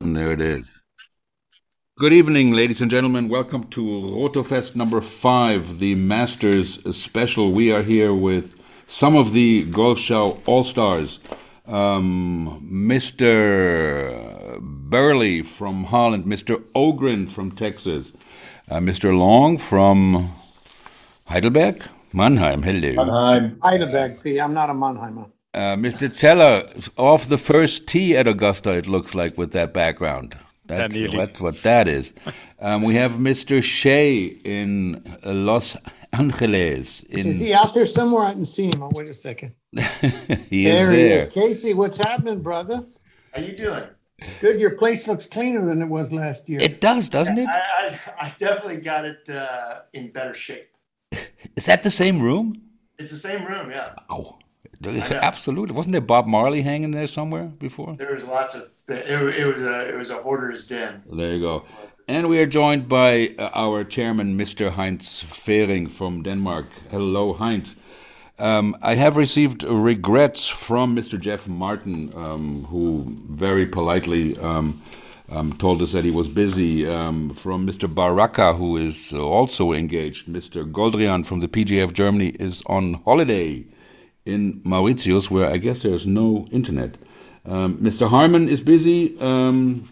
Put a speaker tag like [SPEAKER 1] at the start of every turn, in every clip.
[SPEAKER 1] there it is. Good evening, ladies and gentlemen. Welcome to Rotofest number five, the Masters special. We are here with some of the Golf Show All Stars. Um, Mr. Burley from Holland, Mr. Ogren from Texas, uh, Mr. Long from Heidelberg, Mannheim, hello.
[SPEAKER 2] Mannheim.
[SPEAKER 3] Heidelberg, P. I'm not a Mannheimer.
[SPEAKER 1] Uh, Mr. Zeller, off the first tee at Augusta, it looks like, with that background. That's,
[SPEAKER 4] Yeah, nearly.
[SPEAKER 1] that's what that is. Um, we have Mr. Shea in uh, Los Angeles.
[SPEAKER 3] Is
[SPEAKER 1] In
[SPEAKER 3] he out there somewhere? I haven't seen him. Oh, wait a second.
[SPEAKER 1] he is there.
[SPEAKER 3] there he is. Casey, what's happening, brother?
[SPEAKER 2] How you doing?
[SPEAKER 3] Good. Your place looks cleaner than it was last year.
[SPEAKER 1] It does, doesn't it?
[SPEAKER 2] I, I, I definitely got it uh, in better shape.
[SPEAKER 1] Is that the same room?
[SPEAKER 2] It's the same room, yeah.
[SPEAKER 1] Oh, absolutely. Wasn't there Bob Marley hanging there somewhere before?
[SPEAKER 2] There was lots of it, it was a it was a hoarder's den.
[SPEAKER 1] There you go. And we are joined by uh, our chairman, Mr. Heinz Fehring from Denmark. Hello, Heinz. Um, I have received regrets from Mr. Jeff Martin, um, who very politely um, um, told us that he was busy, um, from Mr. Baraka, who is also engaged. Mr. Goldrian from the PGF Germany is on holiday in Mauritius, where I guess there's no internet. Um, Mr. Harmon is busy. Um,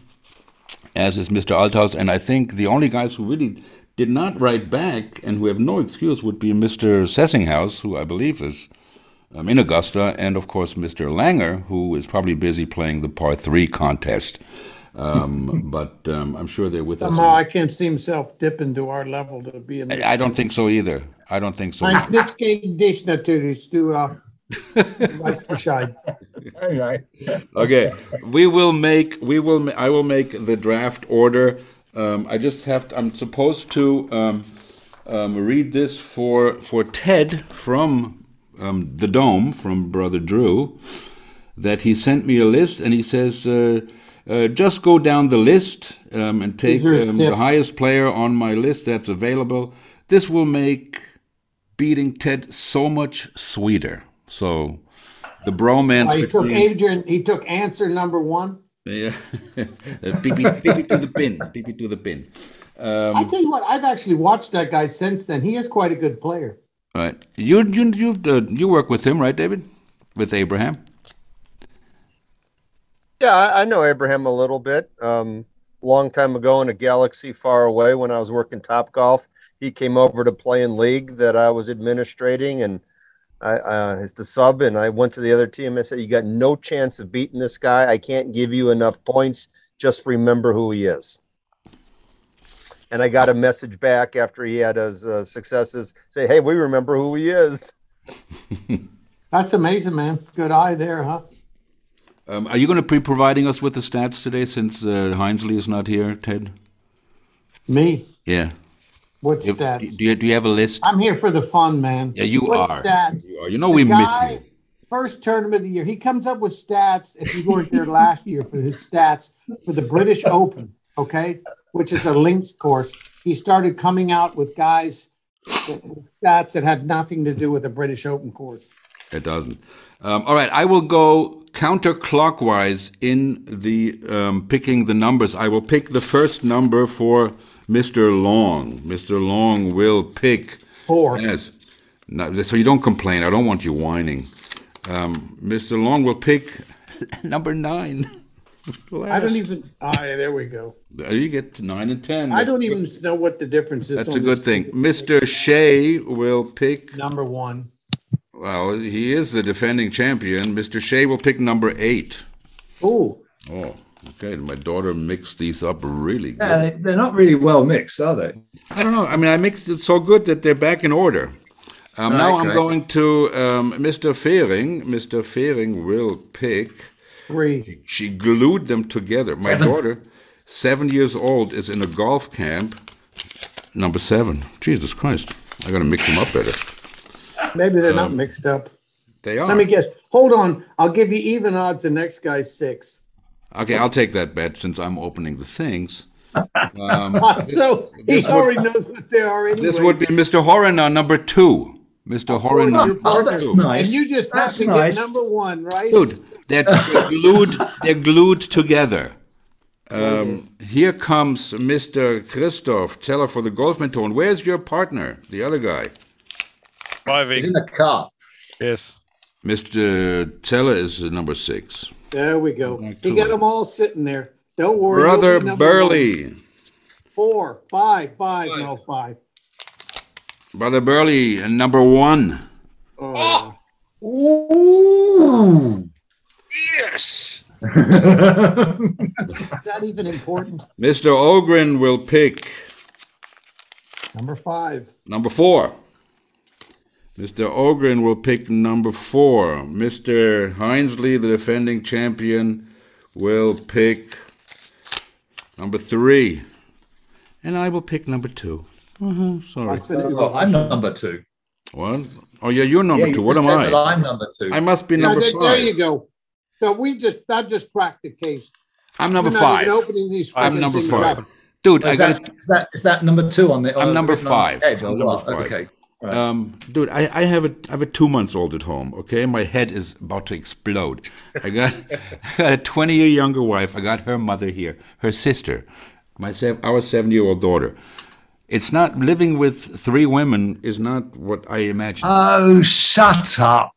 [SPEAKER 1] as is Mr. Althaus. And I think the only guys who really did not write back and who have no excuse would be Mr. Sessinghouse, who I believe is um, in Augusta, and of course Mr. Langer, who is probably busy playing the par three contest. Um, but um, I'm sure they're with
[SPEAKER 3] Somehow
[SPEAKER 1] us.
[SPEAKER 3] I can't see himself dipping to our level to be in there.
[SPEAKER 1] I, I don't think so either. I don't think so.
[SPEAKER 3] Mein Snitchgate Dish natürlich, du uh, weißt Bescheid.
[SPEAKER 1] Okay, we will make we will ma- I will make the draft order. Um, I just have to, I'm supposed to um, um, read this for for Ted from um, the Dome from Brother Drew that he sent me a list and he says uh, uh, just go down the list um, and take
[SPEAKER 3] These are his
[SPEAKER 1] um, the
[SPEAKER 3] tips.
[SPEAKER 1] highest player on my list that's available. This will make beating Ted so much sweeter. So the bromance
[SPEAKER 3] Uh, he took
[SPEAKER 1] between
[SPEAKER 3] Adrian, he took answer number one.
[SPEAKER 1] yeah. beep, beep, beep it to the pin. Beep it to the pin. Um,
[SPEAKER 3] I tell you what, I've actually watched that guy since then. He is quite a good player.
[SPEAKER 1] All right. You you you uh, you work with him, right, David? With Abraham.
[SPEAKER 5] Yeah, I, I know Abraham a little bit. Um, long time ago in a galaxy far away when I was working Top Golf, he came over to play in league that I was administrating and I uh, it's the sub and I went to the other team and I said, You got no chance of beating this guy. I can't give you enough points. Just remember who he is. And I got a message back after he had his uh, successes say, Hey, we remember who he is.
[SPEAKER 3] That's amazing, man. Good eye there, huh?
[SPEAKER 1] Um, are you going to be providing us with the stats today, since uh, Hinesley is not here, Ted?
[SPEAKER 3] Me.
[SPEAKER 1] Yeah.
[SPEAKER 3] What
[SPEAKER 1] If-
[SPEAKER 3] stats?
[SPEAKER 1] Do you do you have a list?
[SPEAKER 3] I'm here for the fun, man.
[SPEAKER 1] yeah, you
[SPEAKER 3] what
[SPEAKER 1] are.
[SPEAKER 3] stats?
[SPEAKER 1] You are. Oh, You know we miss
[SPEAKER 3] guy,
[SPEAKER 1] you.
[SPEAKER 3] first tournament of the year, he comes up with stats. If you weren't there last year for his stats for the British Open, okay, which is a links course, he started coming out with guys that- stats that had nothing to do with the British Open course.
[SPEAKER 1] It doesn't. Um, all right, I will go counterclockwise in the um, picking the numbers. I will pick the first number for Mr. Long. Mr. Long will pick.
[SPEAKER 3] Four.
[SPEAKER 1] Yes. No, so you don't complain. I don't want you whining. Um, Mr. Long will pick number nine.
[SPEAKER 3] I don't even. Ah, there we go.
[SPEAKER 1] You get nine and ten.
[SPEAKER 3] I don't even know what the difference is.
[SPEAKER 1] That's
[SPEAKER 3] on
[SPEAKER 1] a good
[SPEAKER 3] this
[SPEAKER 1] thing. Mr. Shea will pick
[SPEAKER 3] Number one.
[SPEAKER 1] Well, he is the defending champion. Mr. Shea will pick number eight.
[SPEAKER 3] Ooh,
[SPEAKER 1] Oh, okay. My daughter mixed these up really good.
[SPEAKER 6] Yeah, they, they're not really well mixed, are they?
[SPEAKER 1] I don't know. I mean, I mixed it so good that they're back in order. Um, now I'm
[SPEAKER 6] Okay.
[SPEAKER 1] going to um, Mr. Fehring. Mr. Fehring will pick.
[SPEAKER 3] three.
[SPEAKER 1] She glued them together. My daughter, seven years old, is in a golf camp. Number seven. Jesus Christ. I got to mix them up better.
[SPEAKER 3] Maybe they're not mixed up.
[SPEAKER 1] They are.
[SPEAKER 3] Let me guess. Hold on. I'll give you even odds. The next guy's six.
[SPEAKER 1] okay, I'll take that bet since I'm opening the things. Um,
[SPEAKER 3] so he already knows what they are anyway.
[SPEAKER 1] This would be Mr. Horan on number two. Mr. Horan on
[SPEAKER 6] Oh,
[SPEAKER 1] number
[SPEAKER 6] that's
[SPEAKER 1] two.
[SPEAKER 6] nice.
[SPEAKER 3] and you just have
[SPEAKER 6] that's
[SPEAKER 3] to
[SPEAKER 6] nice.
[SPEAKER 3] get number one, right?
[SPEAKER 1] Dude, they're, they're glued. They're glued together. Um, here comes Mr. Christoph, teller for the golf mentor. And where's your partner, the other guy?
[SPEAKER 6] He's
[SPEAKER 4] Driving.
[SPEAKER 6] in a car.
[SPEAKER 4] Yes.
[SPEAKER 1] Mr. Teller is the number six.
[SPEAKER 3] There we go.
[SPEAKER 1] Back to
[SPEAKER 3] He got
[SPEAKER 1] it.
[SPEAKER 3] them all sitting there. Don't worry. you'll be
[SPEAKER 1] Brother
[SPEAKER 3] number one.
[SPEAKER 1] Burley.
[SPEAKER 3] Four, five, five, no five.
[SPEAKER 1] Brother Burley, uh, number one.
[SPEAKER 3] Oh,
[SPEAKER 6] Ooh.
[SPEAKER 4] Yes.
[SPEAKER 3] is that even important?
[SPEAKER 1] Mr. Ogren will pick
[SPEAKER 3] Number five.
[SPEAKER 1] number four. Mr. Ogren will pick number four. Mr. Hinesley, the defending champion, will pick number three. And I will pick number 2 Mhm, sorry.
[SPEAKER 6] well, I'm number two.
[SPEAKER 1] What? Oh, yeah, you're number
[SPEAKER 6] Yeah, you
[SPEAKER 1] two. What
[SPEAKER 6] just
[SPEAKER 1] am
[SPEAKER 6] said that
[SPEAKER 1] I?
[SPEAKER 6] I'm number two.
[SPEAKER 1] I must be
[SPEAKER 3] Now,
[SPEAKER 1] number
[SPEAKER 3] there,
[SPEAKER 1] five.
[SPEAKER 3] there you go. So we just, I just cracked the case.
[SPEAKER 1] I'm number
[SPEAKER 3] We're not
[SPEAKER 1] five.
[SPEAKER 3] even opening these
[SPEAKER 1] I'm
[SPEAKER 3] fucking
[SPEAKER 1] number
[SPEAKER 3] things
[SPEAKER 1] five.
[SPEAKER 3] up.
[SPEAKER 1] Dude, I
[SPEAKER 6] is,
[SPEAKER 1] got
[SPEAKER 6] that, is that is that number two on the?
[SPEAKER 1] I'm
[SPEAKER 6] uh,
[SPEAKER 1] number
[SPEAKER 6] written on
[SPEAKER 1] five.
[SPEAKER 6] the table?
[SPEAKER 1] I'm number
[SPEAKER 6] Wow,
[SPEAKER 1] five.
[SPEAKER 6] Okay.
[SPEAKER 1] Um, dude, I, I have a I have a two months old at home. Okay, my head is about to explode. I got, I got a twenty year younger wife. I got her mother here, her sister, my sev- our seven year old daughter. It's not living with three women is not what I imagined
[SPEAKER 6] Oh, shut up!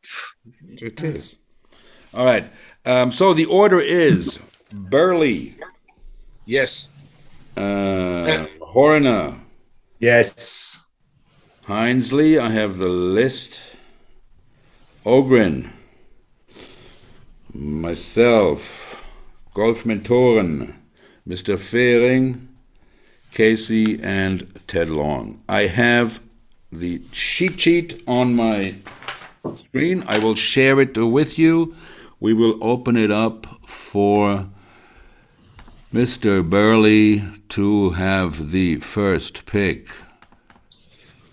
[SPEAKER 1] it is. All right. Um, so the order is Burley,
[SPEAKER 4] Yes.
[SPEAKER 1] uh, Horner,
[SPEAKER 6] Yes.
[SPEAKER 1] Hinesley, I have the list. Ogren, myself, Golf Mentoren, Mr. Fehring, Casey, and Ted Long. I have the cheat sheet on my screen. I will share it with you. We will open it up for Mr. Burley to have the first pick.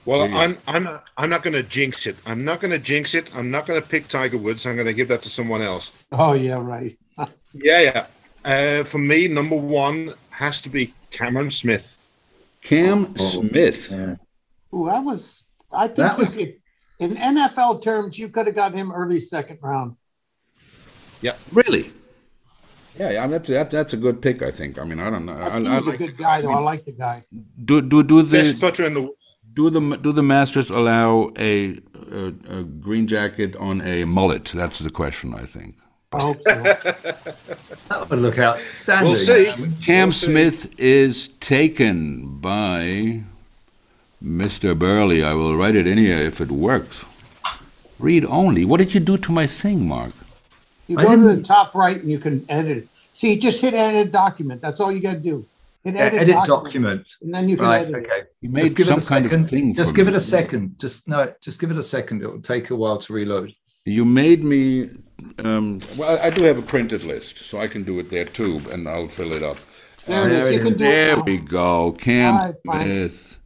[SPEAKER 7] Well, I'm I'm I'm not going to jinx it. I'm not going to jinx it. I'm not going to pick Tiger Woods. I'm going to give that to someone else.
[SPEAKER 3] Oh, yeah, right.
[SPEAKER 7] Yeah, yeah. Uh, for me, number one has to be Cameron Smith.
[SPEAKER 1] Cam Smith.
[SPEAKER 3] Ooh, I was, I think
[SPEAKER 6] That was-
[SPEAKER 3] if- in NFL terms, you could have got him early second round.
[SPEAKER 1] Really? Yeah, yeah. That's that, that's a good pick. I think. I mean, I don't know. I, I
[SPEAKER 3] He's a
[SPEAKER 1] like,
[SPEAKER 3] good guy, though. I like the guy.
[SPEAKER 1] do do do
[SPEAKER 7] Best
[SPEAKER 1] the
[SPEAKER 7] putter in the world.
[SPEAKER 1] do the do the Masters allow a, a, a green jacket on a mullet? That's the question. I think.
[SPEAKER 3] I hope so.
[SPEAKER 6] That would look outstanding.
[SPEAKER 7] We'll see.
[SPEAKER 6] actually.
[SPEAKER 1] Cam Smith is taken by Mr. Burley. I will write it in here if it works. Read only. What did you do to my thing, Mark?
[SPEAKER 3] You
[SPEAKER 6] I
[SPEAKER 3] go to the
[SPEAKER 6] didn't-
[SPEAKER 3] top right and you can edit it. See, just hit edit document. That's all you got to do. Hit
[SPEAKER 6] Yeah, edit document.
[SPEAKER 3] And then you can
[SPEAKER 6] Right.
[SPEAKER 3] edit it.
[SPEAKER 6] Okay.
[SPEAKER 1] You
[SPEAKER 6] Just give it a
[SPEAKER 1] kind of
[SPEAKER 6] second.
[SPEAKER 1] thing
[SPEAKER 6] Just
[SPEAKER 1] for
[SPEAKER 6] give
[SPEAKER 1] me.
[SPEAKER 6] it a second. Just no. Just give it a second. It will take a while to reload.
[SPEAKER 1] You made me. Um, well, I I do have a printed list, so I can do it there too, and I'll fill it up.
[SPEAKER 3] There it is. You can do
[SPEAKER 1] There
[SPEAKER 3] it. now.
[SPEAKER 1] we go. Cam
[SPEAKER 3] All right, fine.
[SPEAKER 1] Smith.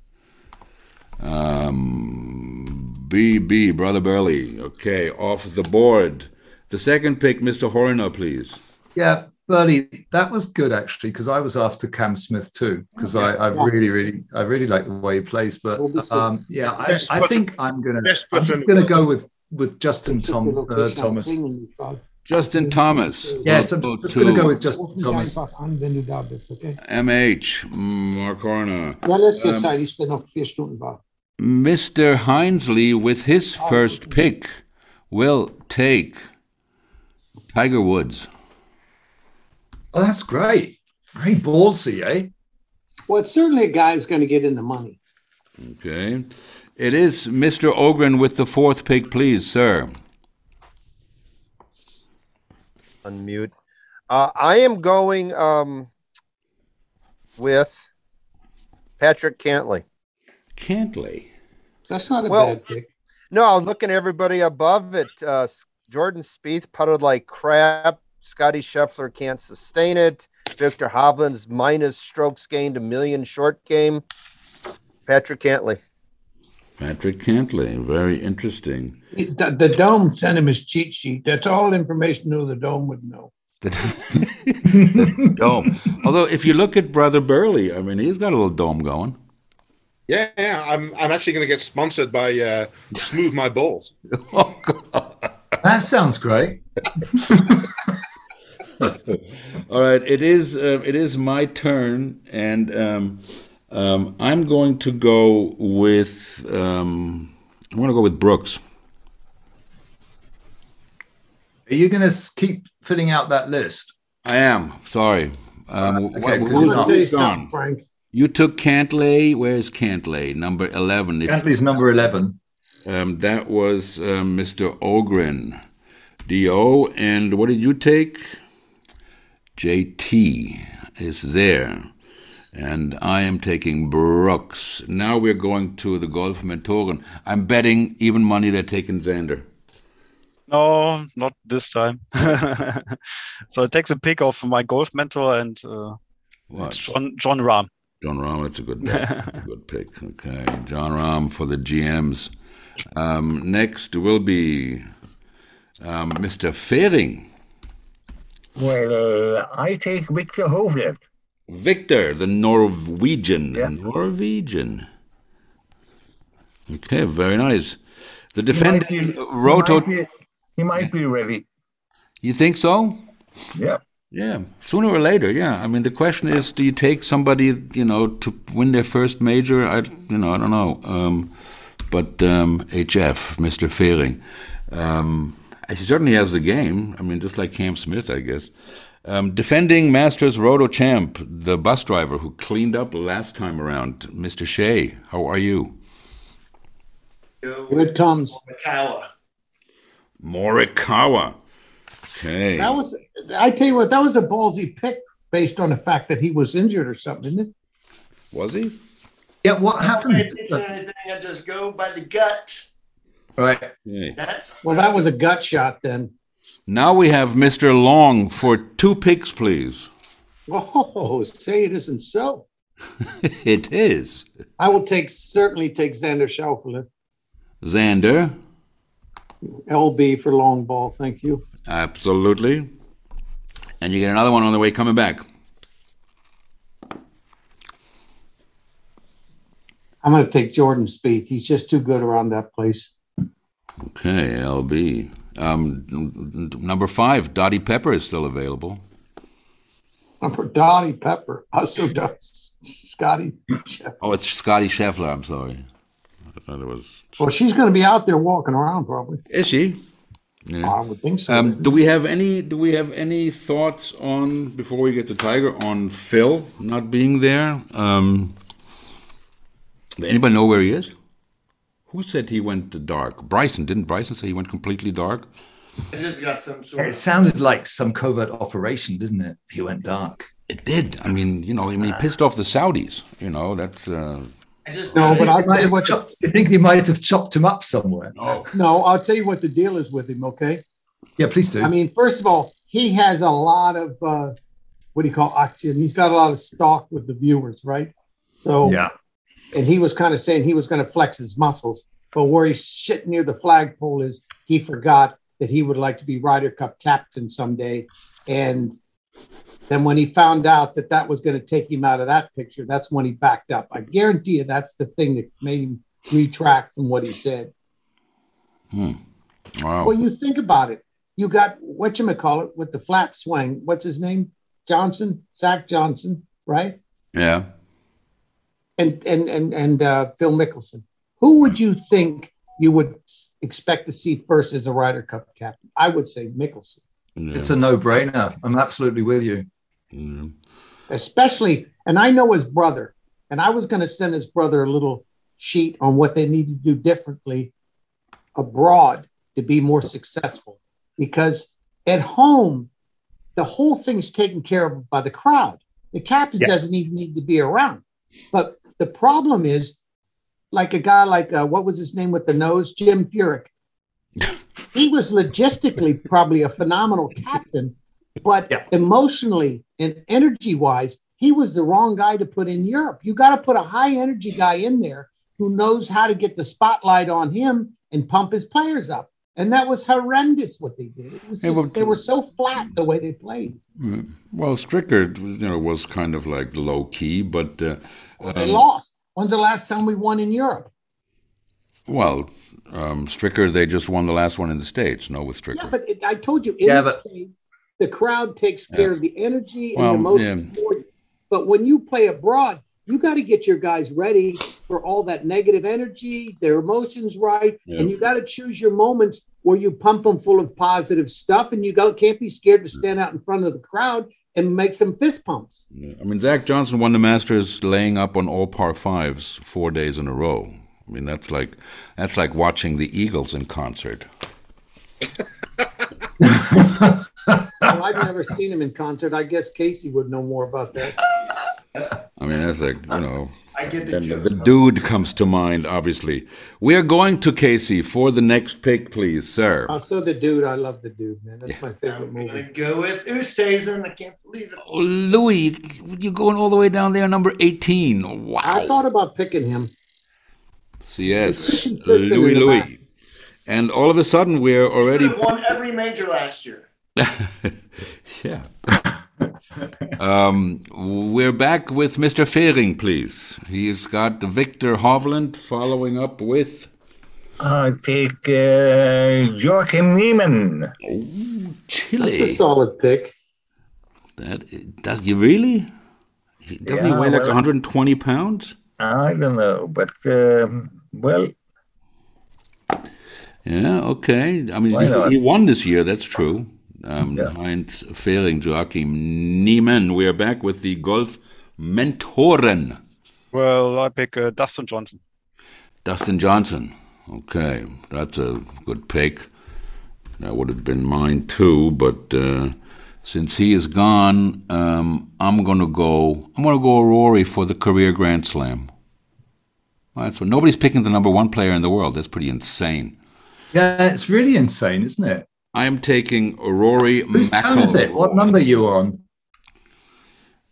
[SPEAKER 1] Um, BB, Brother Burley. Okay, off the board. The second pick, Mr. Horner, please.
[SPEAKER 6] Yeah, Burley, that was good actually because I was after Cam Smith too because I, I
[SPEAKER 3] Yeah.
[SPEAKER 6] really, really, I really like the way he plays. But
[SPEAKER 3] Well, this is-
[SPEAKER 6] um, yeah, I,
[SPEAKER 7] Best
[SPEAKER 6] I
[SPEAKER 7] person-
[SPEAKER 6] think I'm gonna,
[SPEAKER 7] best
[SPEAKER 6] I'm
[SPEAKER 7] person
[SPEAKER 6] just
[SPEAKER 7] in
[SPEAKER 6] gonna
[SPEAKER 7] the
[SPEAKER 6] go with with Justin
[SPEAKER 3] Just hit the
[SPEAKER 6] Tom uh,
[SPEAKER 3] location
[SPEAKER 6] Thomas.
[SPEAKER 3] thing and you go,
[SPEAKER 1] Justin Thomas.
[SPEAKER 6] Yes, I'm
[SPEAKER 1] Go
[SPEAKER 6] just gonna
[SPEAKER 1] to
[SPEAKER 6] go with Justin
[SPEAKER 3] "What the guy
[SPEAKER 6] Thomas.
[SPEAKER 3] fuck, I'm going to do this, okay?
[SPEAKER 1] MH, Mark Horner.
[SPEAKER 3] Ja, lass
[SPEAKER 1] Ähm,
[SPEAKER 3] dir Zeit. Ich bin noch vier Stunden wach.
[SPEAKER 1] Mr. Hinesley, with his first pick, will take Tiger Woods.
[SPEAKER 6] Oh, that's great. Very ballsy, eh?
[SPEAKER 3] Well, it's certainly a guy who's going to get in the money.
[SPEAKER 1] Okay. It is Mr. Ogren with the fourth pick, please, sir.
[SPEAKER 5] unmute. Uh, I am going um, with Patrick Cantley.
[SPEAKER 1] Cantley.
[SPEAKER 3] That's not a
[SPEAKER 5] Well-
[SPEAKER 3] bad pick.
[SPEAKER 5] No, I was looking at everybody above it. Uh, S- Jordan Spieth putted like crap. Scotty Scheffler can't sustain it. Victor Hovland's minus strokes gained a million short game. Patrick Cantley.
[SPEAKER 1] Patrick Cantley. Very interesting.
[SPEAKER 3] The, the Dome sent him his cheat sheet. That's all information knew the Dome would know.
[SPEAKER 1] The, the dome. Oh, Although, if you look at Brother Burley, I mean, he's got a little dome going.
[SPEAKER 7] Yeah, yeah. I'm I'm actually going to get sponsored by uh, Smooth My Balls.
[SPEAKER 1] Oh, God.
[SPEAKER 6] That sounds great.
[SPEAKER 1] All right, it is uh, it is my turn, and um, um, I'm going to go with um, I'm going to go with Brooks.
[SPEAKER 6] Are you going to keep filling out that list?
[SPEAKER 1] I am sorry. Um,
[SPEAKER 6] Uh, Okay,
[SPEAKER 1] wh- wh-
[SPEAKER 6] because
[SPEAKER 3] I
[SPEAKER 1] who's-
[SPEAKER 3] want to tell you
[SPEAKER 1] who's
[SPEAKER 3] something,
[SPEAKER 1] gone?
[SPEAKER 3] Frank.
[SPEAKER 1] You took Cantlay. Where's Cantlay? Number eleven. If,
[SPEAKER 6] Bentley's number 11.
[SPEAKER 1] um, that was um, Mr. Ogren, D.O. And what did you take? J.T. is there. And I am taking Brooks. Now we're going to the Golf Mentoren. I'm betting even money they're taking Xander.
[SPEAKER 8] No, not this time. so I take the pick of my golf mentor and uh,
[SPEAKER 1] What?
[SPEAKER 8] it's John John Rahm.
[SPEAKER 1] John Rahm, that's a good pick. good pick. Okay. John Rahm for the GMs. Um, next will be um, Mr. Fehring.
[SPEAKER 9] Well, uh, I take Victor Hovland.
[SPEAKER 1] Victor, the Norwegian.
[SPEAKER 9] Yeah.
[SPEAKER 1] Norwegian. Okay, very nice.
[SPEAKER 9] He might be-
[SPEAKER 1] The defending
[SPEAKER 9] he
[SPEAKER 1] Roto.
[SPEAKER 9] might be- He might be ready.
[SPEAKER 1] You think so?
[SPEAKER 9] Yeah.
[SPEAKER 1] Yeah, sooner or later. Yeah, I mean, the question is, do you take somebody, you know, to win their first major? I, you know, I don't know. Um, but um, HF, Mr. Fehring, um, he certainly has the game. I mean, just like Cam Smith, I guess. Um, defending Masters Roto champ, the bus driver who cleaned up last time around, Mr. Shea. How are you?
[SPEAKER 3] Here it comes.
[SPEAKER 2] Kawa.
[SPEAKER 1] Morikawa. Okay.
[SPEAKER 3] That was, I tell you what, that was a ballsy pick based on the fact that he was injured or something, didn't it?
[SPEAKER 1] was he?
[SPEAKER 6] Yeah, what
[SPEAKER 2] I
[SPEAKER 6] happened?
[SPEAKER 2] didn't do anything. I just go by the gut.
[SPEAKER 6] Right.
[SPEAKER 1] Okay.
[SPEAKER 2] That's
[SPEAKER 3] Well, that was a gut shot then.
[SPEAKER 1] Now we have Mr. Long for two picks, please.
[SPEAKER 3] Whoa, say it isn't so.
[SPEAKER 1] it is.
[SPEAKER 3] I will take certainly take Xander Schauffele,
[SPEAKER 1] Xander,
[SPEAKER 3] LB for long ball. Thank you.
[SPEAKER 1] absolutely. And you get another one on the way coming back.
[SPEAKER 3] I'm going to take Jordan Speed. He's just too good around that place.
[SPEAKER 1] Okay, LB. Um, n- n- number five, Dottie Pepper is still available.
[SPEAKER 3] Number Dottie Pepper, also does Scotty. Scheffler.
[SPEAKER 1] Oh, it's Scotty Scheffler. I'm sorry. I thought it was.
[SPEAKER 3] Well, she's going to be out there walking around probably.
[SPEAKER 1] Is she?
[SPEAKER 3] I would think so.
[SPEAKER 1] Um, do we have any? Do we have any thoughts on before we get to Tiger on Phil not being there? Um, does anybody know where he is? Who said he went to dark? Bryson didn't. Bryson say he went completely dark.
[SPEAKER 2] I just got some sort
[SPEAKER 6] It
[SPEAKER 2] of
[SPEAKER 6] sounded like some covert operation, didn't it? He went dark.
[SPEAKER 1] It did. I mean, you know, I mean, he pissed off the Saudis. You know, that's. Uh,
[SPEAKER 2] I just
[SPEAKER 3] No, but I'll tell
[SPEAKER 6] Might
[SPEAKER 3] you
[SPEAKER 6] have
[SPEAKER 3] what.
[SPEAKER 6] chopped- you think he might have chopped him up somewhere?
[SPEAKER 3] No, I'll tell you what the deal is with him. Okay,
[SPEAKER 6] Yeah, please do.
[SPEAKER 3] I mean, first of all, he has a lot of uh, what do you call oxygen? He's got a lot of stock with the viewers, right? So
[SPEAKER 6] yeah.
[SPEAKER 3] and he was kind of saying he was going to flex his muscles. But where he's shit near the flagpole is he forgot that he would like to be Ryder Cup captain someday. And then when he found out that that was going to take him out of that picture, that's when he backed up. I guarantee you that's the thing that made him retract from what he said.
[SPEAKER 1] wow.
[SPEAKER 3] Well, you think about it. You got what you call it with the flat swing. What's his name? Johnson, Zach Johnson, right?
[SPEAKER 1] yeah.
[SPEAKER 3] and and and and uh, Phil Mickelson. Who would you think you would s- expect to see first as a Ryder Cup captain? I would say Mickelson,
[SPEAKER 1] Yeah.
[SPEAKER 6] It's a no brainer. I'm absolutely with you.
[SPEAKER 1] yeah.
[SPEAKER 3] especially. And I know his brother, and I was going to send his brother a little sheet on what they need to do differently abroad to be more successful, because at home the whole thing's taken care of by the crowd. The captain
[SPEAKER 8] Yeah.
[SPEAKER 3] doesn't even need to be around. But the problem is, like a guy like uh, what was his name with the nose, Jim Furyk. he was logistically probably a phenomenal captain, but
[SPEAKER 6] Yeah.
[SPEAKER 3] emotionally and energy wise, he was the wrong guy to put in Europe. You got to put a high energy guy in there who knows how to get the spotlight on him and pump his players up. And that was horrendous what they did. It was
[SPEAKER 1] Hey,
[SPEAKER 3] just,
[SPEAKER 1] well,
[SPEAKER 3] they were so flat the way they played.
[SPEAKER 1] Mm. Well, Stricker, you know, was kind of like low key, but uh,
[SPEAKER 3] They lost. When's the last time we won in Europe?
[SPEAKER 1] well, um, Stricker, they just won the last one in the states. No, with Stricker.
[SPEAKER 3] Yeah, but it, I told you in
[SPEAKER 6] Yeah,
[SPEAKER 3] the
[SPEAKER 6] but-
[SPEAKER 3] States, The crowd takes care of the energy and
[SPEAKER 1] Well,
[SPEAKER 3] the most
[SPEAKER 1] yeah.
[SPEAKER 3] important. But when you play abroad, you got to get your guys ready for all that negative energy, their emotions right,
[SPEAKER 1] Yeah.
[SPEAKER 3] and you got to choose your moments where you pump them full of positive stuff, and you go, can't be scared to stand out in front of the crowd and make some fist pumps.
[SPEAKER 1] Yeah. I mean, Zach Johnson won the Masters laying up on all par fives four days in a row. I mean, that's like that's like watching the Eagles in concert.
[SPEAKER 3] Well, I've never seen him in concert. I guess Casey would know more about that.
[SPEAKER 1] I mean, that's like you know.
[SPEAKER 2] I get the
[SPEAKER 1] Then
[SPEAKER 2] joke.
[SPEAKER 1] the dude comes to mind, obviously. We are going to Casey for the next pick, please, sir.
[SPEAKER 3] Also, Uh, the dude, I love the dude, man. That's my favorite
[SPEAKER 2] I'm gonna
[SPEAKER 3] movie.
[SPEAKER 2] go with Ustazen. I can't believe it.
[SPEAKER 1] Oh, Louis, you're going all the way down there, number 18. Wow.
[SPEAKER 3] I thought about picking him.
[SPEAKER 1] yes,
[SPEAKER 3] Consistent in
[SPEAKER 1] Louis,
[SPEAKER 3] the
[SPEAKER 1] Louis.
[SPEAKER 3] back.
[SPEAKER 1] And all of a sudden, we're
[SPEAKER 2] Could
[SPEAKER 1] already.
[SPEAKER 2] have won every major last year.
[SPEAKER 1] yeah. um, we're back with Mr. Fehring, please. He's got Victor Hovland following up with.
[SPEAKER 9] I take uh, Joachim Neiman.
[SPEAKER 3] That's a
[SPEAKER 1] Chile.
[SPEAKER 3] solid pick.
[SPEAKER 1] That, does he really? He- Doesn't he
[SPEAKER 9] Yeah,
[SPEAKER 1] weigh like
[SPEAKER 9] well-
[SPEAKER 1] 120 pounds?
[SPEAKER 9] I don't know, but
[SPEAKER 10] uh,
[SPEAKER 9] um, well,
[SPEAKER 1] Yeah, okay. I mean,
[SPEAKER 9] Why
[SPEAKER 1] he,
[SPEAKER 9] not?
[SPEAKER 1] he won this year, that's true. Um,
[SPEAKER 9] Yeah.
[SPEAKER 1] Heinz Fehring, Joachim Niemann. We are back with the Golf Mentoren,
[SPEAKER 8] Well, I pick uh, Dustin Johnson.
[SPEAKER 1] Dustin Johnson. Okay, that's a good pick. That would have been mine too, but uh, since he is gone, um, I'm gonna go. I'm gonna go Rory for the career Grand Slam. All right, so nobody's picking the number one player in the world. That's pretty insane.
[SPEAKER 6] Yeah, it's really insane, isn't it?
[SPEAKER 1] I am taking Rory
[SPEAKER 6] Whose turn is it? What
[SPEAKER 1] McIlroy.
[SPEAKER 6] number are you on?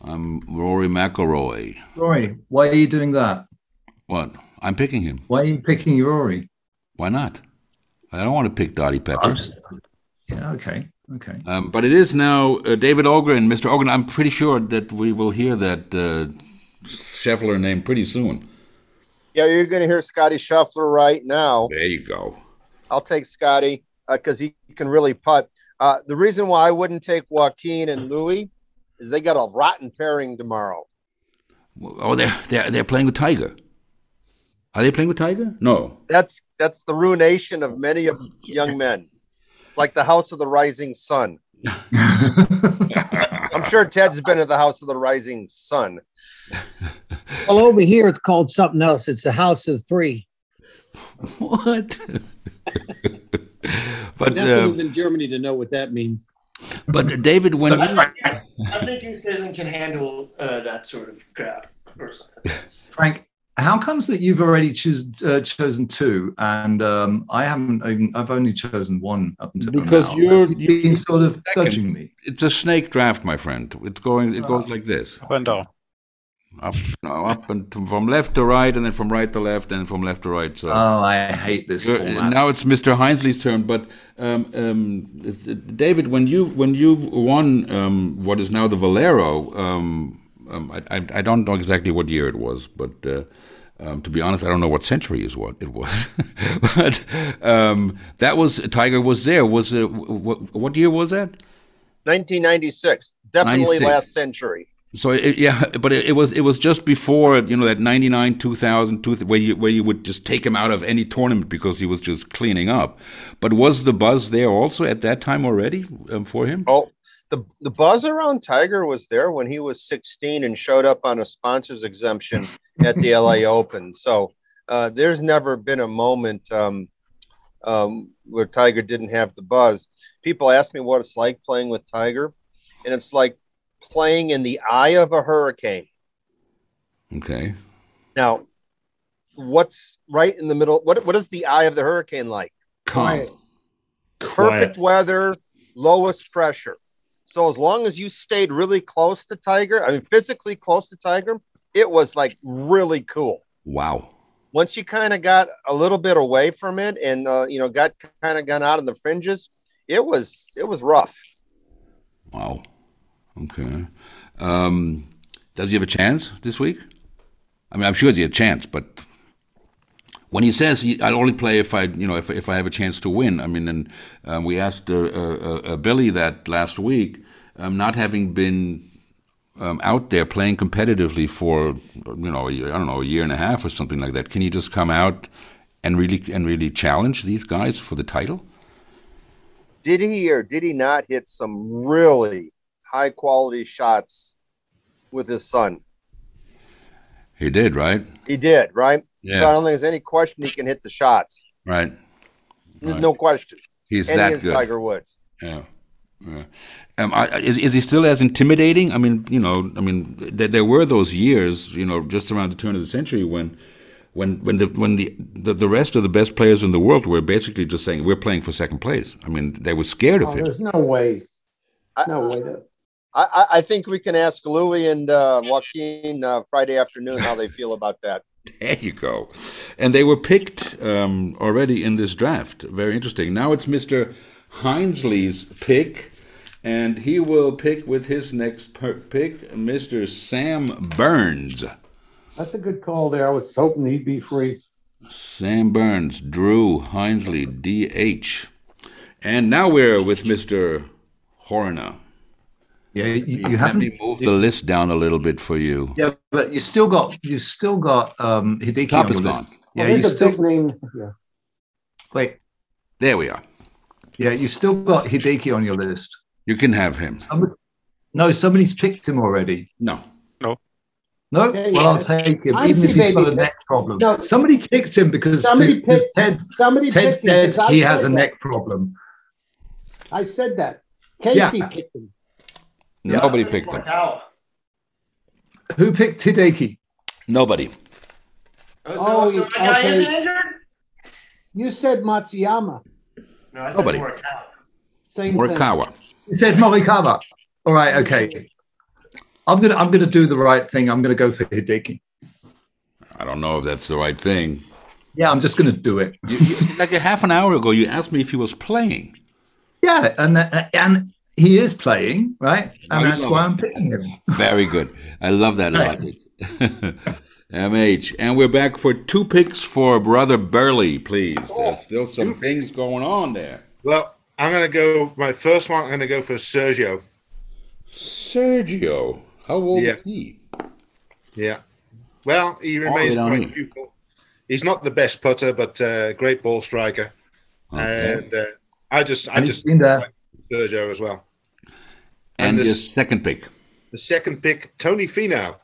[SPEAKER 1] I'm Rory McIlroy.
[SPEAKER 6] Rory, why are you doing that?
[SPEAKER 1] What? I'm picking him.
[SPEAKER 6] Why are you picking Rory?
[SPEAKER 1] Why not? I don't want to pick Dottie Pepper.
[SPEAKER 6] I'm just. Yeah, okay. Okay.
[SPEAKER 1] Um, but it is now uh, David Ogren, Mr. Ogren. I'm pretty sure that we will hear that uh, Scheffler name pretty soon.
[SPEAKER 5] Yeah, you're going to hear Scotty Scheffler right now.
[SPEAKER 1] There you go.
[SPEAKER 5] I'll take Scotty because he can really putt. Uh, the reason why I wouldn't take Joaquin and Louis is they got a rotten pairing tomorrow.
[SPEAKER 1] Oh, they're, they're, they're playing with Tiger. Are they playing with Tiger? No.
[SPEAKER 5] That's that's the ruination of many of young men. It's like the House of the Rising Sun. I'm sure Ted's been at the House of the Rising Sun.
[SPEAKER 10] Well, over here it's called something else. It's the House of Three.
[SPEAKER 1] What? but
[SPEAKER 10] Enough of
[SPEAKER 1] uh,
[SPEAKER 10] them in Germany to know what that means.
[SPEAKER 1] but David, when
[SPEAKER 2] I think, I think Ustazen can handle uh, that sort of crowd. Or something.
[SPEAKER 6] Frank, how comes that you've already choos- uh, chosen two and um, I haven't even, I've only chosen one up until
[SPEAKER 1] Because
[SPEAKER 6] now?
[SPEAKER 1] you're-
[SPEAKER 6] Have you been sort of
[SPEAKER 1] Second.
[SPEAKER 6] judging me.
[SPEAKER 1] it's a snake draft, my friend. It's going. It goes like this.
[SPEAKER 8] Up and down.
[SPEAKER 1] up, no, up and to, from left to right, and then from right to left, and from left to right. So
[SPEAKER 6] Oh, I hate this
[SPEAKER 1] You're-
[SPEAKER 6] format.
[SPEAKER 1] now it's Mr. Heinsley's turn. But um, um, it- it- David, when you when you won um, what is now the Valero, um, um, I, I, I don't know exactly what year it was, but. Uh, um, to be honest, I don't know what century is what it was, but um, that was Tiger was there. Was uh, what, what year was that?
[SPEAKER 5] 1996, definitely
[SPEAKER 1] 96.
[SPEAKER 5] last century.
[SPEAKER 1] So it, yeah, but it, it was it was just before you know that ninety nine two thousand two where you where you would just take him out of any tournament because he was just cleaning up. But was the buzz there also at that time already um, for him?
[SPEAKER 5] Oh, the the buzz around Tiger was there when he was 16 and showed up on a sponsor's exemption at the LA Open. So uh, there's never been a moment um, um, where Tiger didn't have the buzz. People ask me what it's like playing with Tiger, and it's like playing in the eye of a hurricane.
[SPEAKER 1] Okay,
[SPEAKER 5] Now, what's right in the middle? What what is the eye of the hurricane like?
[SPEAKER 1] calm.
[SPEAKER 3] Quiet.
[SPEAKER 5] perfect weather, lowest pressure. So as long as you stayed really close to Tiger, I mean physically close to Tiger, it was like really cool.
[SPEAKER 1] Wow.
[SPEAKER 5] Once you kind of got a little bit away from it and uh, you know got kind of gone out on the fringes, it was it was rough.
[SPEAKER 1] Wow. Okay. Um, does he have a chance this week? I mean, I'm sure he had a chance, but when he says he, I'll only play if I, you know, if, if I have a chance to win. I mean, and um, we asked uh, uh, uh, Billy that last week, um, not having been um, out there playing competitively for, you know, a year- I don't know, a year and a half or something like that. Can you just come out and really and really challenge these guys for the title?
[SPEAKER 5] Did he or did he not hit some really high quality shots with his son?
[SPEAKER 1] He did, right?
[SPEAKER 5] He did, right?
[SPEAKER 1] Yeah.
[SPEAKER 5] So I don't think there's any question he can hit the shots.
[SPEAKER 1] Right.
[SPEAKER 5] There's
[SPEAKER 1] Right.
[SPEAKER 5] no question.
[SPEAKER 1] He's
[SPEAKER 5] and
[SPEAKER 1] that
[SPEAKER 5] he is
[SPEAKER 1] good.
[SPEAKER 5] Tiger Woods.
[SPEAKER 1] Yeah. Yeah. Um, I, I- is, is he still as intimidating? I mean, you know, I mean, th- there were those years, you know, just around the turn of the century when, when, when the when the, the the rest of the best players in the world were basically just saying we're playing for second place. I mean, they were scared of
[SPEAKER 3] Oh,
[SPEAKER 1] him.
[SPEAKER 3] there's no way.
[SPEAKER 5] I, uh,
[SPEAKER 3] No way. That,
[SPEAKER 5] I, I, I think we can ask Louie and uh, Joaquin uh, Friday afternoon how they feel about that.
[SPEAKER 1] There you go. And they were picked um, already in this draft. Very interesting. Now it's Mr. Hinesley's pick, and he will pick with his next per- pick, Mr. Sam Burns.
[SPEAKER 11] That's a good call there. I was hoping he'd be free.
[SPEAKER 1] Sam Burns, Drew Hinesley, DH. And now we're with Mr. Horner.
[SPEAKER 6] Yeah, you, you
[SPEAKER 1] Let
[SPEAKER 6] haven't
[SPEAKER 1] me move the list down a little bit for you.
[SPEAKER 6] Yeah, but you still got you still got um Hideki
[SPEAKER 1] Top
[SPEAKER 6] on
[SPEAKER 1] is
[SPEAKER 6] the list.
[SPEAKER 1] gone.
[SPEAKER 6] Yeah,
[SPEAKER 3] Oh,
[SPEAKER 11] Well,
[SPEAKER 6] you
[SPEAKER 11] here's a
[SPEAKER 6] still
[SPEAKER 11] big name. Yeah.
[SPEAKER 6] wait.
[SPEAKER 1] There we are.
[SPEAKER 6] Yeah, you still got Hideki on your list.
[SPEAKER 1] You can have him.
[SPEAKER 6] No, somebody's picked him already.
[SPEAKER 1] No.
[SPEAKER 8] No.
[SPEAKER 6] No,
[SPEAKER 3] Yeah,
[SPEAKER 6] well, I'll
[SPEAKER 3] yeah.
[SPEAKER 6] take him,
[SPEAKER 3] I
[SPEAKER 6] even
[SPEAKER 3] see
[SPEAKER 6] if he's got
[SPEAKER 3] they-
[SPEAKER 6] a neck problem.
[SPEAKER 3] No.
[SPEAKER 6] Somebody ticked him because,
[SPEAKER 3] Somebody
[SPEAKER 6] because
[SPEAKER 3] picked-
[SPEAKER 6] Ted,
[SPEAKER 3] somebody
[SPEAKER 6] Ted
[SPEAKER 3] picked him
[SPEAKER 6] said
[SPEAKER 3] because I
[SPEAKER 6] he has a
[SPEAKER 3] said that.
[SPEAKER 6] neck problem.
[SPEAKER 3] I said that. Casey
[SPEAKER 6] Yeah.
[SPEAKER 3] picked him.
[SPEAKER 1] Nobody picked him.
[SPEAKER 2] Wow.
[SPEAKER 6] Who picked Hideki?
[SPEAKER 1] Nobody.
[SPEAKER 2] Oh, so,
[SPEAKER 3] Oh,
[SPEAKER 2] so that guy
[SPEAKER 3] okay.
[SPEAKER 2] isn't injured?
[SPEAKER 3] You said Matsuyama.
[SPEAKER 2] No, I said
[SPEAKER 1] Nobody.
[SPEAKER 2] Morikawa.
[SPEAKER 3] Same
[SPEAKER 1] Morikawa.
[SPEAKER 6] He said Morikawa. All right, okay. I'm gonna I'm gonna do the right thing. I'm gonna go for Hideki.
[SPEAKER 1] I don't know if that's the right thing.
[SPEAKER 6] Yeah, I'm just gonna do it.
[SPEAKER 1] You, you, like a half an hour ago, you asked me if he was playing.
[SPEAKER 6] Yeah, and that- and he is playing right, and
[SPEAKER 1] I
[SPEAKER 6] that's
[SPEAKER 1] know.
[SPEAKER 6] why I'm picking him.
[SPEAKER 1] Very good. I love that logic. MH. And we're back for two picks for Brother Burley, please. There's still some things going on there.
[SPEAKER 7] Well, I'm going to go. My first one, I'm going to go for Sergio.
[SPEAKER 1] Sergio, how old
[SPEAKER 7] Yeah.
[SPEAKER 1] is he?
[SPEAKER 7] Yeah. Well, he remains
[SPEAKER 1] don't
[SPEAKER 7] quite
[SPEAKER 1] need.
[SPEAKER 7] pupil. He's not the best putter, but uh, great ball striker.
[SPEAKER 1] Okay.
[SPEAKER 7] And uh, I just, I
[SPEAKER 6] And
[SPEAKER 7] just
[SPEAKER 6] he's been there.
[SPEAKER 7] Sergio as well.
[SPEAKER 1] And
[SPEAKER 7] And
[SPEAKER 1] your
[SPEAKER 7] this-
[SPEAKER 1] second pick.
[SPEAKER 7] The second pick, Tony Finau.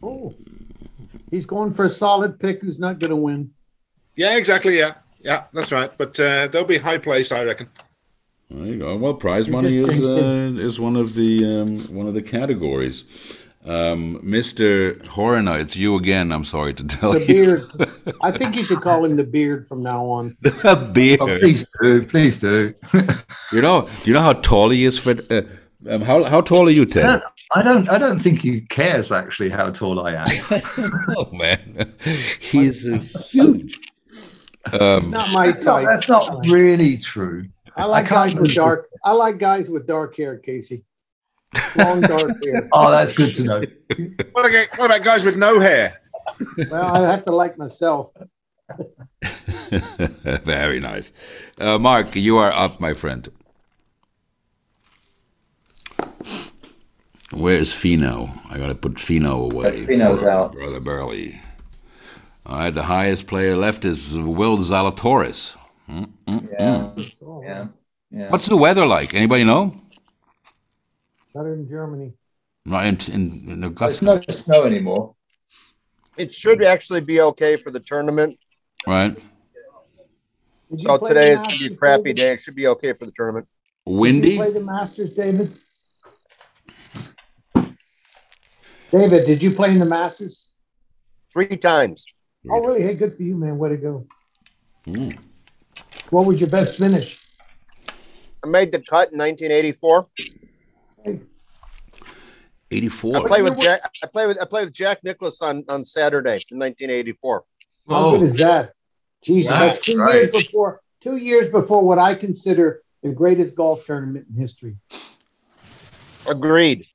[SPEAKER 3] Oh, he's going for a solid pick who's not going to win.
[SPEAKER 7] Yeah, exactly. Yeah, yeah, that's right. But uh, they'll be high placed, I reckon.
[SPEAKER 1] There you go. Well, prize
[SPEAKER 3] You
[SPEAKER 1] money
[SPEAKER 3] just
[SPEAKER 1] is
[SPEAKER 3] jinxed
[SPEAKER 1] uh, is one of the um, one of the categories. Um, Mr. Horner, it's you again. I'm sorry to tell
[SPEAKER 3] The
[SPEAKER 1] you.
[SPEAKER 3] beard. I think you should call him the beard from now on.
[SPEAKER 1] The beard.
[SPEAKER 6] Oh, please do, please do.
[SPEAKER 1] You know, you know how tall he is, Fred. Uh, um, how how tall are you,
[SPEAKER 6] I
[SPEAKER 1] Ted?
[SPEAKER 6] don't, I don't. I don't think he cares actually how tall I am.
[SPEAKER 1] oh man, he's uh, huge. Um,
[SPEAKER 3] Not my
[SPEAKER 6] That's not,
[SPEAKER 3] type.
[SPEAKER 6] that's not really true.
[SPEAKER 3] I like
[SPEAKER 6] I can't
[SPEAKER 3] guys with
[SPEAKER 6] even-
[SPEAKER 3] dark. I like guys with dark hair, Casey. Long dark hair.
[SPEAKER 6] Oh, that's good to know.
[SPEAKER 7] What about, what about guys with no hair?
[SPEAKER 3] Well, I have to like myself.
[SPEAKER 1] very nice, uh, Mark. You are up, my friend. Where's Fino? I gotta put Fino away.
[SPEAKER 9] Fino's
[SPEAKER 1] for
[SPEAKER 9] out.
[SPEAKER 1] Brother Burley. All right, the highest player left is Will Zalatoris. Mm, mm,
[SPEAKER 9] Yeah.
[SPEAKER 1] mm.
[SPEAKER 3] Oh,
[SPEAKER 9] Yeah. Yeah.
[SPEAKER 1] What's the weather like? Anybody know?
[SPEAKER 3] Better than Germany.
[SPEAKER 1] Right in, in, in
[SPEAKER 9] It's
[SPEAKER 1] Augusta,
[SPEAKER 9] not snow anymore.
[SPEAKER 5] It should actually be okay for the tournament.
[SPEAKER 1] right?
[SPEAKER 3] Did you
[SPEAKER 5] So
[SPEAKER 3] play
[SPEAKER 5] today
[SPEAKER 3] the
[SPEAKER 5] is going to be a
[SPEAKER 3] Masters,
[SPEAKER 5] crappy
[SPEAKER 3] David?
[SPEAKER 5] day. It should be okay for the tournament.
[SPEAKER 3] Did you
[SPEAKER 1] Windy.
[SPEAKER 3] play the Masters, David? David, did you play in the Masters?
[SPEAKER 5] Three times.
[SPEAKER 3] Oh, really? Hey, good for you, man. Way to go.
[SPEAKER 1] Mm.
[SPEAKER 3] What was your best finish?
[SPEAKER 5] I made the cut in 1984. I
[SPEAKER 1] 84.
[SPEAKER 5] played with Jack. I played with I played with Jack Nicholas on, on Saturday in 1984.
[SPEAKER 3] How
[SPEAKER 6] Oh.
[SPEAKER 3] good is that? Jesus,
[SPEAKER 6] Wow,
[SPEAKER 3] that's two
[SPEAKER 6] right.
[SPEAKER 3] years before two years before what I consider the greatest golf tournament in history.
[SPEAKER 5] Agreed.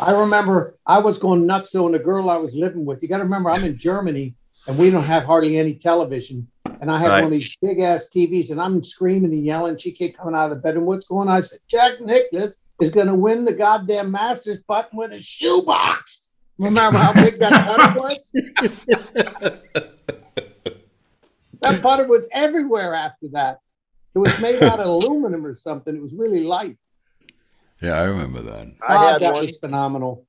[SPEAKER 3] I remember I was going nuts though, and the girl I was living with. You got to remember, I'm in Germany, and we don't have hardly any television. And I had
[SPEAKER 12] Right.
[SPEAKER 3] one of these big ass TVs, and I'm screaming and yelling. She kept coming out of the bedroom. What's going on? I said, Jack Nicklaus is going to win the goddamn Masters button with a shoebox. Remember how big that putter was? that putter was everywhere after that. It was made out of aluminum or something. It was really light.
[SPEAKER 1] Yeah, I remember that.
[SPEAKER 3] God, that
[SPEAKER 5] Um,
[SPEAKER 3] was phenomenal.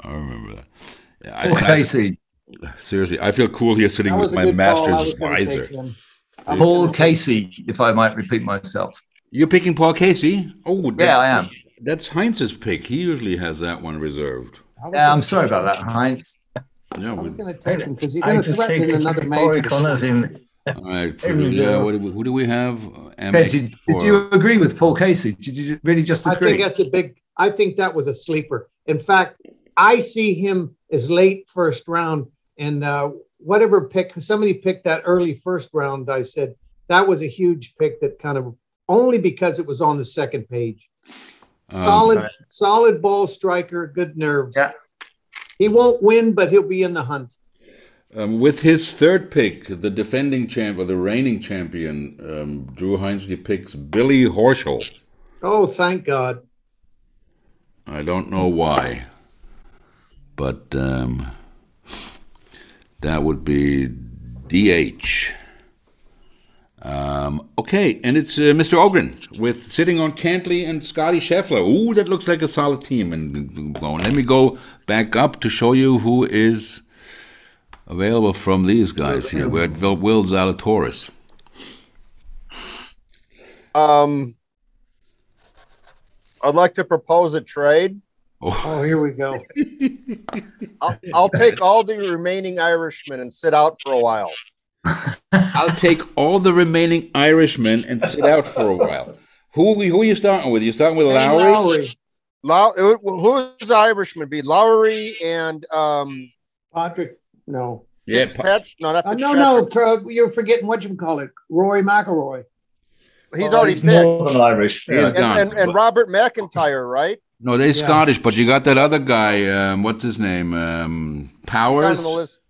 [SPEAKER 1] I remember that. Yeah,
[SPEAKER 6] Well, Casey.
[SPEAKER 1] Seriously, I feel cool here sitting
[SPEAKER 3] That
[SPEAKER 1] with
[SPEAKER 3] was a
[SPEAKER 1] my
[SPEAKER 3] good call. I
[SPEAKER 1] master's
[SPEAKER 3] was gonna
[SPEAKER 1] visor.
[SPEAKER 3] take him.
[SPEAKER 6] Paul Casey, if I might repeat myself.
[SPEAKER 1] You're picking Paul Casey? Oh,
[SPEAKER 6] yeah, I am.
[SPEAKER 1] That's Heinz's pick. He usually has that one reserved.
[SPEAKER 6] Yeah, I'm sorry about that, Heinz.
[SPEAKER 1] Yeah, we,
[SPEAKER 3] going to take him because he's
[SPEAKER 10] I
[SPEAKER 3] going to
[SPEAKER 10] just
[SPEAKER 3] threaten
[SPEAKER 10] take
[SPEAKER 3] another
[SPEAKER 10] Corey
[SPEAKER 3] major.
[SPEAKER 10] Connors in.
[SPEAKER 1] all right.
[SPEAKER 10] Every
[SPEAKER 1] yeah,
[SPEAKER 10] zero.
[SPEAKER 1] what do we, who do we have? Um,
[SPEAKER 6] Ted, did, did
[SPEAKER 1] for-
[SPEAKER 6] you agree with Paul Casey? Did you really just
[SPEAKER 3] I think
[SPEAKER 6] agree?
[SPEAKER 3] that's a big. I think that was a sleeper. In fact, I see him as late first round, and uh, whatever pick somebody picked that early first round, I said that was a huge pick. That kind of only because it was on the second page.
[SPEAKER 1] Um,
[SPEAKER 3] Solid,
[SPEAKER 1] Right.
[SPEAKER 3] solid ball striker, good nerves. Yeah. He won't win, but he'll be in the hunt.
[SPEAKER 1] Um, with his third pick, the defending champ or the reigning champion, um, Drew Heinsley picks Billy Horschel.
[SPEAKER 3] Oh, thank God.
[SPEAKER 1] I don't know why, but um, that would be DH. Um, okay, and it's uh, Mr. Ogren with sitting on Cantley and Scotty Scheffler. Ooh, that looks like a solid team. And well, let me go back up to show you who is available from these guys here. We're at Will, Will Zalatoris.
[SPEAKER 5] Um, I'd like to propose a trade.
[SPEAKER 3] Oh, here we go.
[SPEAKER 5] I'll, I'll take all the remaining Irishmen and sit out for a while.
[SPEAKER 1] I'll take all the remaining Irishmen and sit out for a while. Who we who are you starting with? You starting with Lowry?
[SPEAKER 5] Low, who's the Irishman? Be Lowry and um,
[SPEAKER 3] Patrick. No.
[SPEAKER 1] Yeah, Pa-
[SPEAKER 5] Patch. No, not
[SPEAKER 3] Uh, no, no, Cur- you're forgetting what you call it, Rory McIlroy.
[SPEAKER 5] He's already
[SPEAKER 9] He's
[SPEAKER 5] picked.
[SPEAKER 9] Northern Irish.
[SPEAKER 1] He is
[SPEAKER 5] and,
[SPEAKER 1] gone.
[SPEAKER 5] and, and Robert McIntyre, right?
[SPEAKER 1] no, they're
[SPEAKER 5] Yeah.
[SPEAKER 1] Scottish, but you got that other guy. Um, what's his name? Um,
[SPEAKER 5] He's
[SPEAKER 1] Powers.
[SPEAKER 5] on the list.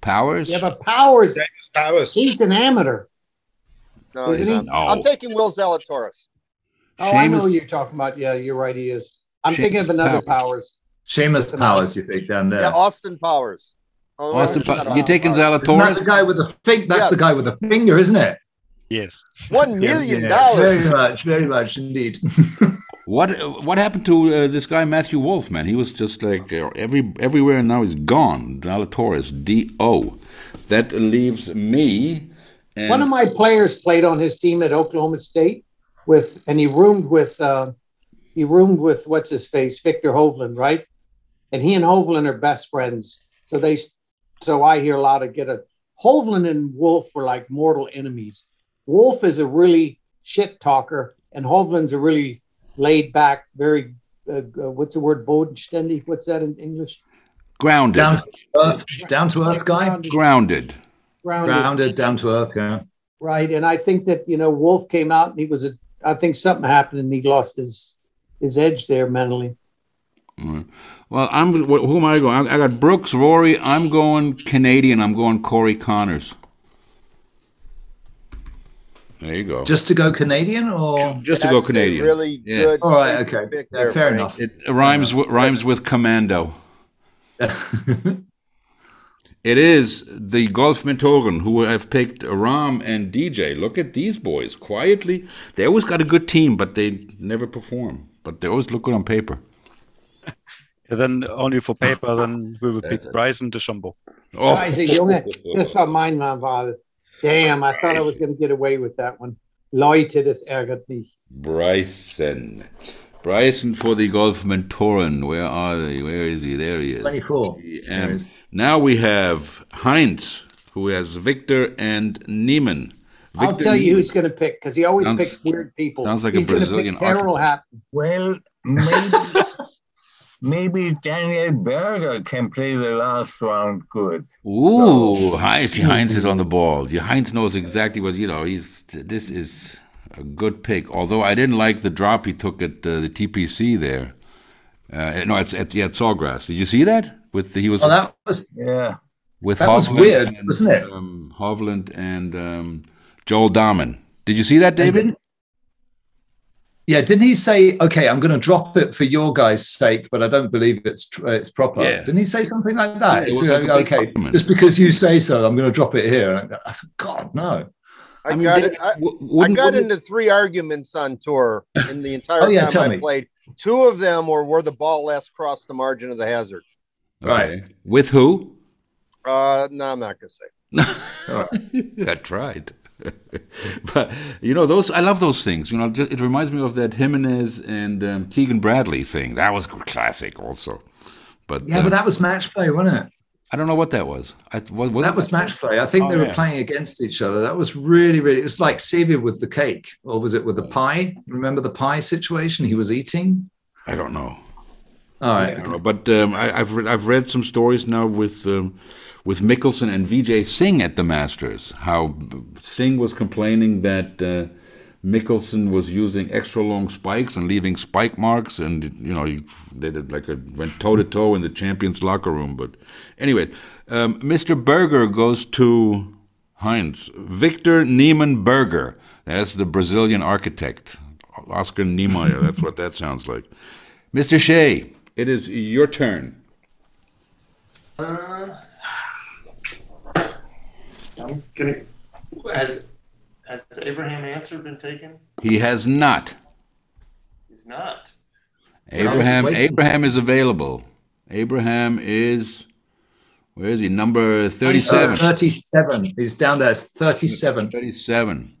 [SPEAKER 1] Powers.
[SPEAKER 3] Yeah, but Powers,
[SPEAKER 7] Powers.
[SPEAKER 3] he's an amateur.
[SPEAKER 5] No, he's
[SPEAKER 3] Isn't he?
[SPEAKER 5] not.
[SPEAKER 1] No.
[SPEAKER 5] I'm taking Will Zalatoris.
[SPEAKER 3] Oh, I
[SPEAKER 6] Seamus-
[SPEAKER 3] know who you're talking about. Yeah, you're right. He is. I'm
[SPEAKER 6] Seamus
[SPEAKER 3] thinking of another Powers.
[SPEAKER 6] Powers. Seamus Powers, you think down
[SPEAKER 5] Yeah,
[SPEAKER 6] there?
[SPEAKER 5] Austin Powers. Oh, no,
[SPEAKER 1] Austin
[SPEAKER 5] he's not
[SPEAKER 1] Pow-
[SPEAKER 5] on.
[SPEAKER 1] you're taking
[SPEAKER 6] Isn't that
[SPEAKER 1] Zalatoris.
[SPEAKER 6] the guy with the fing- That's the
[SPEAKER 5] Yes.
[SPEAKER 6] guy with the finger, isn't it?
[SPEAKER 8] Yes.
[SPEAKER 5] One million
[SPEAKER 6] Yeah,
[SPEAKER 5] dollars.
[SPEAKER 6] Very much, very much indeed.
[SPEAKER 1] What what happened to uh, this guy Matthew Wolf? Man, he was just like uh, every everywhere, and now he's gone. Zalatoris, D O. That leaves me. And
[SPEAKER 3] One of my players played on his team at Oklahoma State with, and he roomed with, uh, he roomed with what's his face, Victor Hovland, right? And he and Hovland are best friends. So they, so I hear a lot of get a Hovland and Wolf were like mortal enemies. Wolf is a really shit talker, and Hovland's a really laid back, very uh, uh, what's the word, bodenständig? What's that in English?
[SPEAKER 1] grounded,
[SPEAKER 6] down to earth, down to earth guy.
[SPEAKER 1] grounded.
[SPEAKER 3] Grounded. grounded.
[SPEAKER 6] Grounded, down to earth. Yeah.
[SPEAKER 3] Right. And I think that, you know, Wolf came out and he was a I think something happened and he lost his his edge there mentally.
[SPEAKER 1] Mm. Well, I'm. wh- Who am I going? I I got Brooks, Rory. I'm going Canadian. I'm going Corey Connors. There you go.
[SPEAKER 6] Just to go Canadian, or
[SPEAKER 1] just to go
[SPEAKER 5] That's a
[SPEAKER 1] Canadian.
[SPEAKER 5] Really
[SPEAKER 1] Yeah.
[SPEAKER 5] good.
[SPEAKER 6] all right,
[SPEAKER 5] sleeper
[SPEAKER 6] okay,
[SPEAKER 5] pick
[SPEAKER 6] Yeah,
[SPEAKER 5] there,
[SPEAKER 6] fair
[SPEAKER 5] Frank.
[SPEAKER 6] enough.
[SPEAKER 1] It rhymes with, rhymes with commando. it is the golf mentoren who have picked Ram and DJ. Look at these boys quietly. They always got a good team, but they never perform. But they always look good on paper.
[SPEAKER 8] And then only for paper, then we will pick Bryson DeChambeau.
[SPEAKER 1] Oh.
[SPEAKER 3] Scheiße, Junge. Das war mein Wahl. Damn, I thought I was gonna get away with that one. Leute, das ärgert mich.
[SPEAKER 1] Bryson. Bryson for the golf mentoren. Where are they? Where is he? There he is.
[SPEAKER 6] 24.
[SPEAKER 1] Um,
[SPEAKER 6] There is.
[SPEAKER 1] now we have Heinz, who has Victor and Neiman. Victor
[SPEAKER 3] I'll tell you
[SPEAKER 1] Neiman.
[SPEAKER 3] who's gonna pick because he always
[SPEAKER 1] Sounds-
[SPEAKER 3] picks weird people.
[SPEAKER 1] sounds like a
[SPEAKER 3] He's gonna pick
[SPEAKER 1] Brazilian
[SPEAKER 3] Terrell
[SPEAKER 1] architect.
[SPEAKER 3] Hatton.
[SPEAKER 10] Well, maybe, maybe Daniel Berger can play the last round good.
[SPEAKER 1] Ooh, Heinz, Heinz is on the ball. Yeah, Heinz knows exactly what you know. He's this is a good pick. Although I didn't like the drop he took at uh, the TPC there.
[SPEAKER 6] Oh,
[SPEAKER 1] Uh, no, it's at, yeah, at Sawgrass. Did you see that? With the, he was
[SPEAKER 6] Well, that was
[SPEAKER 10] Yeah.
[SPEAKER 1] with
[SPEAKER 6] That was
[SPEAKER 1] Hovland
[SPEAKER 6] weird,
[SPEAKER 1] and,
[SPEAKER 6] wasn't it?
[SPEAKER 1] Um, Hovland and um, Joel Dahman. Did you see that, David?
[SPEAKER 6] Yeah, didn't he say, "Okay, I'm going to drop it for your guys' sake, but I don't believe it's tr- uh, it's proper"?
[SPEAKER 1] Yeah.
[SPEAKER 6] Didn't he say something like that?
[SPEAKER 1] Yeah, it
[SPEAKER 6] It's,
[SPEAKER 1] was like
[SPEAKER 6] uh,
[SPEAKER 1] a big
[SPEAKER 6] okay,
[SPEAKER 1] compliment.
[SPEAKER 6] just because you say so, I'm going to drop it here. And I, I thought, God, no.
[SPEAKER 5] I,
[SPEAKER 6] mean,
[SPEAKER 5] got,
[SPEAKER 6] David,
[SPEAKER 5] it. I, I
[SPEAKER 6] wouldn't-
[SPEAKER 5] got
[SPEAKER 6] wouldn't-
[SPEAKER 5] into three arguments on tour in the entire
[SPEAKER 6] Oh, yeah, tell
[SPEAKER 5] time I
[SPEAKER 6] me.
[SPEAKER 5] played. Two of them were where the ball last crossed the margin of the hazard.
[SPEAKER 1] Right. With who?
[SPEAKER 5] Uh, no, I'm not going to say.
[SPEAKER 1] I tried. but you know those I love those things. You know, just, it reminds me of that Jimenez and um, Keegan Bradley thing. That was classic, also. But
[SPEAKER 6] Yeah,
[SPEAKER 1] uh,
[SPEAKER 6] but that was match play, wasn't it?
[SPEAKER 1] I don't know what that was. I, was, was
[SPEAKER 6] that
[SPEAKER 1] it
[SPEAKER 6] was match play. I think
[SPEAKER 1] Oh,
[SPEAKER 6] they were
[SPEAKER 1] yeah.
[SPEAKER 6] playing against each other. That was really, really. It was like Xavier with the cake, or was it with the pie? Remember the pie situation? He was eating.
[SPEAKER 1] I don't know.
[SPEAKER 6] All right.
[SPEAKER 1] I don't know. But um, I, I've re- I've read some stories now with um, with Mickelson and Vijay Singh at the Masters. How b- Singh was complaining that uh, Mickelson was using extra long spikes and leaving spike marks, and you know you- they did like a, went toe to toe in the champions locker room. But anyway, um, Mr. Berger goes to Heinz Victor Niemann Berger. That's the Brazilian architect. Oscar Niemeyer. That's what that sounds like. Mr. Shea, it is your turn.
[SPEAKER 2] Uh, I'm gonna. Has has Abraham answer been taken?
[SPEAKER 1] He has not.
[SPEAKER 2] He's not.
[SPEAKER 1] Abraham Abraham is available. Abraham is where is he? Number 37.
[SPEAKER 6] Thirty-seven. He's down there. It's Thirty-seven.
[SPEAKER 1] 37.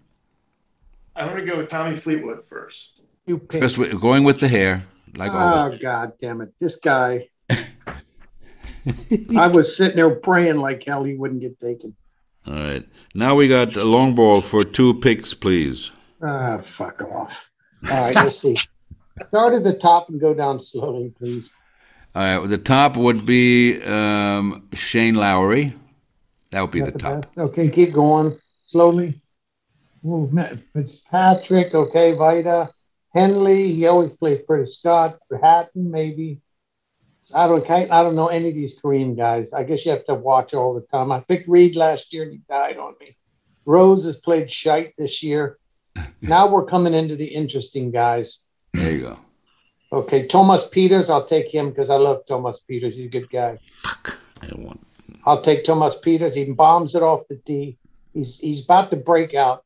[SPEAKER 2] I'm gonna go with Tommy Fleetwood first.
[SPEAKER 3] You pick.
[SPEAKER 1] Just wi- going with the hair like always.
[SPEAKER 3] oh god damn it! This guy. I was sitting there praying like hell he wouldn't get taken.
[SPEAKER 1] All right. Now we got a long ball for two picks, please.
[SPEAKER 3] Ah, fuck off. All right, let's see. Start at the top and go down slowly, please.
[SPEAKER 1] All right, the top would be um, Shane Lowry. That would be the
[SPEAKER 3] Not the
[SPEAKER 1] top.
[SPEAKER 3] best. Okay, keep going slowly. Ooh, Ma- Fitzpatrick, okay, Vida, Henley. He always plays pretty. Scott Hatton, maybe. So I don't. I don't know any of these Korean guys. I guess you have to watch all the time. I picked Reed last year and he died on me. Rose has played shite this year. now we're coming into the interesting guys.
[SPEAKER 1] There you go.
[SPEAKER 3] Okay, Thomas Peters. I'll take him because I love Thomas Peters. He's a good guy.
[SPEAKER 1] I want
[SPEAKER 3] I'll take Thomas Peters. He bombs it off the tee. He's he's about to break out.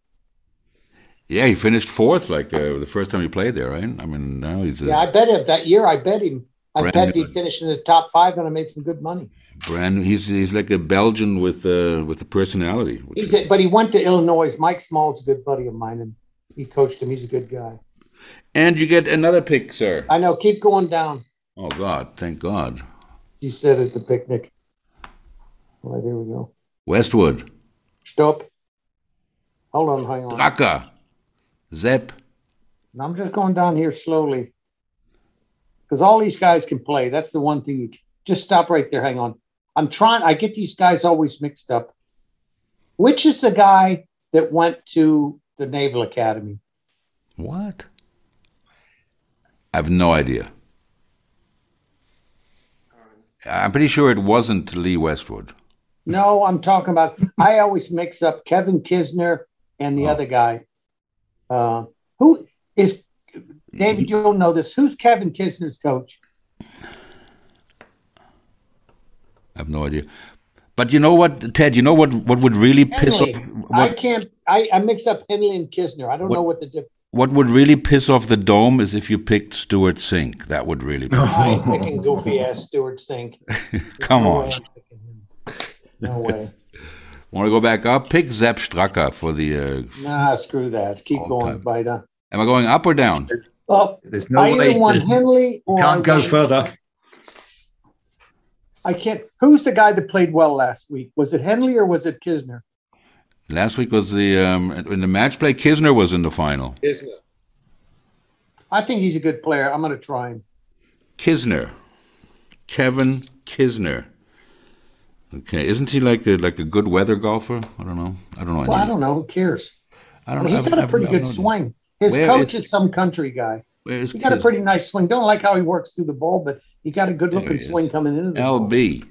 [SPEAKER 1] Yeah, he finished fourth, like uh, the first time he played there, right? I mean, now he's a
[SPEAKER 3] Yeah, I bet him that year. I bet him. I
[SPEAKER 1] Brand
[SPEAKER 3] bet he finished in the top five, and I made some good money.
[SPEAKER 1] brand. He's he's like a Belgian with uh, with a personality.
[SPEAKER 3] He's it, but he went to Illinois. Mike Small's a good buddy of mine, and he coached him. He's a good guy.
[SPEAKER 1] And you get another pick, sir.
[SPEAKER 3] I know. Keep going down.
[SPEAKER 1] Oh God, thank God.
[SPEAKER 3] He said at the picnic. All right, here we go.
[SPEAKER 1] Westwood,
[SPEAKER 3] Stop. Hold on, hang on.
[SPEAKER 1] Raka, Zepp.
[SPEAKER 3] And I'm just going down here slowly because all these guys can play. That's the one thing. You just stop right there. Hang on. I'm trying. I get these guys always mixed up. Which is the guy that went to the Naval Academy?
[SPEAKER 1] What? I have no idea. I'm pretty sure it wasn't Lee Westwood.
[SPEAKER 3] No, I'm talking about. I always mix up Kevin Kisner and
[SPEAKER 1] Oh.
[SPEAKER 3] the other guy. Uh, who is David? You'll know this. Who's Kevin Kisner's coach?
[SPEAKER 1] I have no idea. But you know what, Ted? You know what? What would really piss
[SPEAKER 3] Henley.
[SPEAKER 1] off?
[SPEAKER 3] I
[SPEAKER 1] What,
[SPEAKER 3] can't. I, I mix up Henley and Kisner. I don't
[SPEAKER 1] What-
[SPEAKER 3] know what the difference.
[SPEAKER 1] what would really piss off the dome is if you picked Stuart Sink. That would really. Piss
[SPEAKER 3] I ain't picking goofy ass Stewart Sink.
[SPEAKER 1] Come
[SPEAKER 3] No
[SPEAKER 1] on.
[SPEAKER 3] way I'm picking him. No way.
[SPEAKER 1] Want to go back up? Pick Zepp Straka for the. Uh,
[SPEAKER 3] Nah, screw that. Keep going, Vida.
[SPEAKER 1] am I going up or down?
[SPEAKER 3] Well,
[SPEAKER 6] There's
[SPEAKER 3] I either want Henley or I want-
[SPEAKER 6] further.
[SPEAKER 3] I can't. Who's the guy that played well last week? Was it Henley or was it Kisner?
[SPEAKER 1] Last week was the um, in the match play. Kisner was in the final.
[SPEAKER 3] I think he's a good player. I'm going to try him.
[SPEAKER 1] Kisner, Kevin Kisner. Okay, isn't he like a like a good weather golfer? I don't know. I don't know.
[SPEAKER 3] Well, I don't know. Who cares?
[SPEAKER 1] I
[SPEAKER 3] I
[SPEAKER 1] don't
[SPEAKER 3] mean,
[SPEAKER 1] know.
[SPEAKER 3] he got a pretty good swing. His
[SPEAKER 1] Where
[SPEAKER 3] coach is, some country guy.
[SPEAKER 1] Where is
[SPEAKER 3] He got a
[SPEAKER 1] Kisner?
[SPEAKER 3] pretty nice swing. Don't like how he works through the ball, but he got a good
[SPEAKER 1] There
[SPEAKER 3] looking
[SPEAKER 1] he is.
[SPEAKER 3] swing coming into the ball.
[SPEAKER 1] LB.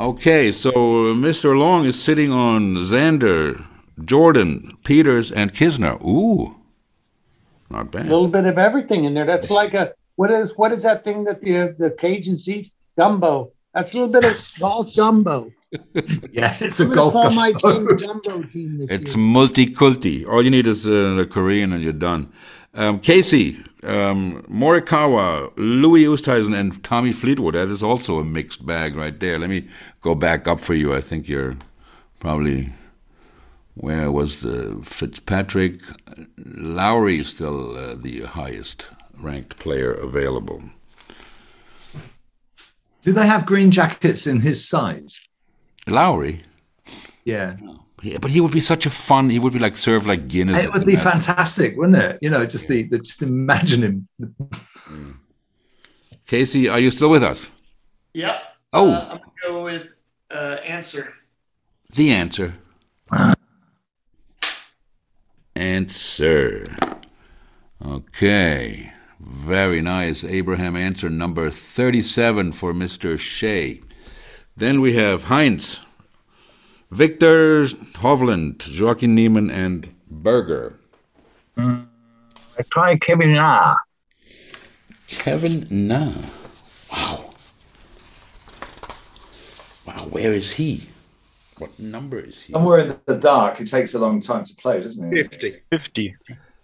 [SPEAKER 1] Okay, so Mr. Long is sitting on Xander, Jordan, Peters, and Kisner. Ooh, not
[SPEAKER 3] A
[SPEAKER 1] bad.
[SPEAKER 3] little bit of everything in there. That's like a what is what is that thing that the the Cajuns eat? Gumbo. That's a little bit of golf gumbo.
[SPEAKER 6] yeah, it's
[SPEAKER 3] I'm gonna call my team gumbo team this
[SPEAKER 1] It's
[SPEAKER 3] year.
[SPEAKER 1] multi-culti. All you need is uh, a Korean and you're done. Um, Casey, um, Morikawa, Louis Oosthuizen, and Tommy Fleetwood. That is also a mixed bag right there. Let me go back up for you. I think you're probably. Where was the Fitzpatrick? Lowry is still uh, the highest ranked player available.
[SPEAKER 6] Do they have green jackets in his size?
[SPEAKER 1] Lowry?
[SPEAKER 6] Yeah.
[SPEAKER 1] Yeah, but he would be such a fun. He would be like served like Guinness.
[SPEAKER 6] It would be fantastic, wouldn't it? You know, just the, the just imagine him.
[SPEAKER 1] Casey, are you still with us?
[SPEAKER 2] Yep.
[SPEAKER 1] Oh.
[SPEAKER 2] Uh, I'm gonna go with uh, answer.
[SPEAKER 1] The answer. answer. Okay. Very nice. Abraham answer number 37 for Mr. Shea. Then we have Heinz, Victor Hovland, Joachim Niemann, and Berger.
[SPEAKER 10] I try Kevin Ah. Na.
[SPEAKER 1] Kevin Na. Wow. Wow, where is he? What number is he?
[SPEAKER 6] Somewhere in the dark, it takes a long time to play, doesn't it?
[SPEAKER 7] 50.
[SPEAKER 8] 50.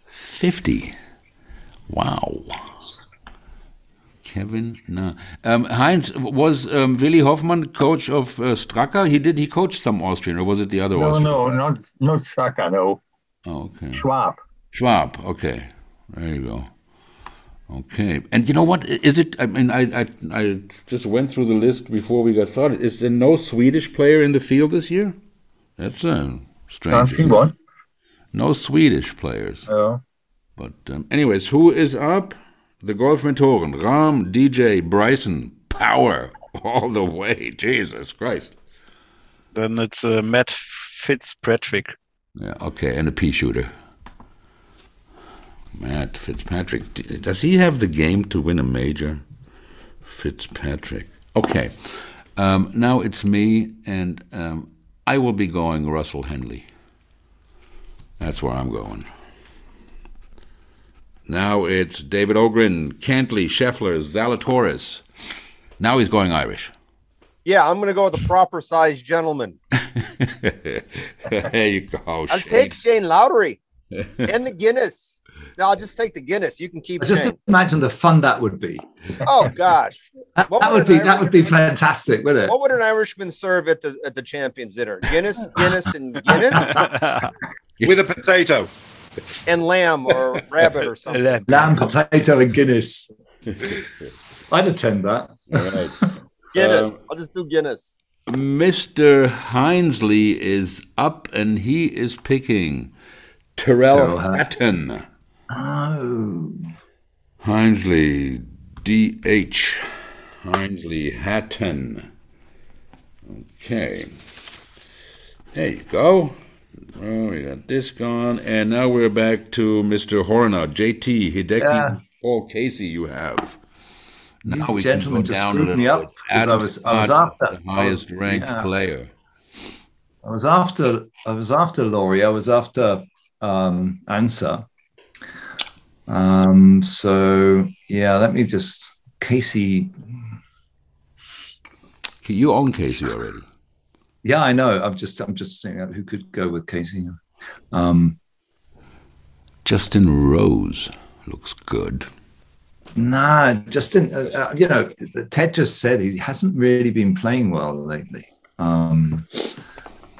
[SPEAKER 1] 50. Wow. Kevin Na. Um, Heinz, was um, Willy Hoffmann coach of uh, Stracker? He did. He coached some Austrian, or was it the other
[SPEAKER 10] No,
[SPEAKER 1] Austrian?
[SPEAKER 10] no, not not Saka, no.
[SPEAKER 1] Oh, okay.
[SPEAKER 10] Schwab.
[SPEAKER 1] Schwab. Okay, there you go. Okay, and you know what is it? I mean, I I, I just went through the list before we got started. Is there no Swedish player in the field this year? That's uh, strange.
[SPEAKER 10] see one.
[SPEAKER 1] No Swedish players.
[SPEAKER 10] No.
[SPEAKER 1] But um, anyways, who is up? The golf mentoren Ram, DJ, Bryson, Power, all the way. Jesus Christ.
[SPEAKER 8] Then it's uh, Matt Fitzpatrick.
[SPEAKER 1] Yeah, okay, and a pea shooter. Matt Fitzpatrick. D- Does he have the game to win a major? Fitzpatrick. Okay. Um, now it's me, and um, I will be going Russell Henley. That's where I'm going. Now it's David Ogren, Cantley, Scheffler, Zalatoris. Now he's going Irish.
[SPEAKER 5] Yeah, I'm going to go with a proper sized gentleman.
[SPEAKER 1] there you go.
[SPEAKER 5] I'll
[SPEAKER 1] Shane.
[SPEAKER 5] take Shane Lowry and the Guinness. No, I'll just take the Guinness. You can keep
[SPEAKER 6] I Just
[SPEAKER 5] Shane.
[SPEAKER 6] imagine the fun that would be.
[SPEAKER 5] Oh gosh,
[SPEAKER 6] That,
[SPEAKER 5] What
[SPEAKER 6] that
[SPEAKER 5] would
[SPEAKER 6] would be
[SPEAKER 5] an
[SPEAKER 6] that would be fantastic, wouldn't it?
[SPEAKER 5] what would an Irishman serve at the at the Champions Dinner? Guinness, Guinness, and Guinness,
[SPEAKER 7] With a potato.
[SPEAKER 5] and lamb or rabbit or something.
[SPEAKER 6] Lamb, potato, and Guinness. I'd attend that.
[SPEAKER 1] All right.
[SPEAKER 5] Guinness. I'll just do Guinness.
[SPEAKER 1] Mr. Hinesley is up and he is picking Terrell
[SPEAKER 6] Terrell Hat-
[SPEAKER 1] Hatton.
[SPEAKER 6] Oh,
[SPEAKER 1] Hinesley, D.H. Hinesley Hatton. Okay. There you go. Oh, we got this gone. And now we're back to Mr. Horner, J.T. Hideki,
[SPEAKER 6] Yeah.
[SPEAKER 1] Paul Casey, you have. Now
[SPEAKER 6] You
[SPEAKER 1] we can
[SPEAKER 6] gentlemen
[SPEAKER 1] go
[SPEAKER 6] just
[SPEAKER 1] down a
[SPEAKER 6] screwed
[SPEAKER 1] little
[SPEAKER 6] me up,
[SPEAKER 1] bit.
[SPEAKER 6] 'cause I
[SPEAKER 1] Adam
[SPEAKER 6] was- I was
[SPEAKER 1] Scott,
[SPEAKER 6] after-
[SPEAKER 1] The
[SPEAKER 6] I was-
[SPEAKER 1] highest ranked
[SPEAKER 6] yeah.
[SPEAKER 1] player.
[SPEAKER 6] I was after I was after Laurie. I was after um, Answer. Um, so yeah, let me just Casey.
[SPEAKER 1] You own Casey already.
[SPEAKER 6] Yeah, I know. I'm just I'm just seeing who could go with Casey. Um,
[SPEAKER 1] Justin Rose looks good.
[SPEAKER 6] Nah, Justin, uh, uh, you know, Ted just said he hasn't really been playing well lately. Um,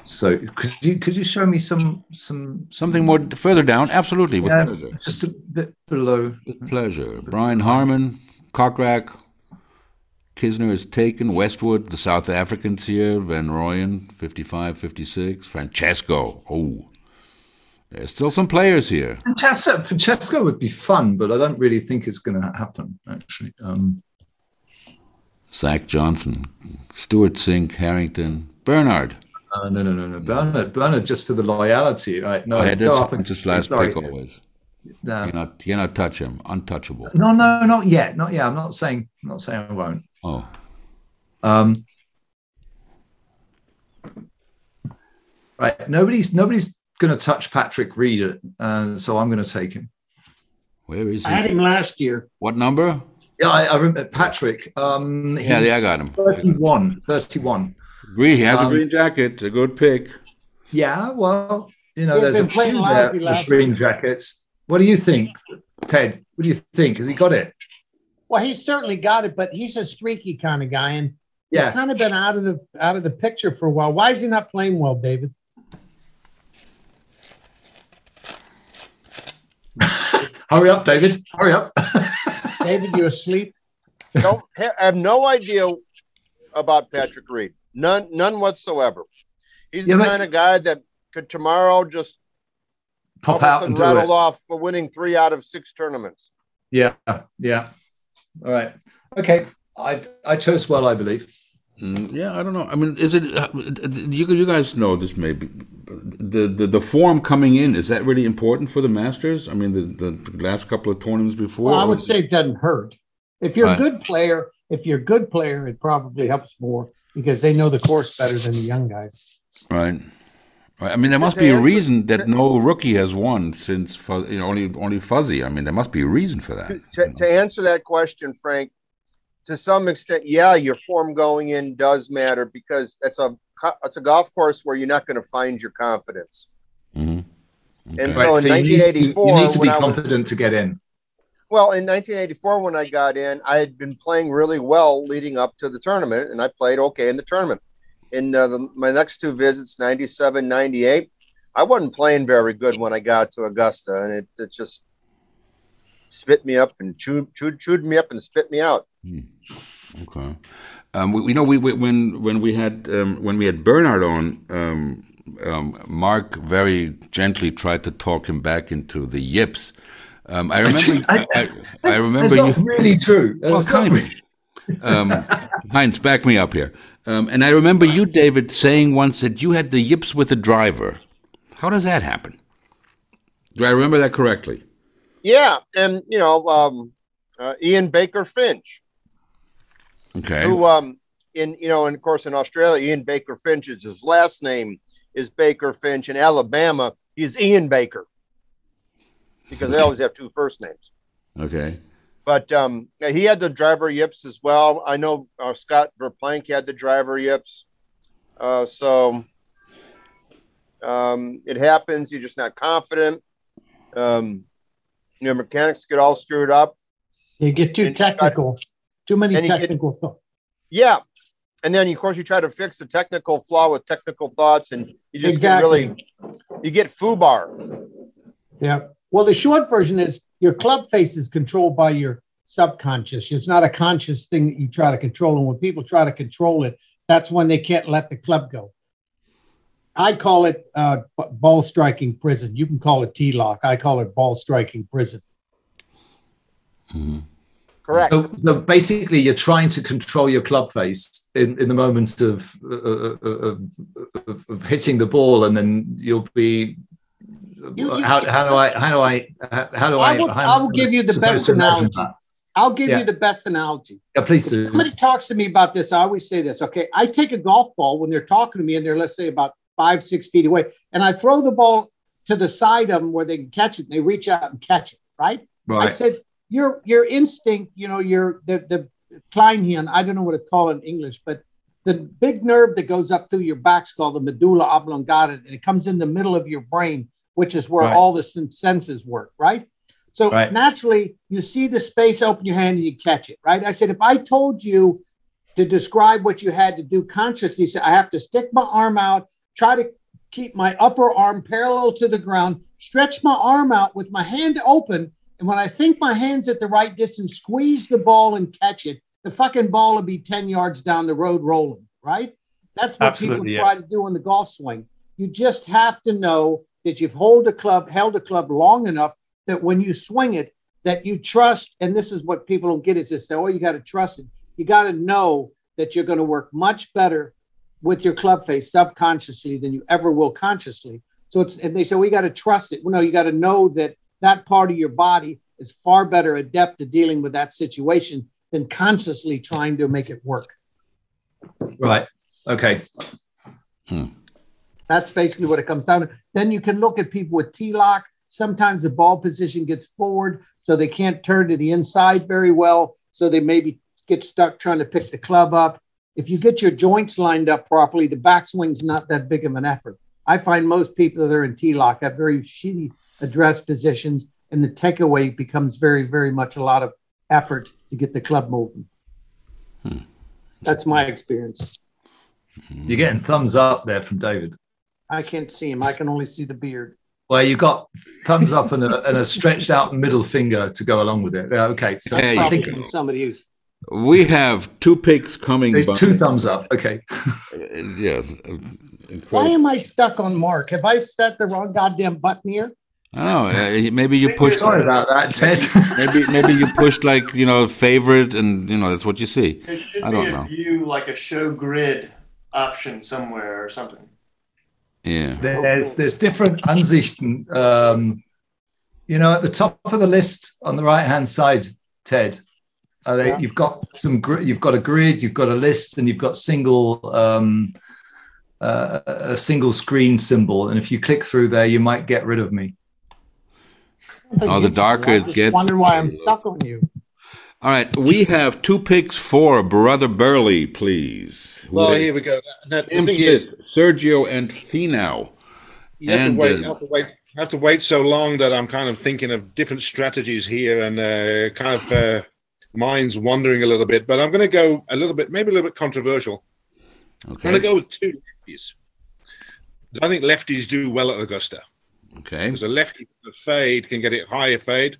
[SPEAKER 6] so could you could you show me some some
[SPEAKER 1] Something more further down, absolutely, with
[SPEAKER 6] Yeah,
[SPEAKER 1] pleasure.
[SPEAKER 6] just a bit below?
[SPEAKER 1] With pleasure. Brian Harmon, Cockrack, Kisner is taken. Westwood, the South Africans here. Van Royen, 55, 56. Francesco, oh. There's still some players here.
[SPEAKER 6] Francesco, Francesco would be fun, but I don't really think it's going to happen. Actually, um,
[SPEAKER 1] Zach Johnson, Stuart Sink, Harrington, Bernard.
[SPEAKER 6] uh, no, no, no, no, Bernard, Bernard, just for the loyalty, right? No,
[SPEAKER 1] I had
[SPEAKER 6] go up and-
[SPEAKER 1] Oh, just last
[SPEAKER 6] sorry. uh,
[SPEAKER 1] pick always.
[SPEAKER 6] No.
[SPEAKER 1] You cannot, you cannot touch him. Untouchable.
[SPEAKER 6] No, no, not Um, yet, not yet. I'm not saying, I'm not saying I won't.
[SPEAKER 1] Oh.
[SPEAKER 6] Um, Right. Nobody's nobody's going to touch Patrick Reed, uh, so I'm going to take him.
[SPEAKER 1] Where is
[SPEAKER 3] I had him last year.
[SPEAKER 1] What number?
[SPEAKER 6] Yeah, I, I remember Patrick. Um,
[SPEAKER 1] Yeah,
[SPEAKER 6] he's
[SPEAKER 1] yeah, I got him.
[SPEAKER 6] 31. 31.
[SPEAKER 1] Green. He has a
[SPEAKER 6] Um,
[SPEAKER 1] green jacket. A good pick.
[SPEAKER 6] Yeah, well, you know,
[SPEAKER 3] He's
[SPEAKER 6] there's a
[SPEAKER 3] been playing
[SPEAKER 6] few
[SPEAKER 3] lousy
[SPEAKER 6] there with
[SPEAKER 3] last
[SPEAKER 6] green jackets. What do you think, Ted? What do you think? Has he got it?
[SPEAKER 3] Well, he's certainly got it, but he's a streaky kind of guy, and
[SPEAKER 6] Yeah.
[SPEAKER 3] he's kind of been out of the out of the picture for a while. Why is he not playing well, David?
[SPEAKER 6] Hurry up, David. Hurry up.
[SPEAKER 3] David, you asleep?
[SPEAKER 5] No, I have no idea about Patrick Reed. None, none whatsoever. He's
[SPEAKER 6] Yeah,
[SPEAKER 5] the
[SPEAKER 6] but-
[SPEAKER 5] kind of guy that could tomorrow just all
[SPEAKER 6] Pop
[SPEAKER 5] of a
[SPEAKER 6] out
[SPEAKER 5] sudden
[SPEAKER 6] and do
[SPEAKER 5] rattle
[SPEAKER 6] it.
[SPEAKER 5] off for winning three out of six tournaments.
[SPEAKER 6] Yeah, yeah. All right. Okay. I I chose well, I believe.
[SPEAKER 1] Mm, yeah, I don't know. I mean, is it uh, you? You guys know this maybe. The, the the form coming in is that really important for the Masters? I mean, the, the last couple of tournaments before.
[SPEAKER 3] Well, I would say it doesn't hurt. If you're
[SPEAKER 1] Right.
[SPEAKER 3] a good player, if you're a good player, it probably helps more because they know the course better than the young guys.
[SPEAKER 1] Right. Right. I mean, there
[SPEAKER 5] To-
[SPEAKER 1] must
[SPEAKER 5] to
[SPEAKER 1] be a
[SPEAKER 5] answer-
[SPEAKER 1] reason that
[SPEAKER 5] to-
[SPEAKER 1] no rookie has won since Fu- you know only only Fuzzy. I mean, there must be a reason for that.
[SPEAKER 5] to, to answer that question, Frank, to some extent, yeah, your form going in does matter because that's a co- it's a golf course where you're not going to find your confidence.
[SPEAKER 1] Mm-hmm.
[SPEAKER 5] And so in
[SPEAKER 6] you need- you-
[SPEAKER 5] 1984,
[SPEAKER 6] you need to be
[SPEAKER 5] when I was-
[SPEAKER 6] confident to get in.
[SPEAKER 5] Well, in 1984, when I got in, I had been playing really well leading up to the tournament, and I played okay in the tournament. In uh, the, my next two visits, 97, 98, I wasn't playing very good when I got to Augusta, and it, it just spit me up and chewed, chewed, chewed me up and spit me out.
[SPEAKER 1] Okay. Um, we, we know we, we when when we had um, when we had Bernard on, um, um, Mark very gently tried to talk him back into the yips. Um, I remember. I, I, I remember
[SPEAKER 6] That's
[SPEAKER 1] you.
[SPEAKER 6] not really true.
[SPEAKER 1] Well,
[SPEAKER 6] That's not
[SPEAKER 1] kind
[SPEAKER 6] really-
[SPEAKER 1] of. Um, Heinz, back me up here. Um, and I remember you, David, saying once that you had the yips with the driver. How does that happen? Do I remember that correctly?
[SPEAKER 5] Yeah, and you know, um, uh, Ian Baker Finch,
[SPEAKER 1] Okay.
[SPEAKER 5] who um in you know and of course in australia ian baker finch is his last name is baker finch in alabama he's ian baker because they always have two first names
[SPEAKER 1] Okay.
[SPEAKER 5] but um he had the driver yips as well i know uh, scott verplank had the driver yips uh so um it happens you're just not confident um your mechanics get all screwed up
[SPEAKER 3] You get too technical, too many
[SPEAKER 5] And you get-
[SPEAKER 3] technical thoughts.
[SPEAKER 5] Yeah. And then of course you try to fix the technical flaw with technical thoughts and you just
[SPEAKER 3] Exactly.
[SPEAKER 5] get really you get foobar.
[SPEAKER 3] Yeah. Well, the short version is your club face is controlled by your subconscious. It's not a conscious thing that you try to control. And when people try to control it, that's when they can't let the club go. I call it uh, b- ball striking prison. You can call it T lock. I call it ball striking prison.
[SPEAKER 1] Mm-hmm.
[SPEAKER 3] Oh.
[SPEAKER 5] Correct.
[SPEAKER 6] So, so basically, you're trying to control your club face in, in the moment of, uh, uh, uh, of of hitting the ball, and then you'll be.
[SPEAKER 3] You- you-
[SPEAKER 6] how, how do I? How do I? How, how do I?
[SPEAKER 3] I will,
[SPEAKER 6] how am
[SPEAKER 3] I will give you the
[SPEAKER 6] supposed
[SPEAKER 3] best
[SPEAKER 6] to imagine
[SPEAKER 3] analogy.
[SPEAKER 6] that?
[SPEAKER 3] I'll give
[SPEAKER 6] Yeah.
[SPEAKER 3] you the best analogy.
[SPEAKER 6] Yeah, please
[SPEAKER 3] If
[SPEAKER 6] do.
[SPEAKER 3] somebody talks to me about this, I always say this. Okay, I take a golf ball when they're talking to me, and they're let's say about five, six feet away, and I throw the ball to the side of them where they can catch it. And they reach out and catch it. Right? I
[SPEAKER 1] Right.
[SPEAKER 3] said your your instinct, you know, your the the Kleinhirn. I don't know what it's called in English, but the big nerve that goes up through your back's called the medulla oblongata, and it comes in the middle of your brain, which is where
[SPEAKER 6] Right.
[SPEAKER 3] all the sen- senses work. Right? So
[SPEAKER 6] Right.
[SPEAKER 3] naturally, you see the space, open your hand, and you catch it, right? I said, if I told you to describe what you had to do consciously, you said, I have to stick my arm out, try to keep my upper arm parallel to the ground, stretch my arm out with my hand open. And when I think my hand's at the right distance, squeeze the ball and catch it, the fucking ball would be 10 yards down the road rolling, right? That's what
[SPEAKER 8] Absolutely,
[SPEAKER 3] people
[SPEAKER 8] yeah.
[SPEAKER 3] try to do in the golf swing. You just have to know that you've hold a club, held a club long enough that when you swing it, that you trust, and this is what people don't get is they say, oh, you got to trust it. You got to know that you're going to work much better with your club face subconsciously than you ever will consciously. So it's, and they say, we got to trust it. Well, no, you got to know that that part of your body is far better adept at dealing with that situation than consciously trying to make it work.
[SPEAKER 6] Right. Okay.
[SPEAKER 3] That's basically what it comes down to. Then you can look at people with T lock. Sometimes the ball position gets forward, so they can't turn to the inside very well. So they maybe get stuck trying to pick the club up. If you get your joints lined up properly, the backswing's not that big of an effort. I find most people that are in T lock have very shitty address positions, and the takeaway becomes very, very much a lot of effort to get the club moving.
[SPEAKER 1] Hmm.
[SPEAKER 3] That's my experience.
[SPEAKER 6] You're getting thumbs up there from David.
[SPEAKER 3] I can't see him. I can only see the beard.
[SPEAKER 6] Well, you got thumbs up and a, and a stretched out middle finger to go along with it. Yeah, Okay, so
[SPEAKER 1] There you
[SPEAKER 6] I think
[SPEAKER 1] go.
[SPEAKER 3] From somebody who's
[SPEAKER 1] We have two picks coming.
[SPEAKER 6] Hey,
[SPEAKER 1] by.
[SPEAKER 6] two thumbs up. Okay.
[SPEAKER 1] yeah. uh,
[SPEAKER 3] Why
[SPEAKER 1] Incredible.
[SPEAKER 3] am I stuck on Mark? Have I set the wrong goddamn button here?
[SPEAKER 1] I don't know. uh, Maybe you pushed.
[SPEAKER 6] Sorry about that, Ted.
[SPEAKER 1] maybe maybe you pushed like you know favorite, and you know that's what you see.
[SPEAKER 2] It should
[SPEAKER 1] I
[SPEAKER 2] be
[SPEAKER 1] don't
[SPEAKER 2] a
[SPEAKER 1] know.
[SPEAKER 2] view like a show grid option somewhere or something.
[SPEAKER 1] Yeah.
[SPEAKER 6] There's there's different Ansichten. Um, you know, at the top of the list on the right hand side, Ted, uh, they,
[SPEAKER 3] Yeah.
[SPEAKER 6] you've got some gr- you've got a grid, you've got a list, and you've got single um, uh, a single screen symbol. And if you click through there, you might get rid of me.
[SPEAKER 1] Oh, the darker
[SPEAKER 3] I
[SPEAKER 1] it
[SPEAKER 3] just
[SPEAKER 1] gets.
[SPEAKER 3] wonder why I'm stuck on you.
[SPEAKER 1] All right, we have two picks for Brother Burley, please.
[SPEAKER 7] Well,
[SPEAKER 1] With
[SPEAKER 7] here we go. Now, the
[SPEAKER 1] Tim
[SPEAKER 7] thing
[SPEAKER 1] Smith, Sergio, and Finau.
[SPEAKER 7] You have,
[SPEAKER 1] And,
[SPEAKER 7] to wait, you
[SPEAKER 1] uh,
[SPEAKER 7] have to wait. you have to wait so long that I'm kind of thinking of different strategies here and uh, kind of uh, mind's wandering a little bit. But I'm going to go a little bit, maybe a little bit controversial. I'm
[SPEAKER 1] Okay.
[SPEAKER 7] going to go with two lefties. I think lefties do well at Augusta
[SPEAKER 1] Okay.
[SPEAKER 7] because a lefty with a fade can get it higher fade,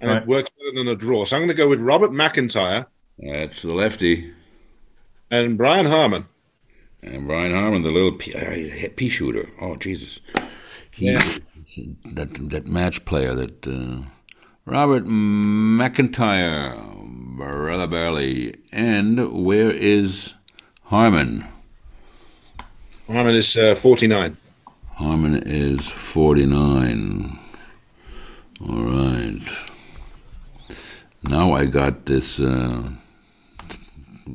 [SPEAKER 7] and
[SPEAKER 1] Right.
[SPEAKER 7] it works better than a draw. So I'm going to go with Robert McIntyre
[SPEAKER 1] That's the lefty.
[SPEAKER 7] and Brian Harmon.
[SPEAKER 1] And Brian Harmon, the little pea, uh, pea shooter. Oh, Jesus. He,
[SPEAKER 7] Yeah.
[SPEAKER 1] he- that, that match player, that uh, Robert McIntyre, Brother Burley. And where is Harmon?
[SPEAKER 7] Harmon is uh, 49.
[SPEAKER 1] Harmon is 49. All right. Now I got this uh,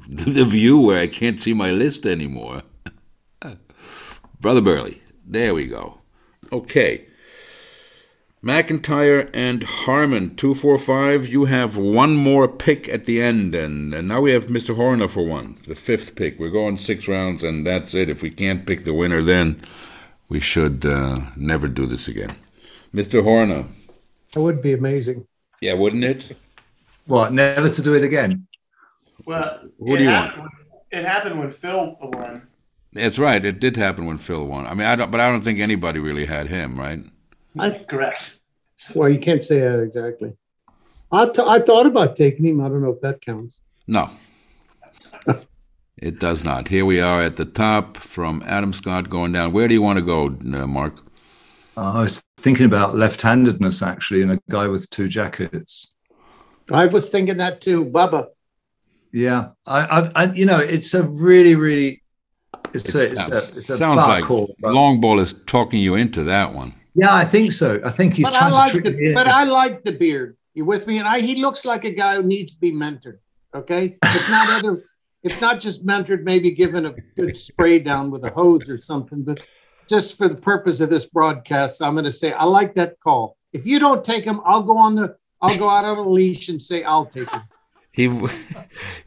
[SPEAKER 1] the view where I can't see my list anymore. Brother Burley. There we go. Okay. McIntyre and Harmon, 245. You have one more pick at the end, and, and now we have Mr. Horner for one, the fifth pick. We're going six rounds, and that's it. If we can't pick the winner, then we should uh, never do this again. Mr. Horner.
[SPEAKER 3] That would be amazing.
[SPEAKER 1] Yeah, wouldn't it?
[SPEAKER 6] What? Never to do it again.
[SPEAKER 2] Well,
[SPEAKER 1] Who
[SPEAKER 2] it
[SPEAKER 1] do you want?
[SPEAKER 2] happened When, it happened when Phil won.
[SPEAKER 1] That's right. It did happen when Phil won. I mean, I don't, but I don't think anybody really had him, right?
[SPEAKER 2] Correct.
[SPEAKER 3] Well, you can't say that exactly. I, t- I thought about taking him. I don't know if that counts.
[SPEAKER 1] No. it does not. Here we are at the top from Adam Scott going down. Where do you want to go, uh, Mark?
[SPEAKER 6] Oh, I was thinking about left-handedness actually, and a guy with two jackets.
[SPEAKER 3] I was thinking that too, Bubba.
[SPEAKER 6] Yeah, I, I've, I, you know, it's a really, really, it's a, it's a, it's a
[SPEAKER 1] Sounds
[SPEAKER 6] butt
[SPEAKER 1] like
[SPEAKER 6] call.
[SPEAKER 1] Longball is talking you into that one.
[SPEAKER 6] Yeah, I think so. I think he's
[SPEAKER 3] But I
[SPEAKER 6] trying
[SPEAKER 3] like
[SPEAKER 6] to trick
[SPEAKER 3] the
[SPEAKER 6] me.
[SPEAKER 3] but I like the beard. You with me? And I he looks like a guy who needs to be mentored. Okay, if not other, if not just mentored, maybe given a good spray down with a hose or something. But just for the purpose of this broadcast, I'm going to say I like that call. If you don't take him, I'll go on the I'll go out on a leash and say I'll take him.
[SPEAKER 1] He,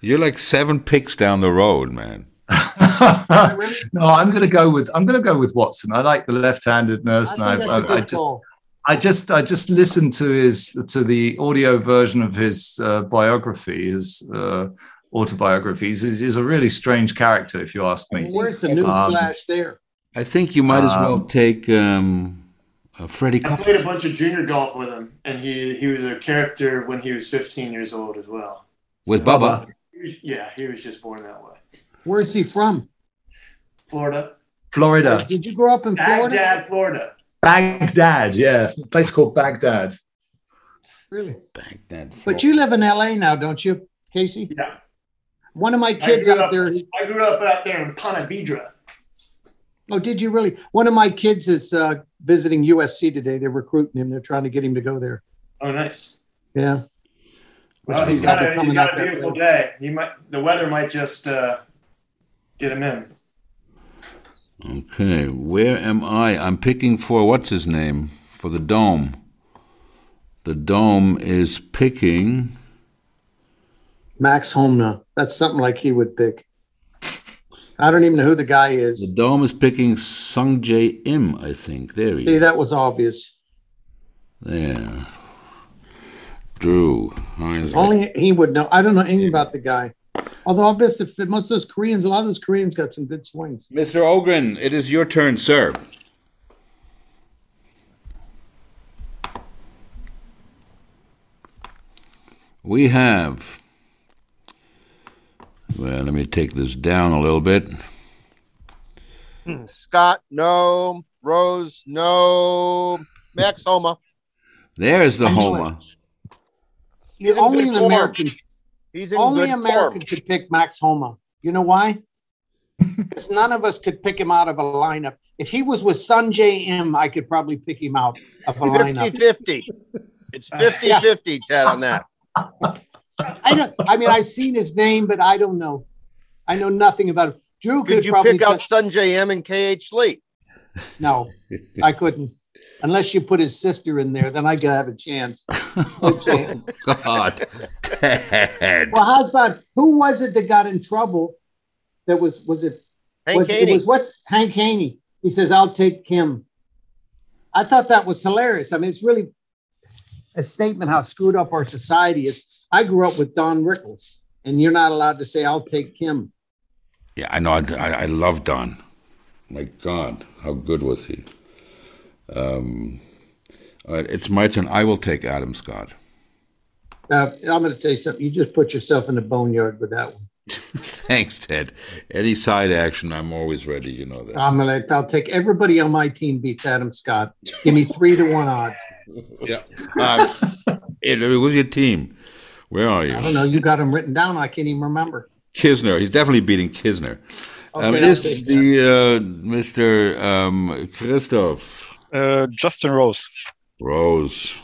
[SPEAKER 1] you're like seven picks down the road, man.
[SPEAKER 6] no, I'm going to go with I'm going to go with Watson. I like the left-handed nurse, and I,
[SPEAKER 3] think that's a
[SPEAKER 6] I, I
[SPEAKER 3] good
[SPEAKER 6] just
[SPEAKER 3] call.
[SPEAKER 6] I just I just listened to his to the audio version of his uh, biography, his uh, autobiographies. He's, he's a really strange character, if you ask me.
[SPEAKER 3] Where's the
[SPEAKER 6] Um,
[SPEAKER 3] news flash there?
[SPEAKER 1] I think you might as well
[SPEAKER 6] Um,
[SPEAKER 1] take um, uh, Freddie
[SPEAKER 2] I
[SPEAKER 1] Cup.
[SPEAKER 2] played a bunch of junior golf with him, and he he was a character when he was 15 years old as well.
[SPEAKER 1] With Bubba.
[SPEAKER 2] He was- yeah, he was just born that way.
[SPEAKER 3] Where's he from?
[SPEAKER 2] Florida,
[SPEAKER 6] Florida,
[SPEAKER 3] Did you grow up in Florida?
[SPEAKER 2] Baghdad, Florida.
[SPEAKER 6] Baghdad, yeah, a place called Baghdad.
[SPEAKER 3] Really?
[SPEAKER 1] Baghdad.
[SPEAKER 3] But you live in LA now, don't you, Casey?
[SPEAKER 2] Yeah.
[SPEAKER 3] One of my kids
[SPEAKER 2] grew
[SPEAKER 3] out
[SPEAKER 2] up-
[SPEAKER 3] there.
[SPEAKER 2] I grew up out there in Ponte Vedra.
[SPEAKER 3] Oh, did you really? One of my kids is uh, visiting USC today. They're recruiting him. They're trying to get him to go there.
[SPEAKER 2] Oh, nice.
[SPEAKER 3] Yeah.
[SPEAKER 2] Well,
[SPEAKER 3] means
[SPEAKER 2] he's got
[SPEAKER 3] they're
[SPEAKER 2] a, he's
[SPEAKER 3] coming
[SPEAKER 2] got
[SPEAKER 3] up
[SPEAKER 2] a
[SPEAKER 3] that
[SPEAKER 2] beautiful
[SPEAKER 3] way.
[SPEAKER 2] day. He might the weather might just uh, get him in.
[SPEAKER 1] Okay, where am I? I'm picking for what's his name? For the dome. The dome is picking.
[SPEAKER 3] Max Homna. That's something like he would pick. I don't even know who the guy is.
[SPEAKER 1] The dome is picking Sung J Im, I think. There he
[SPEAKER 3] See,
[SPEAKER 1] is.
[SPEAKER 3] that was obvious.
[SPEAKER 1] There. Drew Heinz.
[SPEAKER 3] Only he would know. I don't know anything about the guy. Although I'll bet if most of those Koreans, a lot of those Koreans got some good swings.
[SPEAKER 1] Mr. Ogren, it is your turn, sir. We have. Well, let me take this down a little bit.
[SPEAKER 5] Scott, no. Rose, no. Max Homa.
[SPEAKER 1] There's the Homer.
[SPEAKER 5] He's in
[SPEAKER 3] only
[SPEAKER 5] good
[SPEAKER 3] an
[SPEAKER 5] form.
[SPEAKER 3] American.
[SPEAKER 5] He's in
[SPEAKER 3] Only
[SPEAKER 5] good
[SPEAKER 3] American could pick Max Homa. You know why? Because none of us could pick him out of a lineup. If he was with Sanjay M, I could probably pick him out of a
[SPEAKER 5] form.
[SPEAKER 3] lineup.
[SPEAKER 5] 50 50. It's 50 50, Ted, on that.
[SPEAKER 3] I don't. I mean, I've seen his name, but I don't know. I know nothing about him. Drew could
[SPEAKER 5] Did you
[SPEAKER 3] probably
[SPEAKER 5] pick out
[SPEAKER 3] just-
[SPEAKER 5] Sanjay M and KH Lee?
[SPEAKER 3] No, I couldn't. Unless you put his sister in there, then I could have a chance.
[SPEAKER 1] Oh, God. Ted.
[SPEAKER 3] Well, how's about who was it that got in trouble? That was was it?
[SPEAKER 5] Hank
[SPEAKER 3] was, it
[SPEAKER 5] Haney.
[SPEAKER 3] was what's Hank Haney? He says, "I'll take him." I thought that was hilarious. I mean, it's really a statement how screwed up our society is. I grew up with Don Rickles, and you're not allowed to say, "I'll take him."
[SPEAKER 1] Yeah, I know. I, I, I love Don. My God, how good was he? Um, all right, it's my turn. I will take Adam Scott.
[SPEAKER 3] Uh, I'm going to tell you something. You just put yourself in the boneyard with that one.
[SPEAKER 1] Thanks, Ted. Any side action, I'm always ready. You know that.
[SPEAKER 3] I'm going to. I'll take everybody on my team beats Adam Scott. Give me three to one odds.
[SPEAKER 1] Yeah. Um, it, who's your team? Where are
[SPEAKER 3] I don't
[SPEAKER 1] you?
[SPEAKER 3] know. You got him written down. I can't even remember.
[SPEAKER 1] Kisner. He's definitely beating Kisner. um,
[SPEAKER 3] Okay,
[SPEAKER 1] it
[SPEAKER 3] I'll
[SPEAKER 1] is
[SPEAKER 3] take
[SPEAKER 1] the uh, Mr. Um, Christoph
[SPEAKER 8] Uh, Justin Rose.
[SPEAKER 1] Rose.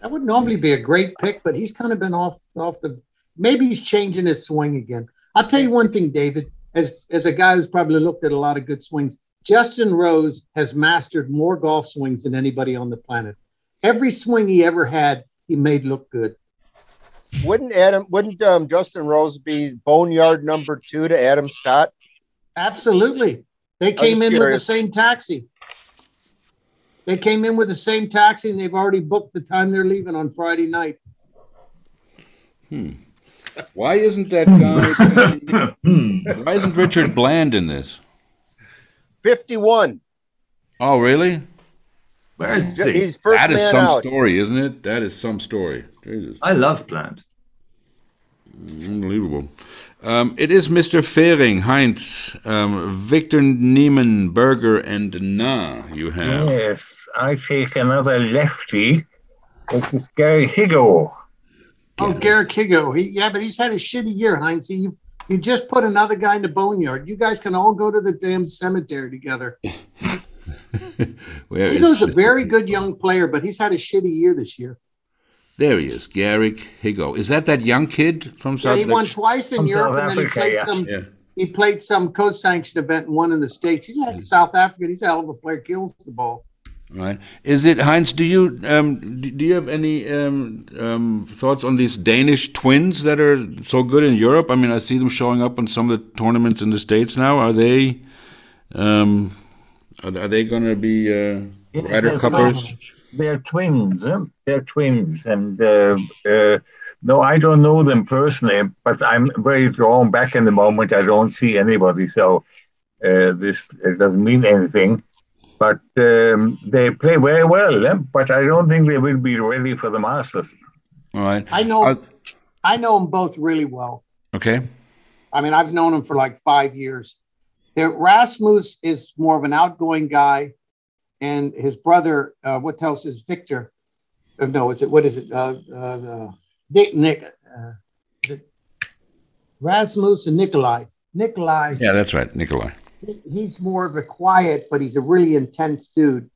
[SPEAKER 3] That would normally be a great pick, but he's kind of been off off the. Maybe he's changing his swing again. I'll tell you one thing, David. As as a guy who's probably looked at a lot of good swings, Justin Rose has mastered more golf swings than anybody on the planet. Every swing he ever had, he made look good.
[SPEAKER 5] Wouldn't Adam, wouldn't um, Justin Rose be boneyard number two to Adam Scott?
[SPEAKER 3] Absolutely, they
[SPEAKER 5] was
[SPEAKER 3] came in with the
[SPEAKER 5] curious.
[SPEAKER 3] same taxi. They came in with the same taxi, and they've already booked the time they're leaving on Friday night.
[SPEAKER 1] Hmm. Why isn't that guy? why isn't Richard Bland in this?
[SPEAKER 5] 51.
[SPEAKER 1] Oh, really?
[SPEAKER 5] Where is he? He's first
[SPEAKER 1] That is
[SPEAKER 5] man
[SPEAKER 1] some
[SPEAKER 5] out.
[SPEAKER 1] story, isn't it? That is some story. Jesus.
[SPEAKER 6] I love Bland.
[SPEAKER 1] Unbelievable. Um, it is Mr. Fehring, Heinz, um, Victor Niemann, Berger, and Na you have.
[SPEAKER 10] Yes, I take another lefty, which is Gary Higo.
[SPEAKER 3] Oh, Garrett Kigo. He, yeah, but he's had a shitty year, Heinz. You, you just put another guy in the boneyard. You guys can all go to the damn cemetery together.
[SPEAKER 1] Where is,
[SPEAKER 3] Higo's a very good young player, but he's had a shitty year this year.
[SPEAKER 1] there he is, Garrick Higo. Is that that young kid from
[SPEAKER 3] Yeah,
[SPEAKER 1] South
[SPEAKER 3] he won twice in
[SPEAKER 1] From South
[SPEAKER 3] Europe, and then he
[SPEAKER 1] Africa,
[SPEAKER 3] played
[SPEAKER 1] yeah.
[SPEAKER 3] some.
[SPEAKER 1] Yeah.
[SPEAKER 3] He played some co-sanctioned event and won in the states. He's had South Africa. He's a hell of a player. Kills the ball.
[SPEAKER 1] Right. Is it Heinz? Do you um, d- do you have any um, um, thoughts on these Danish twins that are so good in Europe? I mean, I see them showing up on some of the tournaments in the states now. Are they um, are, th- are they going to be uh, Ryder
[SPEAKER 10] Yes,
[SPEAKER 1] Cuppers?
[SPEAKER 10] They're twins. Huh? They're twins, and uh, uh, no, I don't know them personally, but I'm very drawn back in the moment. I don't see anybody, so uh, this it doesn't mean anything. But um, they play very well, huh? but I don't think they will be ready for the Masters.
[SPEAKER 1] All right.
[SPEAKER 3] I know. I know them both really well.
[SPEAKER 1] Okay.
[SPEAKER 3] I mean, I've known him for like five years. There, Rasmus is more of an outgoing guy, and his brother, uh, what else is Victor? Uh, no, is it what is it? Uh, uh, uh, Nick, Nick, uh, is it Rasmus and Nikolai. Nikolai,
[SPEAKER 1] Yeah, that's right, Nikolai.
[SPEAKER 3] he- he's more of a quiet, but he's a really intense dude.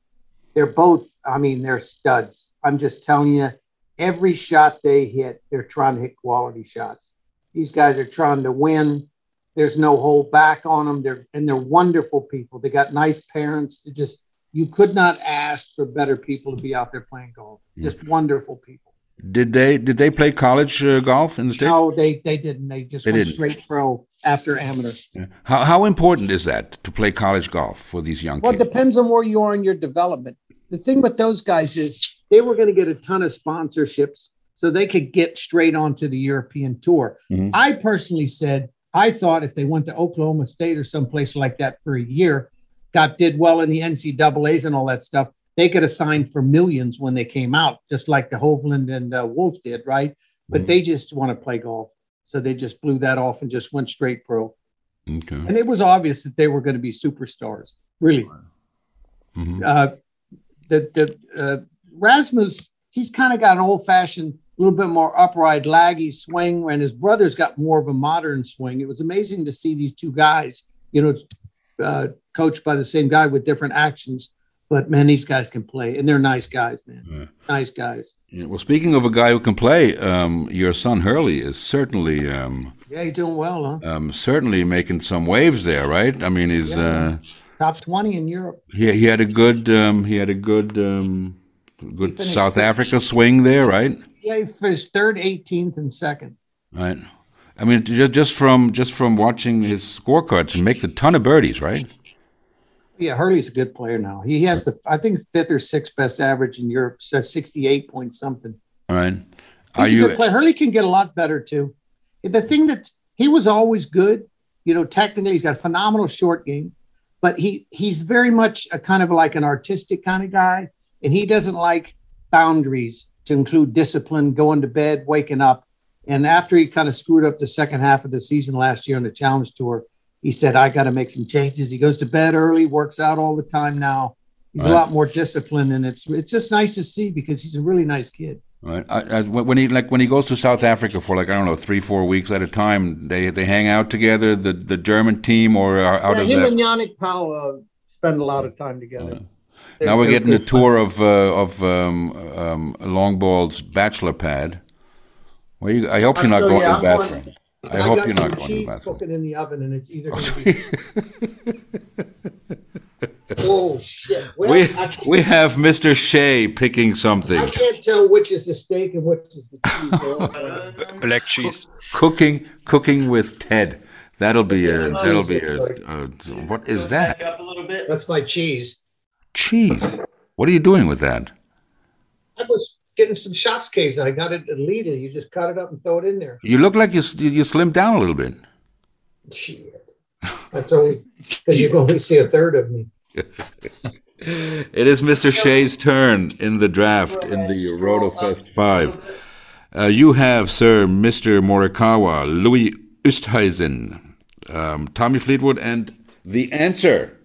[SPEAKER 3] They're both, I mean, they're studs. I'm just telling you, every shot they hit, they're trying to hit quality shots. These guys are trying to win. There's no hold back on them. They're and they're wonderful people. They got nice parents. It just you could not ask for better people to be out there playing golf.
[SPEAKER 1] Hmm.
[SPEAKER 3] Just wonderful people.
[SPEAKER 1] Did they did they play college uh, golf in the states?
[SPEAKER 3] No, they they didn't. They just
[SPEAKER 1] They
[SPEAKER 3] went
[SPEAKER 1] didn't.
[SPEAKER 3] straight pro after amateur.
[SPEAKER 1] How how important is that to play college golf for these young
[SPEAKER 3] Well, it
[SPEAKER 1] kids?
[SPEAKER 3] depends on where you are in your development. The thing with those guys is they were going to get a ton of sponsorships so they could get straight onto the European tour.
[SPEAKER 12] Mhm.
[SPEAKER 3] I personally said I thought if they went to Oklahoma State or someplace like that for a year, got did well in the NCAA's and all that stuff, they could have signed for millions when they came out, just like the Hovland and uh, Wolf did, right? But
[SPEAKER 1] Mhm.
[SPEAKER 3] they just want to play golf, so they just blew that off and just went straight pro.
[SPEAKER 1] Okay.
[SPEAKER 3] And it was obvious that they were going to be superstars, really.
[SPEAKER 1] Mhm.
[SPEAKER 3] Uh, the the uh, Rasmus, he's kind of got an old fashioned, a little bit more upright, laggy swing, and his brother's got more of a modern swing. It was amazing to see these two guys, you know, it's, uh, coached by the same guy with different actions. But man, these guys can play, and they're nice guys, man. Nice guys.
[SPEAKER 1] Yeah, well, speaking of a guy who can play, um, your son Hurley is certainly um,
[SPEAKER 3] Yeah, you're doing well, huh?
[SPEAKER 1] um, certainly making some waves there, right? I mean, he's uh,
[SPEAKER 3] Top twenty in Europe.
[SPEAKER 1] he he had a good um, he had a good um, good
[SPEAKER 3] finished
[SPEAKER 1] South
[SPEAKER 3] third.
[SPEAKER 1] Africa swing there, right?
[SPEAKER 3] Yeah, he finished third, 18th, and second.
[SPEAKER 1] Right. I mean, just just from just from watching his scorecards, he makes a ton of birdies, right?
[SPEAKER 3] Yeah, Hurley's a good player now. He has the, I think, fifth or sixth best average in Europe. So 68 point something.
[SPEAKER 1] All right. Are
[SPEAKER 3] He's a
[SPEAKER 1] you
[SPEAKER 3] good player. Hurley can get a lot better too. The thing that he was always good, you know, technically he's got a phenomenal short game, but he he's very much a kind of like an artistic kind of guy, and he doesn't like boundaries to include discipline, going to bed, waking up. And after he kind of screwed up the second half of the season last year on the challenge tour, he said, I got to make some changes. He goes to bed early, works out all the time now. He's a
[SPEAKER 1] Right.
[SPEAKER 3] lot more disciplined, and it's it's just nice to see because he's a really nice kid.
[SPEAKER 1] Right. I, I, when when he like when he goes to South Africa for like I don't know three four weeks at a time, they they hang out together. The the German team or are out
[SPEAKER 3] yeah,
[SPEAKER 1] of
[SPEAKER 3] him
[SPEAKER 1] that.
[SPEAKER 3] and Yannick Powell uh, spend a lot of time together.
[SPEAKER 1] now we're
[SPEAKER 3] They're-
[SPEAKER 1] getting a tour of uh, of um, um, Longball's bachelor pad. Well, you, I hope you're not
[SPEAKER 3] So,
[SPEAKER 1] going
[SPEAKER 3] yeah,
[SPEAKER 1] to
[SPEAKER 3] I'm
[SPEAKER 1] the bathroom.
[SPEAKER 3] going-
[SPEAKER 1] I, hope
[SPEAKER 3] got
[SPEAKER 1] you're
[SPEAKER 3] some
[SPEAKER 1] not going to the
[SPEAKER 3] cheese
[SPEAKER 1] bathroom.
[SPEAKER 3] cooking in the oven, and it's either going to be. oh shit! Well,
[SPEAKER 1] We
[SPEAKER 3] I, can't-
[SPEAKER 1] we have Mr. Shea picking
[SPEAKER 3] I
[SPEAKER 1] something.
[SPEAKER 3] can't tell which is the steak and which is the cheese. though.
[SPEAKER 1] Black cheese. Cooking cooking with Ted. That'll be a that'll be a, a what is that?
[SPEAKER 3] up a little bit. That's my cheese.
[SPEAKER 1] Cheese. What are you doing with that?
[SPEAKER 3] I was getting some shots case. I got it deleted. You just cut it up and throw it in there.
[SPEAKER 1] You look like you s- you slimmed down a little bit.
[SPEAKER 3] Shit. That's only because you can only see a third of me.
[SPEAKER 1] It is Mr. Shea's turn in the draft in the Roto Fest 5. Uh, you have, sir, Mr. Morikawa, Louis Oosthuizen, um, Tommy Fleetwood, and the answer.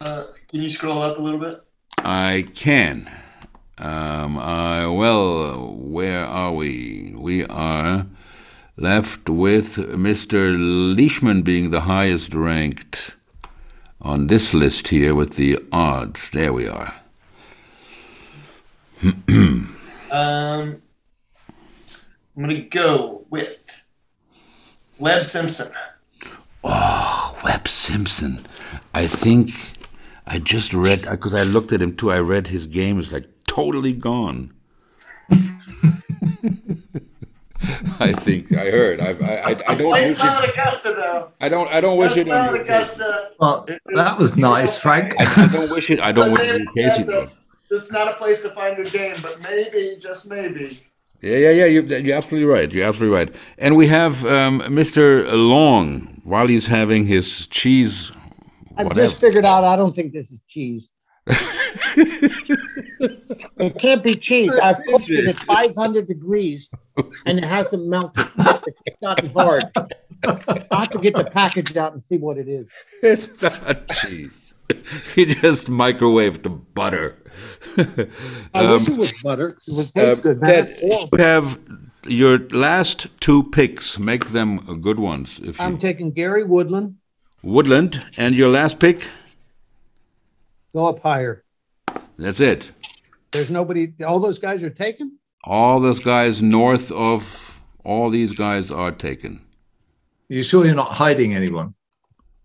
[SPEAKER 2] Uh, can you scroll up a little bit?
[SPEAKER 1] I can. Um, I, well, where are we? We are left with Mr. Leishman being the highest ranked on this list here with the odds. There we are.
[SPEAKER 2] Um, I'm gonna go with Webb Simpson.
[SPEAKER 1] Oh, Webb Simpson. I think I just read because I looked at him too. I read his game is like totally gone. I think I heard. I've, I I I don't
[SPEAKER 2] Played
[SPEAKER 1] wish it,
[SPEAKER 2] Cloud Augusta though.
[SPEAKER 1] I don't I don't wish it on
[SPEAKER 2] Cloud
[SPEAKER 1] you.
[SPEAKER 2] Augusta.
[SPEAKER 6] Well, that was nice, Frank.
[SPEAKER 1] I don't wish it. I don't wish it on Casey. Though.
[SPEAKER 2] It's not a place to find your game, but maybe, just maybe.
[SPEAKER 1] Yeah, yeah, yeah. You, you're absolutely right. You're absolutely right. And we have um, Mr. Long while he's having his cheese.
[SPEAKER 3] I've
[SPEAKER 1] Whatever.
[SPEAKER 3] just figured out I don't think this is cheese. it can't be cheese. I've cooked it at 500 degrees and it hasn't melted. It's gotten hard. I have to get the package out and see what it is.
[SPEAKER 1] It's not cheese. he just microwaved the butter.
[SPEAKER 3] I wish
[SPEAKER 1] Um,
[SPEAKER 3] it was butter. It would
[SPEAKER 1] Uh,
[SPEAKER 3] taste good. man.
[SPEAKER 1] Ted,
[SPEAKER 3] That's all.
[SPEAKER 1] you have your last two picks. Make them uh, good ones. If you,
[SPEAKER 3] I'm taking Gary Woodland.
[SPEAKER 1] Woodland and your last pick.
[SPEAKER 3] Go up higher.
[SPEAKER 1] That's it.
[SPEAKER 3] There's nobody. All those guys are taken.
[SPEAKER 1] All those guys north of all these guys are taken.
[SPEAKER 6] You sure you're not hiding anyone?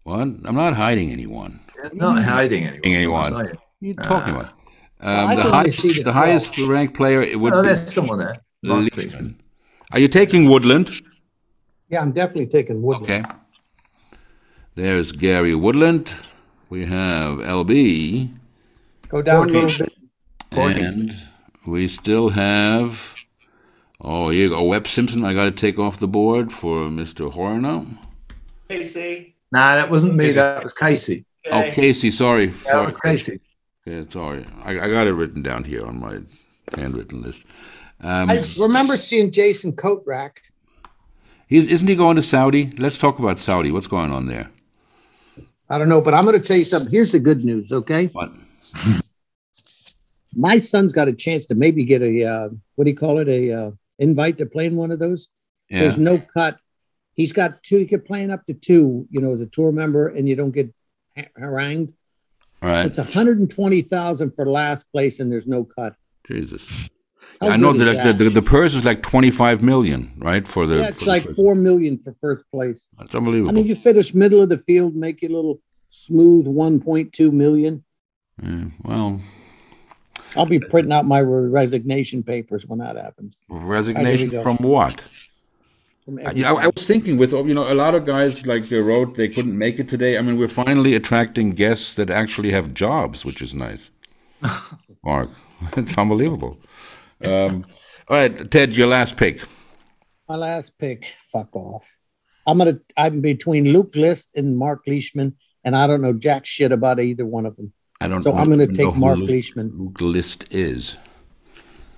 [SPEAKER 1] What? I'm not hiding anyone.
[SPEAKER 6] You're not hiding anyone.
[SPEAKER 1] Hiding anyone.
[SPEAKER 6] What
[SPEAKER 1] you talking
[SPEAKER 3] Ah.
[SPEAKER 1] about? Um,
[SPEAKER 6] I
[SPEAKER 1] the
[SPEAKER 6] thought you see
[SPEAKER 1] highest,
[SPEAKER 6] the
[SPEAKER 1] the highest ranked player it would
[SPEAKER 6] Oh,
[SPEAKER 1] be
[SPEAKER 6] there's someone there.
[SPEAKER 1] Leishman. Are you taking Woodland?
[SPEAKER 3] Yeah, I'm definitely taking Woodland.
[SPEAKER 1] Okay. There's Gary Woodland. We have LB.
[SPEAKER 3] Go down a
[SPEAKER 1] Forty.
[SPEAKER 3] little bit.
[SPEAKER 1] And we still have. Oh, here you go. Webb Simpson, I got to take off the board for Mr. Horner.
[SPEAKER 2] Casey.
[SPEAKER 6] Nah, that wasn't me. That was Casey.
[SPEAKER 1] Oh, Casey, sorry.
[SPEAKER 6] That
[SPEAKER 1] sorry.
[SPEAKER 6] was Casey.
[SPEAKER 1] Yeah, sorry. I, I got it written down here on my handwritten list. Um,
[SPEAKER 3] I remember seeing Jason Coatrack.
[SPEAKER 1] he, isn't he going to Saudi? Let's talk about Saudi. What's going on there?
[SPEAKER 3] I don't know, but I'm going to tell you something. Here's the good news, okay?
[SPEAKER 1] What?
[SPEAKER 3] My son's got a chance to maybe get a uh, what do you call it? A uh, invite to play in one of those.
[SPEAKER 1] Yeah.
[SPEAKER 3] There's no cut. He's got two. He could play in up to two. You know, as a tour member, and you don't get ha- harangued.
[SPEAKER 1] All right.
[SPEAKER 3] It's 120,000 for last place, and there's no cut.
[SPEAKER 1] Jesus.
[SPEAKER 3] How
[SPEAKER 1] I know
[SPEAKER 3] good is
[SPEAKER 1] that, the,
[SPEAKER 3] that?
[SPEAKER 1] the, the purse is like 25 million, right? For the.
[SPEAKER 3] yeah,
[SPEAKER 1] for
[SPEAKER 3] it's
[SPEAKER 1] the
[SPEAKER 3] like
[SPEAKER 1] first-
[SPEAKER 3] four million for first place.
[SPEAKER 1] It's unbelievable.
[SPEAKER 3] I mean, you finish middle of the field, make your little smooth 1.2 million.
[SPEAKER 1] Yeah, well,
[SPEAKER 3] I'll be printing out my re- resignation papers when that happens.
[SPEAKER 1] resignation
[SPEAKER 3] go.
[SPEAKER 1] from what?
[SPEAKER 3] From
[SPEAKER 1] I, I was thinking with you know a lot of guys like uh, wrote they couldn't make it today. I mean, we're finally attracting guests that actually have jobs, which is nice. Mark, it's unbelievable. Um, all right, Ted, your last pick.
[SPEAKER 3] My last pick, fuck off. I'm gonna. I'm between Luke List and Mark Leishman, and I don't know jack shit about either one of them.
[SPEAKER 1] I don't.
[SPEAKER 3] So I'm gonna
[SPEAKER 1] even know
[SPEAKER 3] take
[SPEAKER 1] who
[SPEAKER 3] Mark
[SPEAKER 1] Luke-
[SPEAKER 3] Leishman.
[SPEAKER 1] Luke List is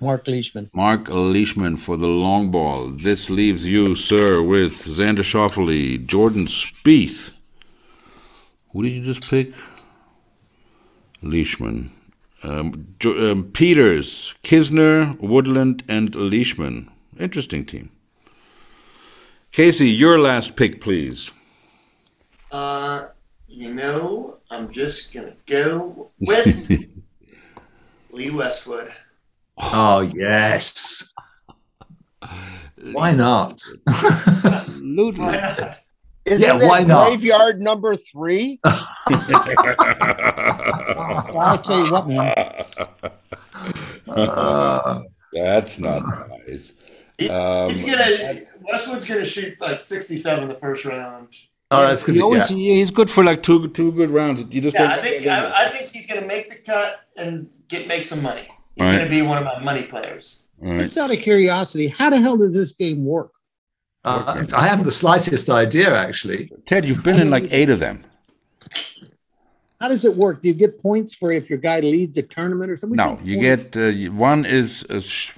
[SPEAKER 3] Mark Leishman.
[SPEAKER 1] Mark Leishman for the long ball. This leaves you, sir, with Xander Schauffele, Jordan Spieth. Who did you just pick? Leishman. Um, Jo- um, Peters, Kisner, Woodland, and Leishman. Interesting team. Casey, your last pick, please.
[SPEAKER 2] Uh, you know, I'm just gonna go with Lee Westwood.
[SPEAKER 6] Oh yes. Why not?
[SPEAKER 1] Absolutely.
[SPEAKER 5] Isn't
[SPEAKER 6] Yeah,
[SPEAKER 5] that
[SPEAKER 6] why not?
[SPEAKER 5] Graveyard number three.
[SPEAKER 3] I'll tell you what, man.
[SPEAKER 6] Uh,
[SPEAKER 1] That's not nice. Um,
[SPEAKER 2] He's gonna Westwood's gonna shoot like 67 in the first round.
[SPEAKER 6] oh, that's
[SPEAKER 1] he
[SPEAKER 6] gonna be.
[SPEAKER 1] always,
[SPEAKER 6] Yeah.
[SPEAKER 1] he- he's good for like two two good rounds. You just
[SPEAKER 2] Yeah,
[SPEAKER 1] don't-
[SPEAKER 2] I think uh, I, I think he's gonna make the cut and get make some money. He's
[SPEAKER 1] Right.
[SPEAKER 2] gonna be one of my money players.
[SPEAKER 1] All right.
[SPEAKER 3] Just out of curiosity, how the hell does this game work?
[SPEAKER 6] Uh, I haven't the slightest idea, actually.
[SPEAKER 1] Ted, you've been in like eight of them.
[SPEAKER 3] How does it work? Do you get points for if your guy leads the tournament or something?
[SPEAKER 1] No, you get uh, you- one is uh, sh-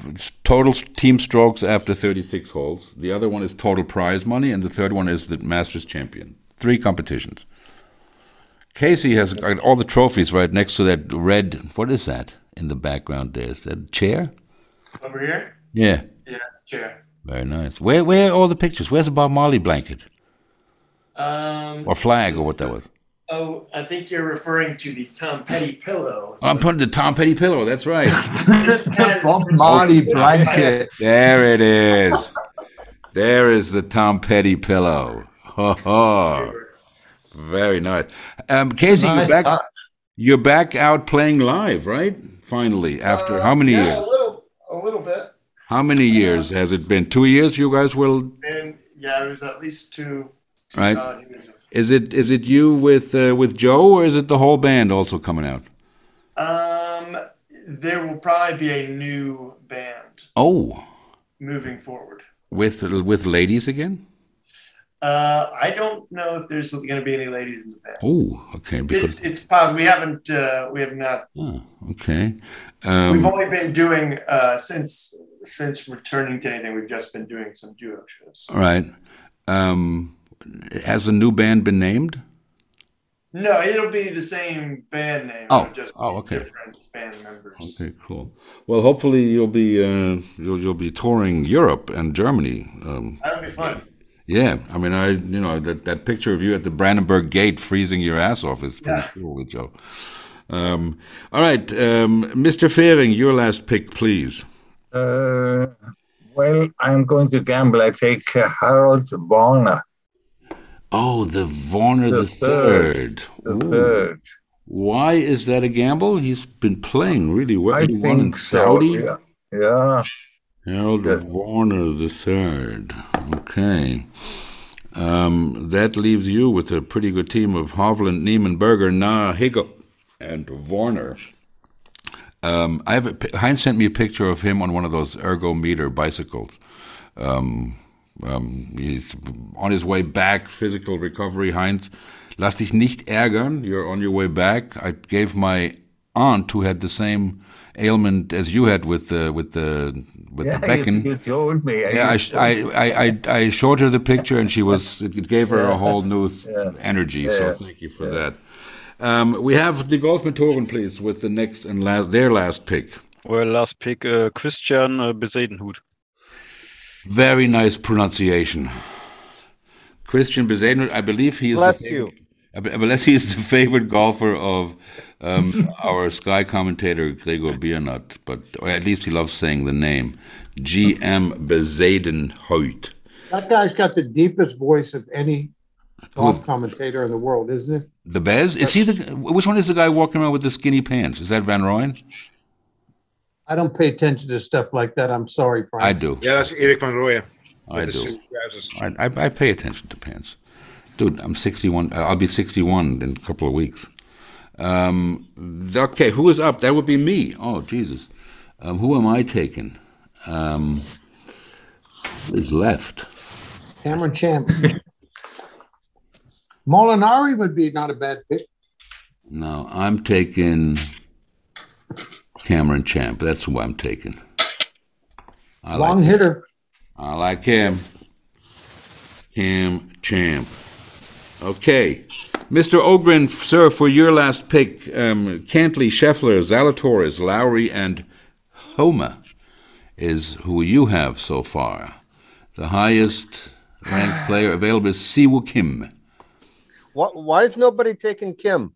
[SPEAKER 1] total s- team strokes after 36 holes. The other one is total prize money, and the third one is the Masters champion. Three competitions. Casey has got all the trophies right next to that red. What is that in the background? There is that a chair.
[SPEAKER 2] Over here?
[SPEAKER 1] Yeah,
[SPEAKER 2] Yeah, sure.
[SPEAKER 1] very nice. Where where are all the pictures? Where's the Bob Marley blanket
[SPEAKER 2] Um
[SPEAKER 1] or flag or what that was?
[SPEAKER 2] oh I think you're referring to the Tom Petty pillow.
[SPEAKER 1] I'm putting the Tom Petty pillow. That's right.
[SPEAKER 2] That is-
[SPEAKER 6] Bob Marley blanket.
[SPEAKER 1] There it is. There is the Tom Petty pillow. Ho ho. Very nice. Um, Casey,
[SPEAKER 6] Nice
[SPEAKER 1] you're back.
[SPEAKER 6] touch.
[SPEAKER 1] You're back out playing live, right? Finally, after how
[SPEAKER 6] Uh,
[SPEAKER 1] many
[SPEAKER 2] yeah,
[SPEAKER 1] years?
[SPEAKER 2] A little a little bit.
[SPEAKER 1] How many years has it been? Two years. You guys will,
[SPEAKER 2] And yeah, it was at least two, two
[SPEAKER 1] right?
[SPEAKER 2] solid years of
[SPEAKER 1] Is it is it you with uh, with Joe, or is it the whole band also coming out?
[SPEAKER 2] Um, there will probably be a new band
[SPEAKER 1] Oh,
[SPEAKER 2] moving forward.
[SPEAKER 1] with with ladies again?
[SPEAKER 2] Uh, I don't know if there's going to be any ladies in the band.
[SPEAKER 1] Oh, okay. Because
[SPEAKER 2] It, it's probably we haven't uh, we have not
[SPEAKER 1] oh, okay.
[SPEAKER 2] we've
[SPEAKER 1] Um,
[SPEAKER 2] only been doing uh, since since returning to anything we've just been doing some duo shows.
[SPEAKER 1] all right. Um, has the new band been named?
[SPEAKER 2] No, it'll be the same band name.
[SPEAKER 1] Oh,
[SPEAKER 2] it'll just
[SPEAKER 1] oh,
[SPEAKER 2] be
[SPEAKER 1] okay.
[SPEAKER 2] different band members.
[SPEAKER 1] Okay, cool. Well, hopefully you'll be uh, you'll you'll be touring Europe and Germany. Um,
[SPEAKER 2] That'll be fun.
[SPEAKER 1] yeah, I mean, I you know that that picture of you at the Brandenburg Gate freezing your ass off is pretty cool, Joe. Um, all right, um, Mr. Fehring, your last pick, please.
[SPEAKER 10] Uh, well, I'm going to gamble. I take uh, Harold Warner.
[SPEAKER 1] Oh, the Warner the,
[SPEAKER 10] The
[SPEAKER 1] third.
[SPEAKER 10] third.
[SPEAKER 1] Ooh.
[SPEAKER 10] third.
[SPEAKER 1] Why is that a gamble? He's been playing really well.
[SPEAKER 10] I
[SPEAKER 1] he won in
[SPEAKER 10] think so,
[SPEAKER 1] Saudi.
[SPEAKER 10] yeah. Yeah.
[SPEAKER 1] Harold Warner the third. Okay. Um, that leaves you with a pretty good team of Hovland, Neiman, Berger, Nah, Higgle, and Warner. Um, I have a, pi- Heinz sent me a picture of him on one of those ergometer bicycles. Um, um, he's on his way back, physical recovery. Heinz, lass dich nicht ärgern. You're on your way back. I gave my aunt, who had the same ailment as you had with the with the with
[SPEAKER 10] yeah,
[SPEAKER 1] the becken.
[SPEAKER 10] You, you told me.
[SPEAKER 1] Yeah, I, sh- I, I, I, I showed her the picture, and she was. It it gave her a
[SPEAKER 10] Yeah.
[SPEAKER 1] whole new th-
[SPEAKER 10] Yeah.
[SPEAKER 1] energy.
[SPEAKER 10] Yeah.
[SPEAKER 1] So thank you for that. Um, we have the Golfmentoren, please, with the next and la- their last pick.
[SPEAKER 8] Well, last pick, uh, Christian uh, Besedenhut.
[SPEAKER 1] Very nice pronunciation, Christian Bezaner. I believe he is.
[SPEAKER 5] Bless
[SPEAKER 1] the
[SPEAKER 5] you.
[SPEAKER 1] you. Unless he is the favorite golfer of um, our Sky commentator Gregor Biernat, but or at least he loves saying the name, G. M. Bezadenhout.
[SPEAKER 3] That guy's got the deepest voice of any golf commentator in the world, isn't it?
[SPEAKER 1] The Bez? Is he the? Which one is the guy walking around with the skinny pants? Is that Van Rooyen?
[SPEAKER 3] I don't pay attention to stuff like that. I'm sorry, Frank.
[SPEAKER 1] I do.
[SPEAKER 7] Yeah, that's Eric van Rooyen.
[SPEAKER 1] I
[SPEAKER 7] With the
[SPEAKER 1] do.
[SPEAKER 7] suit trousers.
[SPEAKER 1] I, I, I pay attention to pants, dude. I'm 61. uh, I'll be 61 in a couple of weeks. Um, th- okay, who is up? That would be me. Oh Jesus, um, who am I taking? Um, who is left?
[SPEAKER 3] Cameron Champ. Molinari would be not a bad pick.
[SPEAKER 1] No, I'm taking Cameron Champ. That's who I'm taking. I
[SPEAKER 3] Long
[SPEAKER 1] like
[SPEAKER 3] hitter.
[SPEAKER 1] I like him. Him champ. Okay. Mr. Ogren, sir, for your last pick, um, Cantley, Scheffler, Zalatoris, Lowry, and Homer is who you have so far. The highest ranked player available is Siwoo Kim.
[SPEAKER 5] What, why is nobody taking Kim?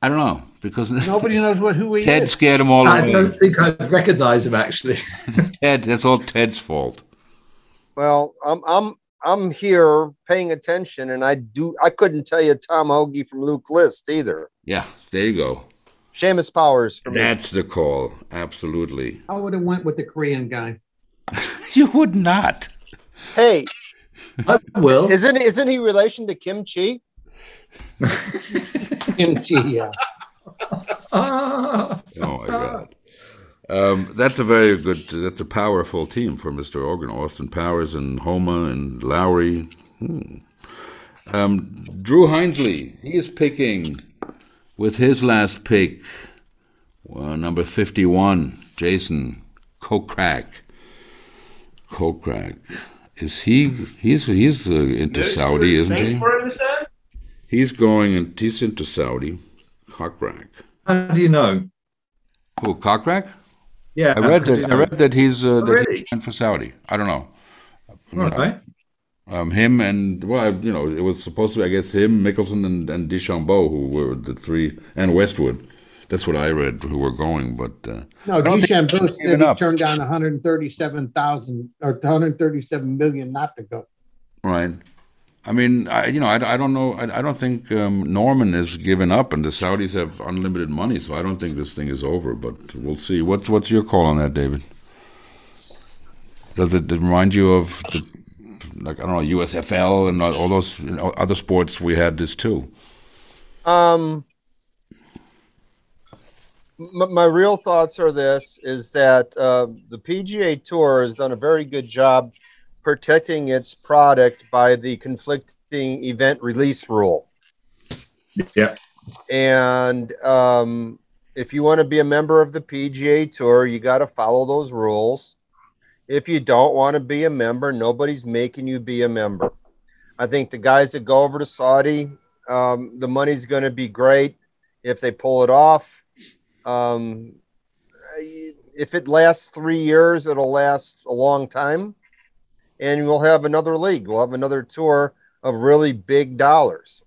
[SPEAKER 1] I don't know, because
[SPEAKER 3] Nobody knows what who he
[SPEAKER 1] Ted
[SPEAKER 3] is.
[SPEAKER 1] scared him all
[SPEAKER 6] I
[SPEAKER 1] away.
[SPEAKER 6] don't think I recognize him actually.
[SPEAKER 1] Ted, that's all Ted's fault.
[SPEAKER 5] Well, I'm I'm I'm here paying attention, and I do I couldn't tell you Tom Hoagie from Luke List either.
[SPEAKER 1] Yeah, there you go.
[SPEAKER 5] Seamus Powers from
[SPEAKER 1] That's the call. Absolutely.
[SPEAKER 3] I would have went with the Korean guy.
[SPEAKER 1] You would not.
[SPEAKER 5] Hey,
[SPEAKER 6] I will.
[SPEAKER 5] isn't isn't he relation to Kim Chi?
[SPEAKER 3] Kim Chi, yeah.
[SPEAKER 6] Ah.
[SPEAKER 1] Oh my God. Um, that's a very good. That's a powerful team for Mr. Organ. Austin Powers and Homa and Lowry. Hmm. Um, Drew Hinesley. He is picking with his last pick, well, number fifty-one. Jason Kokrak. Kokrak. Is he? He's he's uh, into Saudi, isn't he?
[SPEAKER 2] Same word is that?
[SPEAKER 1] He's going and he's into Saudi. Kokrak.
[SPEAKER 6] How do you know?
[SPEAKER 1] Who? Kokrak?
[SPEAKER 6] Yeah,
[SPEAKER 1] I read
[SPEAKER 6] how do
[SPEAKER 1] that.
[SPEAKER 6] you
[SPEAKER 1] I
[SPEAKER 6] know?
[SPEAKER 1] read that he's uh, that he
[SPEAKER 6] really?
[SPEAKER 1] went for Saudi. I don't know.
[SPEAKER 6] All right.
[SPEAKER 1] Um, him and well, I- you know, it was supposed to be. I guess him, Mickelson, and, and Deschambeau, who were the three, and Westwood. That's what I read. Who were going, but uh,
[SPEAKER 3] No,
[SPEAKER 1] I don't think
[SPEAKER 3] Duchambeau
[SPEAKER 1] he's
[SPEAKER 3] said
[SPEAKER 1] given
[SPEAKER 3] he
[SPEAKER 1] up.
[SPEAKER 3] turned down 137,000 or 137 million not to go.
[SPEAKER 1] Right. I mean, I, you know, I, I don't know. I, I don't think um, Norman has given up, and the Saudis have unlimited money, so I don't think this thing is over. But we'll see. What's what's your call on that, David? Does it remind you of the like I don't know USFL and all- all those you know, other sports? We had this too.
[SPEAKER 5] Um, m- my real thoughts are this: is that uh, the PGA Tour has done a very good job protecting its product by the conflicting event release rule.
[SPEAKER 6] Yeah.
[SPEAKER 5] And um, if you want to be a member of the PGA Tour, you got to follow those rules. If you don't want to be a member, nobody's making you be a member. I think the guys that go over to Saudi, um, the money's going to be great if they pull it off. Um, I- if it lasts three years, it'll last a long time. And we'll have another league, we'll have another tour of really big dollars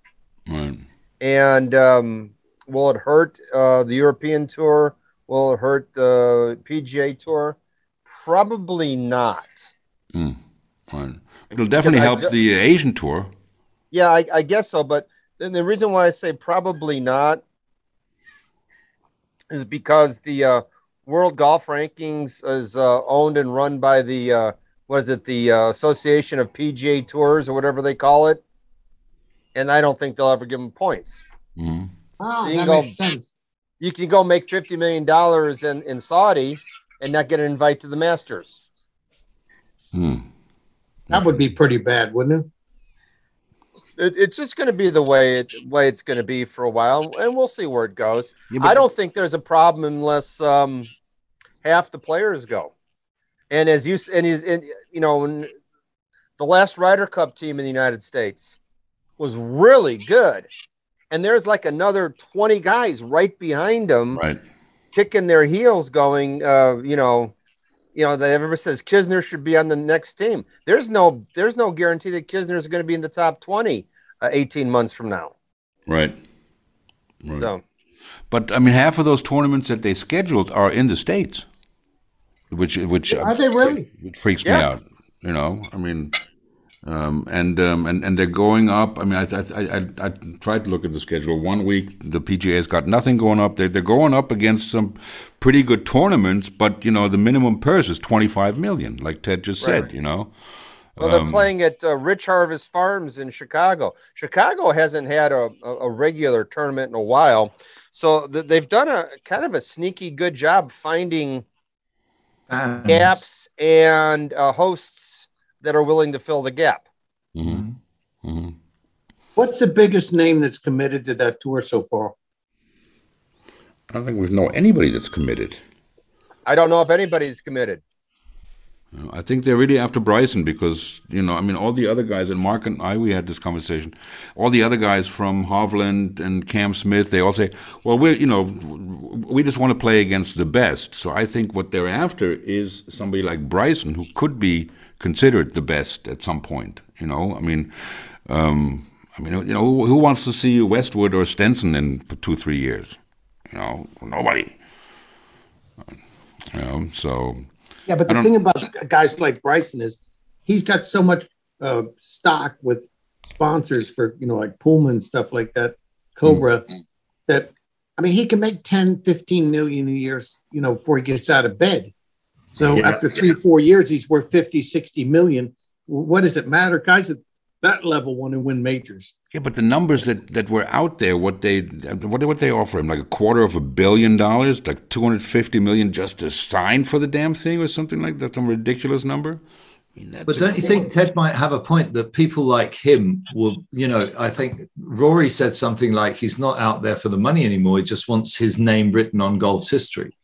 [SPEAKER 1] Right.
[SPEAKER 5] and um, will it hurt uh, the European Tour? Will it hurt the PGA Tour? Probably not.
[SPEAKER 1] Mm. Right. It'll definitely
[SPEAKER 5] I
[SPEAKER 1] help
[SPEAKER 5] ju-
[SPEAKER 1] the Asian tour.
[SPEAKER 5] Yeah, I, I guess so. But then the reason why I say probably not is because the uh, World Golf Rankings is uh, owned and run by the uh, what is it, the uh, Association of PGA Tours or whatever they call it, and I don't think they'll ever give them points.
[SPEAKER 1] Mm-hmm.
[SPEAKER 3] Oh,
[SPEAKER 5] you,
[SPEAKER 3] that
[SPEAKER 5] can go,
[SPEAKER 3] makes sense.
[SPEAKER 5] you can go make fifty million dollars in, in Saudi and not get an invite to the Masters.
[SPEAKER 1] Mm.
[SPEAKER 3] That would be pretty bad, wouldn't it?
[SPEAKER 5] It, it's just going to be the way it way it's going to be for a while, and we'll see where it goes.
[SPEAKER 3] Yeah, but-
[SPEAKER 5] I don't think there's a problem unless um, half the players go, and as you s- and he's and you know when the last Ryder Cup team in the United States was really good, and there's like another twenty guys right behind them,
[SPEAKER 1] right,
[SPEAKER 5] kicking their heels, going, uh, you know. You know, that everybody says Kisner should be on the next team. There's no, there's no guarantee that Kisner is going to be in the top twenty uh, eighteen months from now.
[SPEAKER 1] right, right.
[SPEAKER 5] So.
[SPEAKER 1] But I mean, half of those tournaments that they scheduled are in the states, which which
[SPEAKER 3] Are they really?
[SPEAKER 1] which freaks me
[SPEAKER 3] Yeah.
[SPEAKER 1] out. You know, I mean, um, and um, and and they're going up. I mean, I I, I I tried to look at the schedule. One week the PGA's got nothing going up. They they're going up against some pretty good tournaments, but you know the minimum purse is twenty five million, like Ted just
[SPEAKER 5] Right.
[SPEAKER 1] said. You know,
[SPEAKER 5] Well, they're
[SPEAKER 1] Um,
[SPEAKER 5] playing at uh, Rich Harvest Farms in Chicago. Chicago hasn't had a, a, a regular tournament in a while, so th- they've done a kind of a sneaky good job finding
[SPEAKER 1] Mm-hmm.
[SPEAKER 6] Fans.
[SPEAKER 5] gaps and uh, hosts that are willing to fill the gap.
[SPEAKER 1] mm-hmm.
[SPEAKER 3] What's the biggest name that's committed to that tour so far?
[SPEAKER 1] I don't think we know anybody that's committed.
[SPEAKER 5] I don't know if anybody's committed.
[SPEAKER 1] You know, I think they're really after Bryson because you know, I mean, all the other guys and Mark and I, we had this conversation. All the other guys from Hovland and Cam Smith, they all say, "Well, we're you know, w- we just want to play against the best." So I think what they're after is somebody like Bryson who could be considered the best at some point. You know, I mean, um, I mean, you know, who, who wants to see Westwood or Stenson in two, three years? You know, nobody. You know, so
[SPEAKER 3] Yeah, but
[SPEAKER 1] I
[SPEAKER 3] the
[SPEAKER 1] don't-
[SPEAKER 3] thing about guys like Bryson is he's got so much uh, stock with sponsors for, you know, like Pullman and stuff like that, Cobra, that I mean, he can make 10, 15 million a year, you know, before he gets out of bed. So
[SPEAKER 12] Yeah,
[SPEAKER 3] after three, four years, he's worth 50, 60 million. W- What does it matter? Guys at that level want to win majors.
[SPEAKER 1] Yeah, but the numbers that, that were out there, what they what what they offer him like a quarter of a billion dollars, like two hundred fifty million just to sign for the damn thing or something like that, some ridiculous number.
[SPEAKER 6] But don't you think Ted might have a point that people like him will, you know, I think Rory said something like he's not out there for the money anymore. He just wants his name written on golf's history.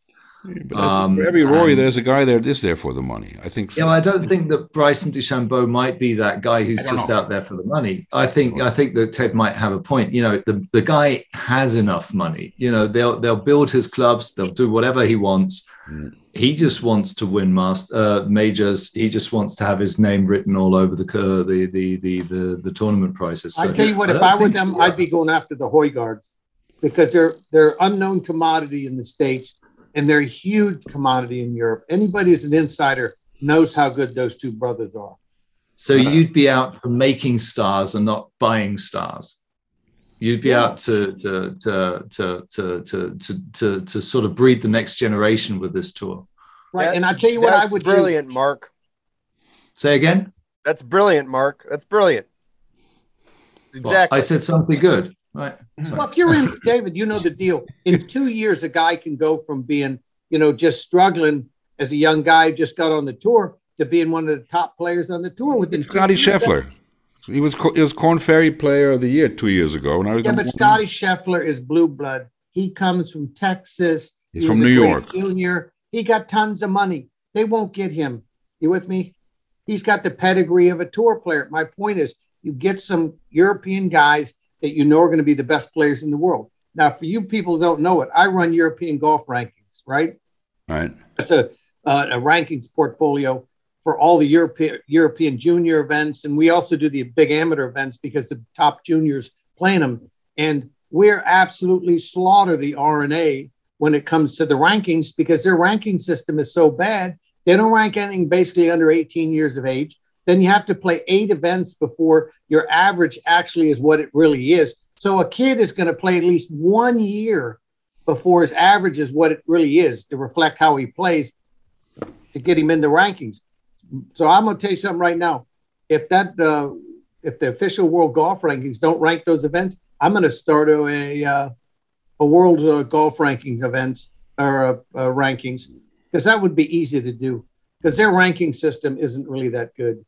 [SPEAKER 1] But I think for every Rory,
[SPEAKER 6] and-
[SPEAKER 1] there's a guy there that's there for the money. I think. So.
[SPEAKER 6] You know, I don't think that Bryson DeChambeau might be that guy who's
[SPEAKER 1] I don't
[SPEAKER 6] just
[SPEAKER 1] know.
[SPEAKER 6] out there for the money. I think I think that Ted might have a point. You know, the, the guy has enough money. You know, they'll they'll build his clubs, they'll do whatever he wants.
[SPEAKER 3] Mm.
[SPEAKER 6] He just wants to win master uh, majors. He just wants to have his name written all over the cur- the, the the the the tournament prices.
[SPEAKER 3] I
[SPEAKER 6] So-
[SPEAKER 3] tell you what, if
[SPEAKER 6] don't
[SPEAKER 3] I were
[SPEAKER 6] think-
[SPEAKER 3] them, I'd be going after the Hoygards because they're they're unknown commodity in the states and they're a huge commodity in Europe. Anybody who's an insider knows how good those two brothers are.
[SPEAKER 6] So you'd be out for making stars and not buying stars. You'd be out to to to to to to to, to, to sort of breed the next generation with this tour.
[SPEAKER 3] Right. and I tell you what, I
[SPEAKER 5] That's
[SPEAKER 3] would do-
[SPEAKER 5] brilliant, Mark.
[SPEAKER 6] Say again.
[SPEAKER 5] That's brilliant, Mark. That's brilliant.
[SPEAKER 6] Well,
[SPEAKER 5] Exactly.
[SPEAKER 6] I said something good. Right. Sorry.
[SPEAKER 3] Well, if you're in David, you know the deal. In two years, a guy can go from being, you know, just struggling as a young guy who just got on the tour to being one of the top players on the tour within
[SPEAKER 1] Scotty
[SPEAKER 3] two years.
[SPEAKER 1] Scheffler, he was co- he was Corn Ferry Player of the Year two years ago, and I was
[SPEAKER 3] Yeah,
[SPEAKER 1] number
[SPEAKER 3] but Scotty Scheffler is blue blood. He comes from Texas.
[SPEAKER 1] He's
[SPEAKER 3] He
[SPEAKER 1] from
[SPEAKER 3] was a
[SPEAKER 1] New
[SPEAKER 3] great
[SPEAKER 1] York.
[SPEAKER 3] Junior. He got tons of money. They won't get him. You with me? He's got the pedigree of a tour player. My point is, you get some European guys that you know are going to be the best players in the world. Now, for you people who don't know it, I run European golf rankings, right?
[SPEAKER 1] one. right.
[SPEAKER 3] That's a, uh, a rankings portfolio for all the European European junior events, and we also do the big amateur events because the top juniors plan them. And we're absolutely slaughter the RNA when it comes to the rankings because their ranking system is so bad. They don't rank anything basically under 18 years of age. Then you have to play eight events before your average actually is what it really is. So a kid is going to play at least one year before his average is what it really is to reflect how he plays to get him in the rankings. So I'm going to tell you something right now. If that uh, if the official world golf rankings don't rank those events, I'm going to start a uh, a world uh, golf rankings events or uh, uh, rankings because that would be easy to do because their ranking system isn't really that good.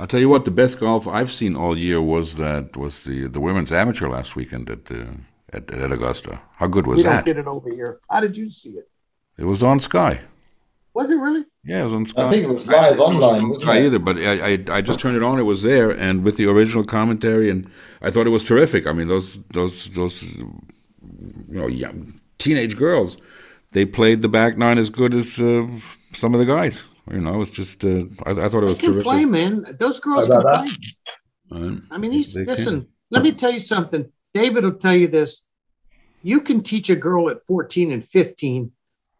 [SPEAKER 1] I'll tell you what, the best golf I've seen all year was that was the the women's amateur last weekend at uh, at, at Augusta. How good was
[SPEAKER 3] we
[SPEAKER 1] that?
[SPEAKER 3] don't get it over here. How did you see it?
[SPEAKER 1] It was on Sky.
[SPEAKER 3] Was it really?
[SPEAKER 1] Yeah, it was on Sky.
[SPEAKER 9] think it was
[SPEAKER 1] I-
[SPEAKER 9] live
[SPEAKER 1] I wasn't
[SPEAKER 9] online,
[SPEAKER 1] on
[SPEAKER 9] wasn't
[SPEAKER 1] Sky
[SPEAKER 9] it?
[SPEAKER 1] either, but I, I I just turned it on. It was there, and with the original commentary, and I thought it was terrific. I mean, those those those you know young teenage girls, they played the back nine as good as uh, some of the guys. You know, it was just uh, I, I thought it was
[SPEAKER 3] They can
[SPEAKER 1] terrific.
[SPEAKER 3] play, man. Those girls
[SPEAKER 1] How
[SPEAKER 3] can
[SPEAKER 1] about
[SPEAKER 3] play.
[SPEAKER 1] Um,
[SPEAKER 3] I mean, these,
[SPEAKER 1] They can.
[SPEAKER 3] listen, let me tell you something. David will tell you this. You can teach a girl at 14 and 15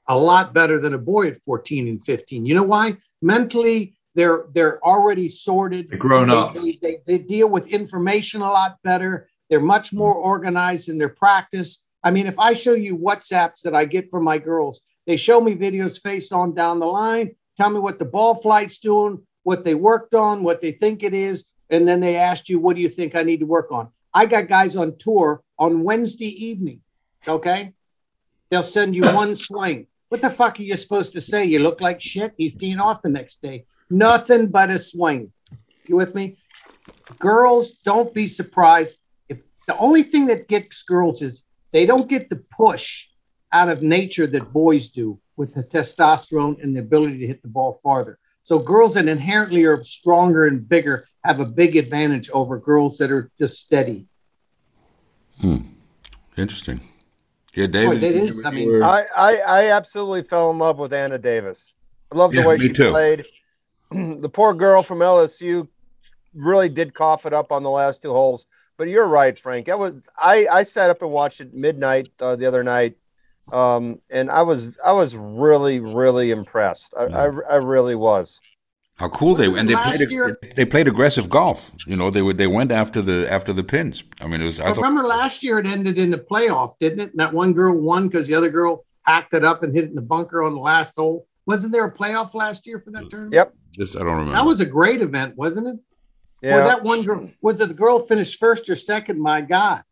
[SPEAKER 3] a lot better than a boy at 14 and 15. You know why? Mentally, they're they're already sorted.
[SPEAKER 6] They're grown
[SPEAKER 3] They-
[SPEAKER 6] up.
[SPEAKER 3] They, they, they deal with information a lot better. They're much more organized in their practice. I mean, if I show you WhatsApps that I get from my girls, they show me videos face on down the line, tell me what the ball flight's doing, what they worked on, what they think it is, and then they asked you, what do you think I need to work on? I got guys on tour on Wednesday evening. Okay. They'll send you one swing. What the fuck are you supposed to say? You look like shit. He's teeing off the next day. Nothing but a swing. You with me? Girls, don't be surprised. If the only thing that gets girls is they don't get the push out of nature that boys do with the testosterone and the ability to hit the ball farther. So girls that inherently are stronger and bigger have a big advantage over girls that are just steady.
[SPEAKER 1] Interesting. Yeah,
[SPEAKER 3] Boy,
[SPEAKER 1] David.
[SPEAKER 3] that
[SPEAKER 1] you
[SPEAKER 3] is, I mean,
[SPEAKER 1] were-
[SPEAKER 5] I, I, I absolutely fell in love with Anna Davis. I love the
[SPEAKER 1] Yeah,
[SPEAKER 5] way
[SPEAKER 1] me
[SPEAKER 5] she
[SPEAKER 1] too.
[SPEAKER 5] played. the poor girl from LSU really did cough it up on the last two holes. But you're right, Frank. That was I, I sat up and watched it midnight uh, the other night, um, and I was I was really really impressed. I, I, I really was.
[SPEAKER 1] How cool they and they
[SPEAKER 5] last
[SPEAKER 1] played
[SPEAKER 5] year-
[SPEAKER 1] they played aggressive golf. You know, they were they went after the after the pins. I mean, it was I thought,
[SPEAKER 3] remember last year it ended in the playoff, didn't it? And that one girl won because the other girl hacked it up and hit it in the bunker on the last hole. Wasn't there a playoff last year for that tournament?
[SPEAKER 5] Yep.
[SPEAKER 1] just I don't remember.
[SPEAKER 3] That was a great event, wasn't it?
[SPEAKER 5] Yeah.
[SPEAKER 3] Or that one girl was it the girl finished first or second? My God.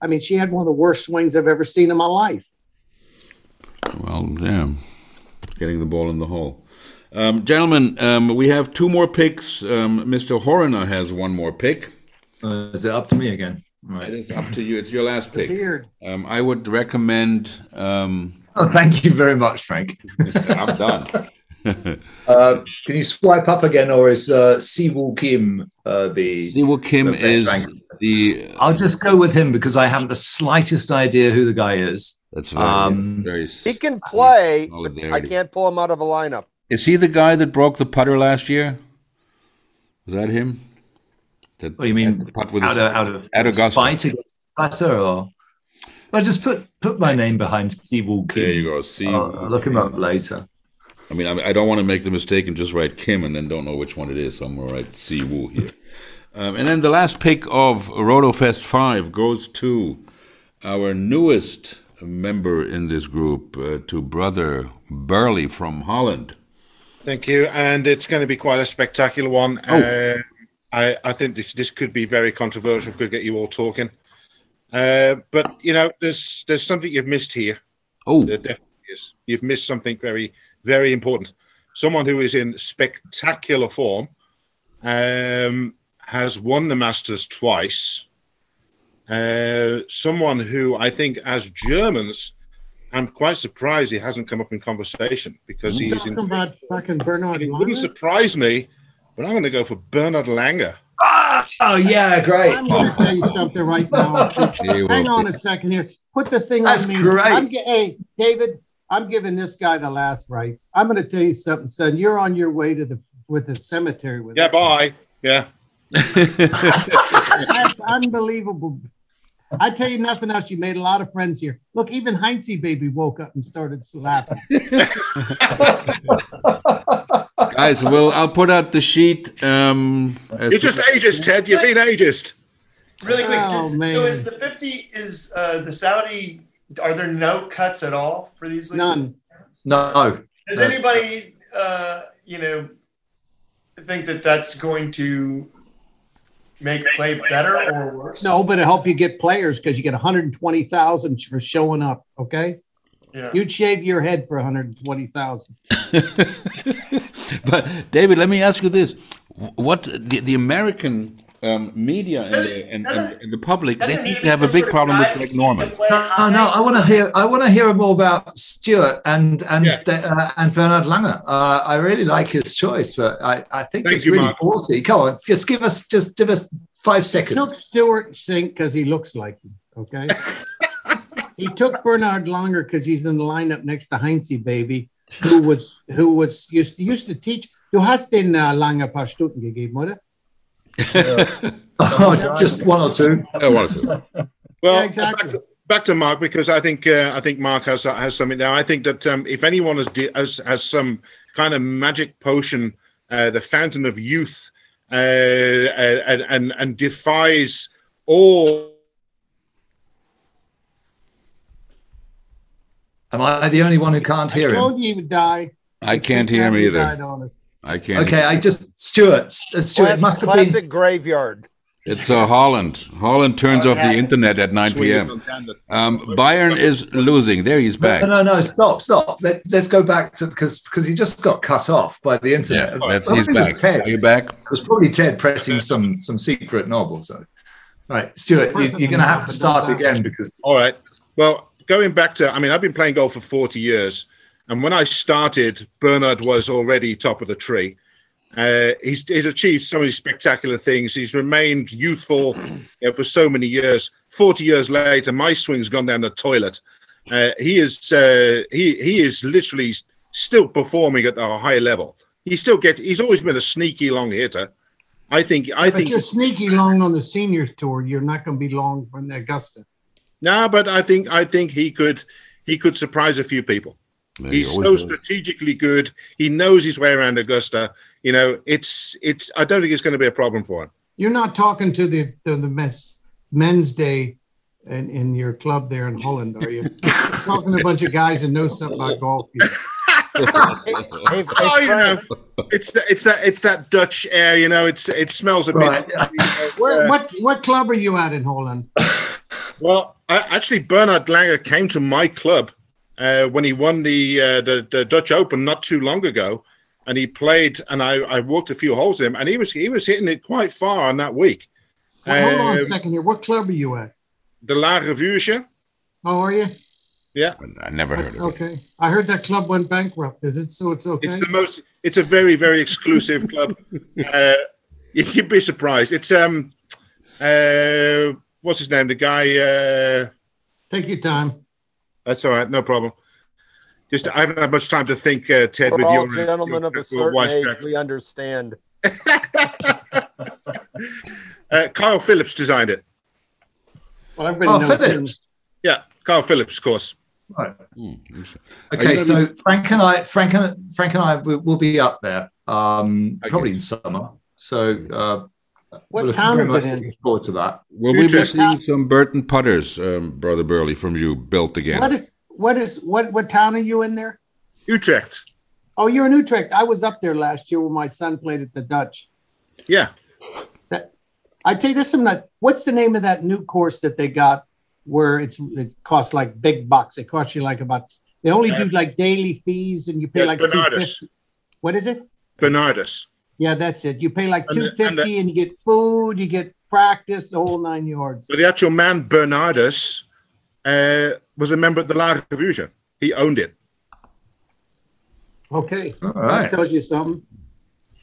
[SPEAKER 3] I mean, she had one of the worst swings I've ever seen in my life.
[SPEAKER 1] well, damn, getting the ball in the hole. Um, gentlemen, um, we have two more picks. Um, Mr. Horner has one more pick.
[SPEAKER 6] Uh, is it up to me again? Right.
[SPEAKER 1] It is up to you. It's your last pick.
[SPEAKER 3] Weird.
[SPEAKER 1] Um, I would recommend. Um,
[SPEAKER 6] Oh, thank you very much, Frank.
[SPEAKER 1] I'm done.
[SPEAKER 6] Uh, can you swipe up again, or is uh, Siwoo Kim uh, the?
[SPEAKER 1] Siwoo Kim is the.
[SPEAKER 6] I'll just go with him because I haven't the slightest idea who the guy is.
[SPEAKER 1] That's very, very.
[SPEAKER 5] He can play. but I
[SPEAKER 1] Solidarity.
[SPEAKER 5] can't pull him out of a lineup.
[SPEAKER 1] Is he the guy that broke the putter last year? Was that him? That,
[SPEAKER 6] What do you mean?
[SPEAKER 1] putt with
[SPEAKER 6] out
[SPEAKER 1] his-
[SPEAKER 6] of out of
[SPEAKER 1] at Augusta.
[SPEAKER 6] spite against Platter, or I just put put my name behind Siwoo Kim.
[SPEAKER 1] There you go. See,
[SPEAKER 6] I'll, I'll Oh, look him up later.
[SPEAKER 1] I mean, I, I don't want to make the mistake and just write Kim and then don't know which one it is. So I'm going to write Si Woo here. Um, and then the last pick of RotoFest 5 goes to our newest member in this group, uh, to brother Burley from Holland.
[SPEAKER 7] Thank you, and it's going to be quite a spectacular one.
[SPEAKER 1] Oh.
[SPEAKER 7] Um I, I think this, this could be very controversial. Could get you all talking. Uh, but you know, there's there's something you've missed here.
[SPEAKER 1] Oh,
[SPEAKER 7] there definitely is. You've missed something very very important. Someone who is in spectacular form um, has won the Masters twice. Uh, someone who I think, as Germans, I'm quite surprised he hasn't come up in conversation because
[SPEAKER 3] You
[SPEAKER 7] he's
[SPEAKER 3] talking
[SPEAKER 7] in
[SPEAKER 3] about fucking Bernard
[SPEAKER 7] it wouldn't
[SPEAKER 3] Langer?
[SPEAKER 7] surprise me, but I'm going to go for Bernard Langer.
[SPEAKER 6] Oh yeah, great.
[SPEAKER 3] I'm going to tell you something right now. Hang on a second here. Put the thing
[SPEAKER 6] That's
[SPEAKER 3] on me.
[SPEAKER 6] great.
[SPEAKER 3] I'm ge- hey, David, I'm giving this guy the last rites. I'm going to tell you something, son. You're on your way to the with the cemetery with
[SPEAKER 7] Yeah, bye. Yeah.
[SPEAKER 3] That's unbelievable. I tell you nothing else. You made a lot of friends here. Look, even Heinzie baby woke up and started laughing.
[SPEAKER 1] Guys, well, I'll put out the sheet. Um, as
[SPEAKER 7] You're just ageist, Ted. You've been ageist.
[SPEAKER 2] Really quick,
[SPEAKER 1] Oh,
[SPEAKER 2] is-
[SPEAKER 1] man.
[SPEAKER 2] so is the 50 is uh, the Saudi? Are there no cuts at all for these? leagues?
[SPEAKER 3] None.
[SPEAKER 6] No.
[SPEAKER 2] Does
[SPEAKER 6] No.
[SPEAKER 2] anybody, uh, you know, think that that's going to make play better or worse?
[SPEAKER 3] No, but it'll help you get players because you get 120,000 for showing up. Okay.
[SPEAKER 2] Yeah.
[SPEAKER 3] You'd shave your head for 120,000.
[SPEAKER 1] but David, let me ask you this: What the, the American um, media and the, and, and, and the public they
[SPEAKER 6] doesn't
[SPEAKER 1] seem
[SPEAKER 6] it
[SPEAKER 1] to have a
[SPEAKER 6] be
[SPEAKER 1] big
[SPEAKER 6] some sort of
[SPEAKER 1] problem
[SPEAKER 6] guide
[SPEAKER 1] with
[SPEAKER 6] to
[SPEAKER 1] Greg Norman.
[SPEAKER 6] Oh no, I want to hear. I want to hear more about Stuart and and uh, and Bernard Langer. Uh, I really like his choice, but I, I think
[SPEAKER 3] Thank
[SPEAKER 6] it's
[SPEAKER 3] you,
[SPEAKER 6] really
[SPEAKER 3] Mark.
[SPEAKER 6] ballsy. Come on, just give us just give us five
[SPEAKER 3] He took
[SPEAKER 6] seconds.
[SPEAKER 3] Stewart Sink because he looks like him. Okay. he took Bernard Longer because he's in the lineup next to Heinze Baby, who was who was used to, used to teach. Du hast den uh, Langer paar Stunden gegeben, oder?
[SPEAKER 6] Oh, just one or two.
[SPEAKER 7] Oh,
[SPEAKER 1] one or two.
[SPEAKER 7] Well, back, to, back to Mark because I think uh, I think Mark has has something there. I think that um, if anyone has, de- has has some kind of magic potion, uh, the fountain of youth, uh, and and and defies all.
[SPEAKER 6] Am I the only one who can't hear him?
[SPEAKER 3] Told you he would die.
[SPEAKER 1] I can't hear him
[SPEAKER 3] He died
[SPEAKER 1] either.
[SPEAKER 3] on us.
[SPEAKER 1] I can't.
[SPEAKER 6] Okay, I just Stuart. S- uh, Stuart
[SPEAKER 5] Classic-
[SPEAKER 6] must have
[SPEAKER 5] classic
[SPEAKER 6] been.
[SPEAKER 5] graveyard.
[SPEAKER 1] It's uh, Holland. Holland turns off the internet at 9 p.m. Um, Bayern is losing. There he's
[SPEAKER 6] No,
[SPEAKER 1] back.
[SPEAKER 6] no, no! Stop, stop. Let, let's go back to because because he just got cut off by the internet.
[SPEAKER 1] Yeah, that's-
[SPEAKER 6] I
[SPEAKER 1] he's
[SPEAKER 6] think it was
[SPEAKER 1] back.
[SPEAKER 6] Ted.
[SPEAKER 1] Are you back?
[SPEAKER 6] It was probably Ted pressing some some secret knob or so. All right, Stuart, you, you're going to have to start again because
[SPEAKER 7] All right. Well, going back to, I mean, I've been playing golf for 40 years. And when I started, Bernard was already top of the tree. Uh, he's, he's achieved so many spectacular things. He's remained youthful you know, for so many years. 40 years later, my swing's gone down the toilet. Uh, he is uh, he he is literally still performing at a high level. He still get he's always been a sneaky long hitter. I think I
[SPEAKER 3] but
[SPEAKER 7] think
[SPEAKER 3] you're sneaky long on the seniors tour. You're not going to be long from the Augusta.
[SPEAKER 7] No, but I think I think he could he could surprise a few people.
[SPEAKER 1] he
[SPEAKER 7] He's so
[SPEAKER 1] always will.
[SPEAKER 7] strategically good. He knows his way around Augusta. You know, it's it's. I don't think it's going to be a problem for him.
[SPEAKER 3] You're not talking to the to the mess, men's day in, in your club there in Holland, are you? You're talking to a bunch of guys that know something about golf. you know.
[SPEAKER 7] Oh, you know, it's the, it's that it's that Dutch air. You know, it's it smells a
[SPEAKER 6] Right.
[SPEAKER 7] bit. you know,
[SPEAKER 3] Where,
[SPEAKER 7] uh,
[SPEAKER 3] what what club are you at in Holland?
[SPEAKER 7] Well, I, actually, Bernard Langer came to my club uh, when he won the, uh, the the Dutch Open not too long ago, and he played. And I, I walked a few holes with him, and he was he was hitting it quite far on that week.
[SPEAKER 3] Well, hold on a
[SPEAKER 7] Um,
[SPEAKER 3] second here. What club are you at?
[SPEAKER 7] The La Revue.
[SPEAKER 3] Oh, are you?
[SPEAKER 7] Yeah.
[SPEAKER 1] I never heard of it.
[SPEAKER 3] Okay. I heard that club went bankrupt. Is it so? It's okay.
[SPEAKER 7] It's the most. It's a very very exclusive club. Uh, you'd be surprised. It's um, uh, what's his name? The guy. Uh,
[SPEAKER 3] Take your time.
[SPEAKER 7] That's all right. No problem. Just I haven't had much time to think, uh, Ted.
[SPEAKER 5] We're
[SPEAKER 7] with
[SPEAKER 5] all
[SPEAKER 7] your
[SPEAKER 5] gentlemen
[SPEAKER 7] your-
[SPEAKER 5] of a
[SPEAKER 7] your
[SPEAKER 5] certain
[SPEAKER 7] wise
[SPEAKER 5] age.
[SPEAKER 7] crack.
[SPEAKER 5] We understand.
[SPEAKER 7] Uh, Kyle Phillips designed it.
[SPEAKER 3] Well,
[SPEAKER 6] everybody Oh, knows Phillips. him.
[SPEAKER 7] Yeah, Kyle Phillips, of course.
[SPEAKER 6] Right.
[SPEAKER 1] Hmm, Are
[SPEAKER 6] Okay,
[SPEAKER 1] you
[SPEAKER 6] so
[SPEAKER 1] gonna
[SPEAKER 6] Frank and I, Frank and Frank and I will will be up there, um, probably in summer. So, uh, we're looking
[SPEAKER 3] town is
[SPEAKER 6] very
[SPEAKER 3] it
[SPEAKER 6] much
[SPEAKER 3] in?
[SPEAKER 6] looking Forward to that.
[SPEAKER 1] Will we be seeing some Burton putters, um, brother Burley, from you built again?
[SPEAKER 3] What is what is what what town are you in there?
[SPEAKER 7] Utrecht.
[SPEAKER 3] Oh, you're in Utrecht. I was up there last year when my son played at the Dutch.
[SPEAKER 7] Yeah.
[SPEAKER 3] That, I tell you this, I'm not. What's the name of that new course that they got where it's it costs like big bucks? It costs you like about. They only do like daily fees, and you pay
[SPEAKER 7] Yeah,
[SPEAKER 3] like two
[SPEAKER 7] Bernardus.
[SPEAKER 3] fifty. What is it?
[SPEAKER 7] Bernardus.
[SPEAKER 3] Yeah, that's it. You pay like
[SPEAKER 7] And the-
[SPEAKER 3] two
[SPEAKER 7] and the-
[SPEAKER 3] fifty, and you get food, you get practice, the whole nine yards.
[SPEAKER 7] But the actual man, Bernardus, uh, was a member of the La Revusion. He owned it.
[SPEAKER 3] Okay,
[SPEAKER 7] right.
[SPEAKER 3] that tells you something.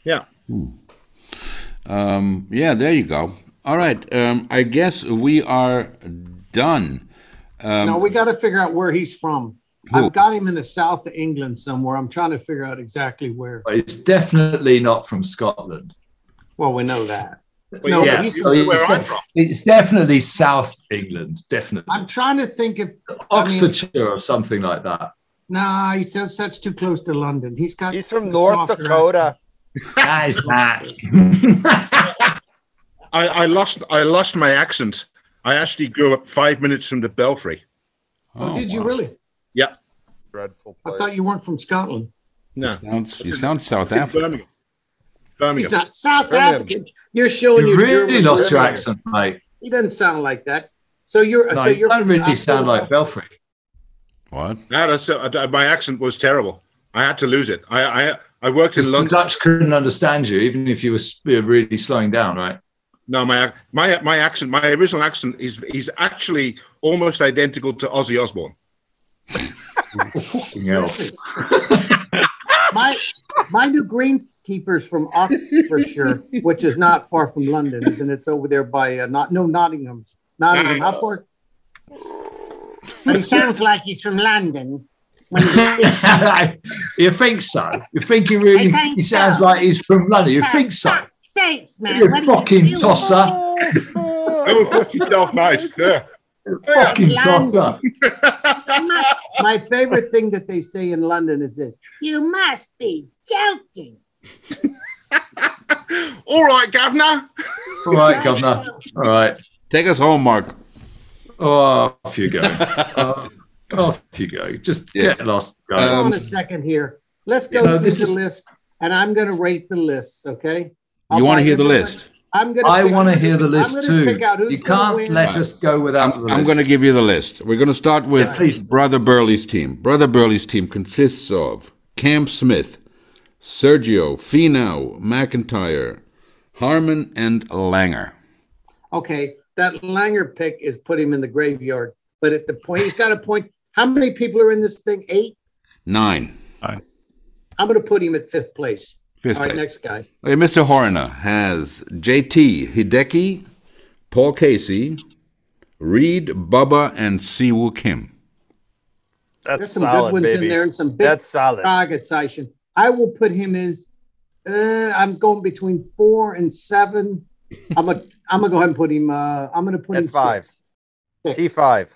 [SPEAKER 7] Yeah.
[SPEAKER 1] Um, yeah, there you go. All right. Um, I guess we are done. Um,
[SPEAKER 3] now we got to figure out where he's from.
[SPEAKER 1] Who?
[SPEAKER 3] I've got him in the south of England somewhere. I'm trying to figure out exactly where.
[SPEAKER 6] But it's definitely not from Scotland.
[SPEAKER 3] Well, we know that.
[SPEAKER 6] Well,
[SPEAKER 3] no,
[SPEAKER 6] yeah,
[SPEAKER 3] but he's
[SPEAKER 6] so
[SPEAKER 3] from
[SPEAKER 6] it's, de- it's definitely South England, definitely
[SPEAKER 3] I'm trying to think if I mean,
[SPEAKER 6] Oxfordshire or something like that.
[SPEAKER 3] Nah, he says that's too close to London. He's got.
[SPEAKER 5] He's from
[SPEAKER 3] a
[SPEAKER 5] North
[SPEAKER 3] softer
[SPEAKER 5] Dakota.
[SPEAKER 6] Nice that.
[SPEAKER 7] I, I lost I lost my accent. I actually grew up five minutes from the Belfry.
[SPEAKER 3] accent. Oh, did you really?
[SPEAKER 7] Yeah.
[SPEAKER 5] Dreadful
[SPEAKER 3] I thought you weren't from Scotland.
[SPEAKER 7] No.
[SPEAKER 1] Sounds, you sound South
[SPEAKER 7] It's in
[SPEAKER 1] African.
[SPEAKER 7] Birmingham.
[SPEAKER 3] He's
[SPEAKER 7] Birmingham.
[SPEAKER 3] not South
[SPEAKER 7] Birmingham.
[SPEAKER 3] African. You're showing your
[SPEAKER 6] You really
[SPEAKER 3] German
[SPEAKER 6] lost your
[SPEAKER 3] German.
[SPEAKER 6] accent, mate.
[SPEAKER 3] He doesn't sound like that. So you're.
[SPEAKER 6] No,
[SPEAKER 3] so
[SPEAKER 6] you
[SPEAKER 3] you're
[SPEAKER 6] don't really
[SPEAKER 3] from-
[SPEAKER 6] sound like Belfry.
[SPEAKER 1] What?
[SPEAKER 7] No, that's, uh, my accent was terrible. I had to lose it. I I, I worked in
[SPEAKER 6] The
[SPEAKER 7] London.
[SPEAKER 6] Dutch couldn't understand you, even if you were s- you were really slowing down, right?
[SPEAKER 7] No, my ac- my my accent, my original accent is is actually almost identical to Ozzy Osbourne.
[SPEAKER 6] Fucking hell.
[SPEAKER 3] my my new greenkeeper's from Oxfordshire, which is not far from London, and it's over there by uh, not no Nottingham. Nottingham, how far? But he sounds like he's from London.
[SPEAKER 6] you think so? You think he really
[SPEAKER 3] I think
[SPEAKER 6] he sounds
[SPEAKER 3] so.
[SPEAKER 6] like he's from London? You think so?
[SPEAKER 3] Sakes, man!
[SPEAKER 6] You
[SPEAKER 3] what are
[SPEAKER 6] fucking
[SPEAKER 3] doing?
[SPEAKER 6] tosser.
[SPEAKER 7] Oh, fuck yourself, mate. Yeah.
[SPEAKER 6] Fucking
[SPEAKER 3] London.
[SPEAKER 6] tosser.
[SPEAKER 3] You must- My favorite thing that they say in London is this: "You must be joking."
[SPEAKER 7] All right, governor.
[SPEAKER 6] All right, governor. All right.
[SPEAKER 1] Take us home, Mark.
[SPEAKER 6] Oh, off you go. Oh, off you go. Just
[SPEAKER 1] Yeah.
[SPEAKER 6] get lost,
[SPEAKER 3] Hold
[SPEAKER 6] guys.
[SPEAKER 3] on
[SPEAKER 1] Um,
[SPEAKER 3] a second here. Let's go
[SPEAKER 1] uh,
[SPEAKER 6] No,
[SPEAKER 3] through
[SPEAKER 6] this
[SPEAKER 3] the
[SPEAKER 6] is-
[SPEAKER 3] list, and I'm going to rate the lists. Okay. I'll
[SPEAKER 1] you want
[SPEAKER 3] buy
[SPEAKER 1] to hear the
[SPEAKER 3] everyone-
[SPEAKER 1] list?
[SPEAKER 3] I'm going.
[SPEAKER 6] I want to hear the list
[SPEAKER 3] I'm gonna
[SPEAKER 6] too.
[SPEAKER 3] Pick out who's
[SPEAKER 6] You
[SPEAKER 3] gonna
[SPEAKER 6] can't
[SPEAKER 3] win.
[SPEAKER 6] let us go without the list.
[SPEAKER 1] I'm going to give you the list. We're going to start
[SPEAKER 6] Yeah,
[SPEAKER 1] with
[SPEAKER 6] please.
[SPEAKER 1] Brother Burley's team. Brother Burley's team consists of Cam Smith, Sergio, Finau, McIntyre, Harmon, and Langer.
[SPEAKER 3] okay, that Langer pick is put him in the graveyard. But at the point, he's got a point. How many people are in this thing? Eight.
[SPEAKER 1] Nine.
[SPEAKER 3] I'm going to put him at fifth place.
[SPEAKER 1] Fifth
[SPEAKER 3] All right,
[SPEAKER 1] place.
[SPEAKER 3] next guy.
[SPEAKER 1] Okay, Mr. Horner has JT, Hideki, Paul Casey, Reed, Bubba, and Siwoo Kim.
[SPEAKER 3] There's some
[SPEAKER 5] solid,
[SPEAKER 3] good ones
[SPEAKER 5] baby.
[SPEAKER 3] in there and some big
[SPEAKER 5] That's solid.
[SPEAKER 3] targets. I should. I will put him as. Uh, I'm going between four and seven. I'm a. I'm gonna go ahead and put him. Uh, I'm gonna put
[SPEAKER 5] At
[SPEAKER 3] him
[SPEAKER 5] five.
[SPEAKER 3] six.
[SPEAKER 5] T five.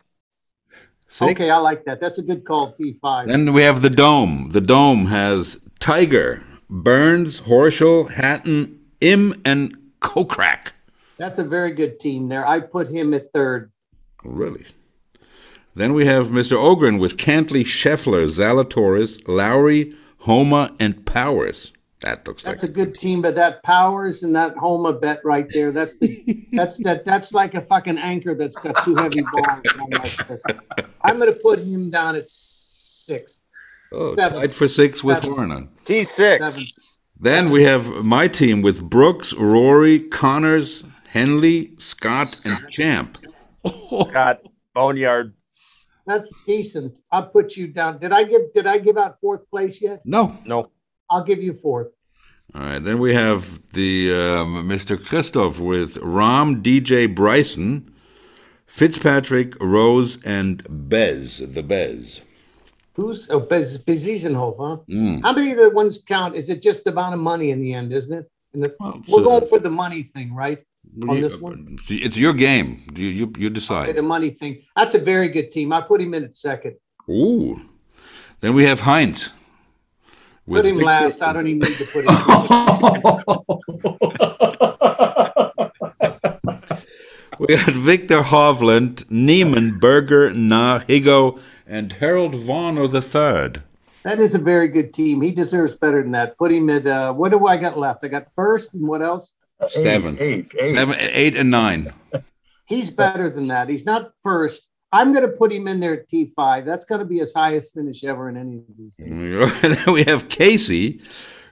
[SPEAKER 1] Six?
[SPEAKER 3] Okay, I like that. That's a good call. T five.
[SPEAKER 1] Then we have the Dome. The Dome has Tiger, Burns, Horschel, Hatton, Im, and Kokrak.
[SPEAKER 3] That's a very good team there. I put him at third.
[SPEAKER 1] Really? Then we have Mr. Ogren with Cantley, Scheffler, Zalatoris, Lowry, Homa, and Powers. That looks
[SPEAKER 3] That's a
[SPEAKER 1] like
[SPEAKER 3] good team, but that Powers and that Homa bet right there. That's the that's that that's like a fucking anchor that's got two heavy balls. on like this. I'm gonna put him down at sixth.
[SPEAKER 1] oh,
[SPEAKER 3] seven.
[SPEAKER 1] tied for six with
[SPEAKER 3] Seven.
[SPEAKER 1] Horner.
[SPEAKER 5] T six.
[SPEAKER 3] Seven.
[SPEAKER 1] Then we have my team with Brooks, Rory, Connors, Henley, Scott, and Champ.
[SPEAKER 5] Got boneyard.
[SPEAKER 3] That's decent. I'll put you down. Did I give did I give out fourth place yet?
[SPEAKER 1] No.
[SPEAKER 5] No.
[SPEAKER 3] I'll give you fourth.
[SPEAKER 1] All right. Then we have the um, Mr. Christoph with Rom, DJ Bryson, Fitzpatrick, Rose, and Bez. The Bez.
[SPEAKER 3] Who's oh Bez Bezisenhof, huh?
[SPEAKER 1] Mm.
[SPEAKER 3] How many of the ones count? Is it just the amount of money in the end, isn't it? And the,
[SPEAKER 1] Well, it's,
[SPEAKER 3] we're
[SPEAKER 1] uh,
[SPEAKER 3] going for the money thing, right? On this one?
[SPEAKER 1] It's your game. You you, you
[SPEAKER 3] Okay,
[SPEAKER 1] decide.
[SPEAKER 3] the money thing. That's a very good team. I put him in at second.
[SPEAKER 1] Ooh. Then we have Heinz.
[SPEAKER 3] Put him
[SPEAKER 1] Victor-
[SPEAKER 3] last. I don't even need to put him.
[SPEAKER 1] We got Victor Hovland, Neiman, Berger, Nah, Higo, and Harold Vaughn or the third.
[SPEAKER 3] That is a very good team. He deserves better than that. Put him at uh, what do I got left? I got first and what else?
[SPEAKER 1] Seventh.
[SPEAKER 10] eight, eight.
[SPEAKER 1] Seven, eight and nine.
[SPEAKER 3] He's better than that. He's not first. I'm going to put him in there at T5. That's going to be his highest finish ever in any of these. things.
[SPEAKER 1] then we have Casey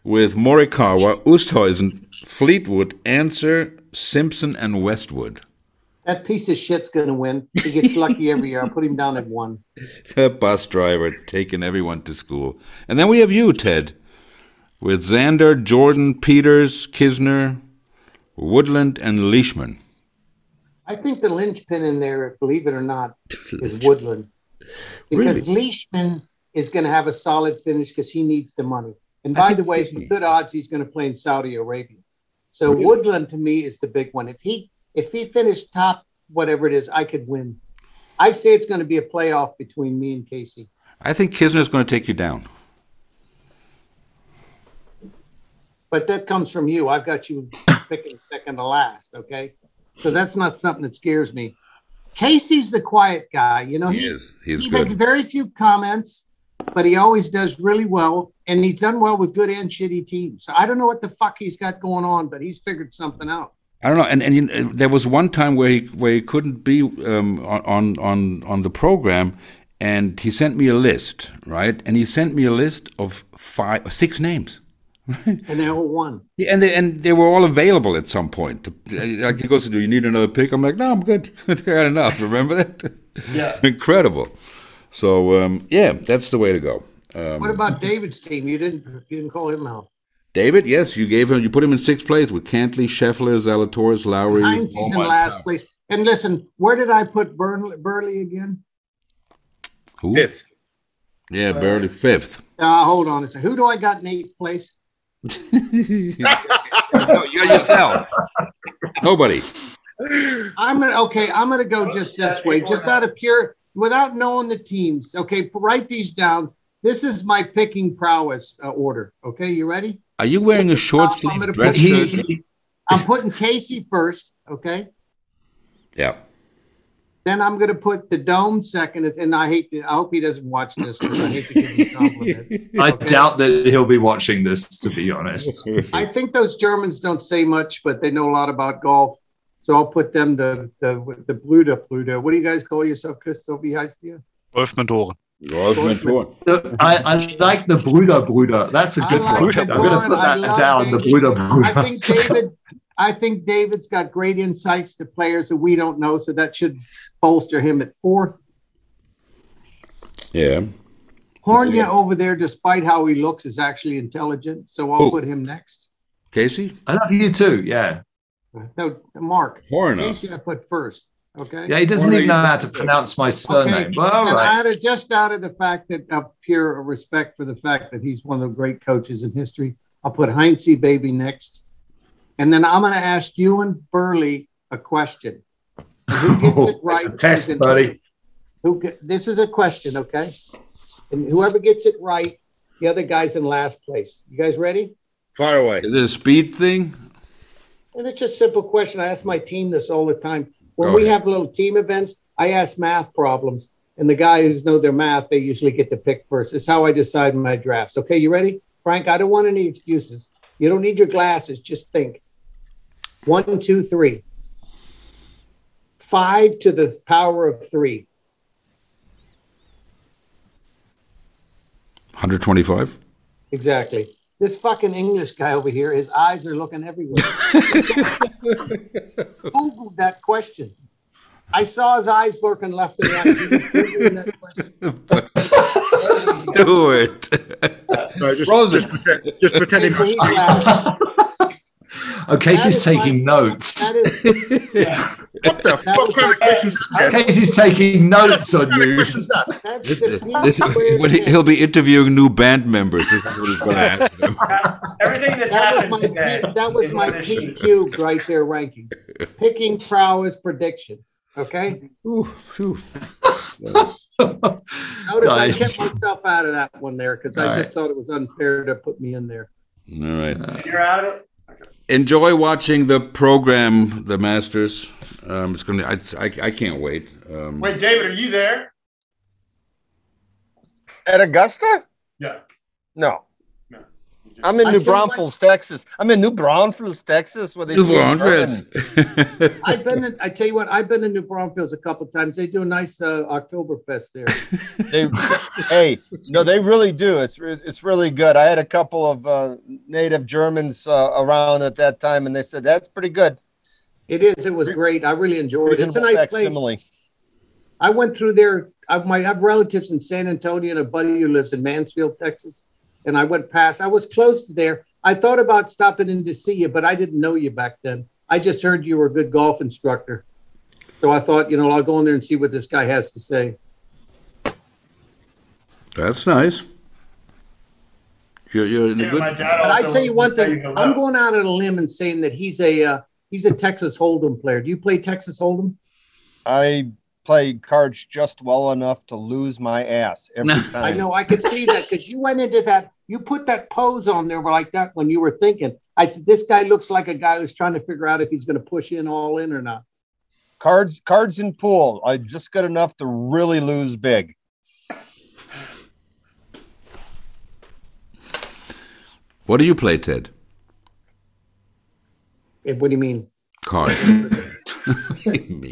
[SPEAKER 1] with Morikawa, Oosthuizen, Fleetwood, Answer, Simpson, and Westwood.
[SPEAKER 3] That piece of shit's going to win. He gets lucky every year. I'll put him down at one.
[SPEAKER 1] The bus driver taking everyone to school. And then we have you, Ted, with Xander, Jordan, Peters, Kisner, Woodland, and Leishman.
[SPEAKER 3] I think the linchpin in there, believe it or not, is Woodland. Because Leishman is going to have a solid finish because he needs the money. And by the way, for good odds, he's going to play in Saudi Arabia. So
[SPEAKER 1] Really?
[SPEAKER 3] Woodland to me is the big one. If he if he finished top whatever it is, I could win. I say it's going to be a playoff between me and Casey.
[SPEAKER 1] I think Kisner's going to take you down.
[SPEAKER 3] But that comes from you. I've got you picking second to last. Okay. So that's not something that scares me. Casey's the quiet guy. You know,
[SPEAKER 1] He is. He's
[SPEAKER 3] he
[SPEAKER 1] good.
[SPEAKER 3] makes very few comments, but he always does really well. And he's done well with good and shitty teams. So I don't know what the fuck he's got going on, but he's figured something out.
[SPEAKER 1] I don't know. And and you know, there was one time where he where he couldn't be um, on on on the program, and he sent me a list, right? And he sent me a list of five six names.
[SPEAKER 3] And they all won.
[SPEAKER 1] Yeah, and they and they were all available at some point. uh, Like he goes, "Do you need another pick?" I'm like, "No, I'm good. I got enough." Remember that?
[SPEAKER 3] Yeah.
[SPEAKER 1] incredible. So um, yeah, that's the way to go. Um,
[SPEAKER 3] What about David's team? You didn't you didn't call him out.
[SPEAKER 1] David? Yes, you gave him. You put him in sixth place with Cantley, Scheffler, Zalatoris, Lowry.
[SPEAKER 3] Hines is in
[SPEAKER 1] Bowman.
[SPEAKER 3] last place. And listen, where did I put Burnley, Burley again?
[SPEAKER 1] Who? Fifth. Yeah, barely fifth.
[SPEAKER 3] Uh, hold on a second. Who do I got in eighth place?
[SPEAKER 1] No, you're yourself. Nobody.
[SPEAKER 3] I'm gonna okay. I'm gonna go just this way, just out of pure, without knowing the teams. Okay, write these down. This is my picking prowess uh, order. Okay, you ready?
[SPEAKER 1] Are you wearing a short
[SPEAKER 3] I'm
[SPEAKER 1] sleeve
[SPEAKER 3] gonna
[SPEAKER 1] dress
[SPEAKER 3] put
[SPEAKER 1] shirt?
[SPEAKER 3] Casey. I'm putting Casey first. Okay,
[SPEAKER 1] Yeah.
[SPEAKER 3] then I'm gonna put the dome second. And I hate. To, I hope he doesn't watch this because I hate to give him a compliment.
[SPEAKER 6] I
[SPEAKER 3] Okay?
[SPEAKER 6] doubt that he'll be watching this, to be honest.
[SPEAKER 3] I think those Germans don't say much, but they know a lot about golf. So I'll put them the the the Bluda Bluda. What do you guys call yourself, Christoph? Wie heißt ihr?
[SPEAKER 8] Wolf Mentoren.
[SPEAKER 1] Wolf Mentoren.
[SPEAKER 6] The- I, I like the Bruder Bruder. That's a
[SPEAKER 3] I
[SPEAKER 6] good
[SPEAKER 3] like
[SPEAKER 6] one.
[SPEAKER 3] the
[SPEAKER 6] I'm going to
[SPEAKER 3] one.
[SPEAKER 6] put
[SPEAKER 3] I
[SPEAKER 6] that
[SPEAKER 3] love
[SPEAKER 6] down. The
[SPEAKER 3] David.
[SPEAKER 6] Bruder
[SPEAKER 3] I
[SPEAKER 6] Bruder.
[SPEAKER 3] think David. I think David's got great insights to players that we don't know, so that should bolster him at fourth.
[SPEAKER 1] Yeah.
[SPEAKER 3] Hornia over there, despite how he looks, is actually intelligent, so I'll
[SPEAKER 1] Who?
[SPEAKER 3] put him next.
[SPEAKER 1] Casey?
[SPEAKER 6] I love you too. Yeah.
[SPEAKER 3] No, Mark.
[SPEAKER 1] Horna.
[SPEAKER 3] Casey I put first. Okay.
[SPEAKER 6] Yeah, he doesn't even know how to pronounce my surname.
[SPEAKER 3] Okay.
[SPEAKER 6] But all
[SPEAKER 3] and
[SPEAKER 6] right.
[SPEAKER 3] out of, just out of the fact that uh, pure respect for the fact that he's one of the great coaches in history, I'll put Heinze Baby next. And then I'm going to ask you and Burley a question. Who gets it right?
[SPEAKER 6] Oh, test,
[SPEAKER 3] is in-
[SPEAKER 6] buddy.
[SPEAKER 3] Who ge- this is a question, okay? And whoever gets it right, the other guy's in last place. You guys ready?
[SPEAKER 1] Far away. Is it a speed thing?
[SPEAKER 3] And it's just a simple question. I ask my team this all the time. When
[SPEAKER 1] Go
[SPEAKER 3] we
[SPEAKER 1] ahead.
[SPEAKER 3] have little team events, I ask math problems, and the guy who's know their math, they usually get to pick first. It's how I decide my drafts. Okay, you ready, Frank? I don't want any excuses. You don't need your glasses. Just think. One, two, three. Five to the power of three.
[SPEAKER 1] 125.
[SPEAKER 3] Exactly. This fucking English guy over here, his eyes are looking everywhere. Googled that question. I saw his eyes working left and right. He was Googling that question.
[SPEAKER 1] Do it.
[SPEAKER 7] No, just, just pretend, just pretend
[SPEAKER 3] Okay,
[SPEAKER 7] it
[SPEAKER 3] so he
[SPEAKER 7] must be.
[SPEAKER 3] laughed.
[SPEAKER 6] Oh, Casey's
[SPEAKER 3] That is
[SPEAKER 6] taking notes.
[SPEAKER 3] That is,
[SPEAKER 7] What the
[SPEAKER 3] that
[SPEAKER 7] fuck
[SPEAKER 3] was
[SPEAKER 7] kind of questions is that? Ted?
[SPEAKER 6] Casey's taking notes on you.
[SPEAKER 7] Questions is that?
[SPEAKER 3] that's
[SPEAKER 1] This,
[SPEAKER 3] the
[SPEAKER 1] this- when he, he'll be interviewing new band members. This is what he's going to ask them.
[SPEAKER 2] Everything that's
[SPEAKER 3] That
[SPEAKER 2] happened
[SPEAKER 3] was my
[SPEAKER 2] today.
[SPEAKER 3] P, that was
[SPEAKER 2] is
[SPEAKER 3] my
[SPEAKER 2] what it should
[SPEAKER 3] P cubed right there rankings. Picking prowess prediction. Okay.
[SPEAKER 1] Ooh, phew.
[SPEAKER 3] Notice I
[SPEAKER 6] Nice.
[SPEAKER 3] kept myself out of that one there because I
[SPEAKER 6] All
[SPEAKER 3] just thought it was unfair to put me in there.
[SPEAKER 1] All right.
[SPEAKER 2] be. You're out of it.
[SPEAKER 1] Enjoy watching the program, The Masters. Um, it's going to. I, I can't wait. Um,
[SPEAKER 2] Wait, David, are you there?
[SPEAKER 5] At Augusta?
[SPEAKER 2] Yeah.
[SPEAKER 5] No.
[SPEAKER 2] No.
[SPEAKER 5] I'm in
[SPEAKER 3] I
[SPEAKER 5] New
[SPEAKER 3] tell you what-
[SPEAKER 5] Braunfels, Texas. I'm in New Braunfels, Texas. Where they
[SPEAKER 1] New
[SPEAKER 5] do
[SPEAKER 1] Braunfels.
[SPEAKER 5] bourbon.
[SPEAKER 3] I've been. In, I tell you what, I've been in New Braunfels a couple times. They do a nice uh, Oktoberfest there.
[SPEAKER 5] They, hey, no, they really do. It's re- it's really good. I had a couple of uh, native Germans uh, around at that time, and they said that's pretty good.
[SPEAKER 3] It is. It was great. I really enjoyed it. It's a
[SPEAKER 5] Reasonable
[SPEAKER 3] nice place.
[SPEAKER 5] facsimile.
[SPEAKER 3] I went through there. I've my I have relatives in San Antonio and a buddy who lives in Mansfield, Texas. And I went past. I was close to there. I thought about stopping in to see you, but I didn't know you back then. I just heard you were a good golf instructor. So I thought, you know, I'll go in there and see what this guy has to say.
[SPEAKER 1] That's nice. You're, you're in a
[SPEAKER 2] Yeah, my
[SPEAKER 1] good.
[SPEAKER 2] dad
[SPEAKER 3] But I
[SPEAKER 2] also
[SPEAKER 3] tell you
[SPEAKER 2] would
[SPEAKER 3] one
[SPEAKER 2] tell
[SPEAKER 3] thing.
[SPEAKER 2] you
[SPEAKER 3] I'm
[SPEAKER 2] no.
[SPEAKER 3] going out on a limb and saying that he's a uh, he's a Texas Hold'em player. Do you play Texas Hold'em?
[SPEAKER 5] I played cards just well enough to lose my ass every time.
[SPEAKER 3] I know I could see that because you went into that. You put that pose on there like that when you were thinking. I said, "This guy looks like a guy who's trying to figure out if he's going to push in all in or not."
[SPEAKER 5] Cards, cards in pool. I just good enough to really lose big.
[SPEAKER 1] What do you play, Ted?
[SPEAKER 3] Eh, What do you mean?
[SPEAKER 1] Card.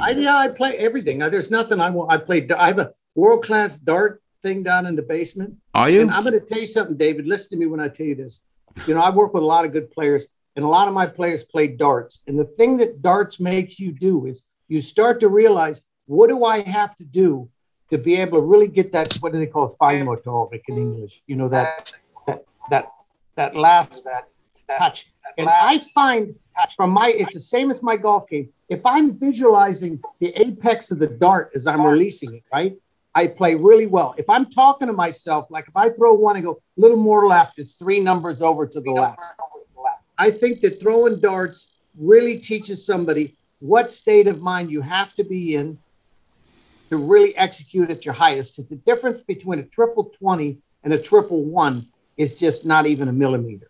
[SPEAKER 3] I yeah, I play everything. Uh, There's nothing I want. I play. I have a world class dart thing down in the basement.
[SPEAKER 1] Are you?
[SPEAKER 3] And I'm going to tell you something, David. Listen to me when I tell you this. You know, I work with a lot of good players, and a lot of my players play darts. And the thing that darts makes you do is you start to realize what do I have to do to be able to really get that what do they call feinmotoric in English? You know that that that that last touch. And I find from my it's the same as my golf game. If I'm visualizing the apex of the dart as I'm releasing it, right? I play really well. If I'm talking to myself, like if I throw one and go a little more left, it's three numbers over to the left. I think that throwing darts really teaches somebody what state of mind you have to be in to really execute at your highest. 'Cause the difference between a triple 20 and a triple one is just not even a millimeter.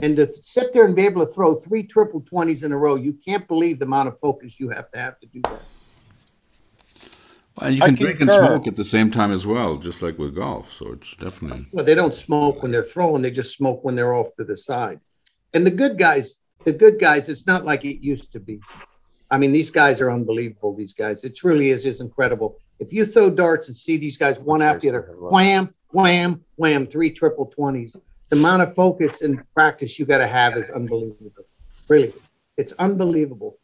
[SPEAKER 3] And to sit there and be able to throw three triple 20s in a row, you can't believe the amount of focus you have to have to do that.
[SPEAKER 1] And you
[SPEAKER 3] I
[SPEAKER 1] can drink and
[SPEAKER 3] concur.
[SPEAKER 1] smoke at the same time as well, just like with golf. So it's definitely.
[SPEAKER 3] Well, they don't smoke when they're throwing; they just smoke when they're off to the side. And the good guys, the good guys, it's not like it used to be. I mean, these guys are unbelievable. These guys, it truly is is incredible. If you throw darts and see these guys one after the other, wham, wham, wham, three triple twenties. The amount of focus and practice you got to have is unbelievable. Really, it's unbelievable.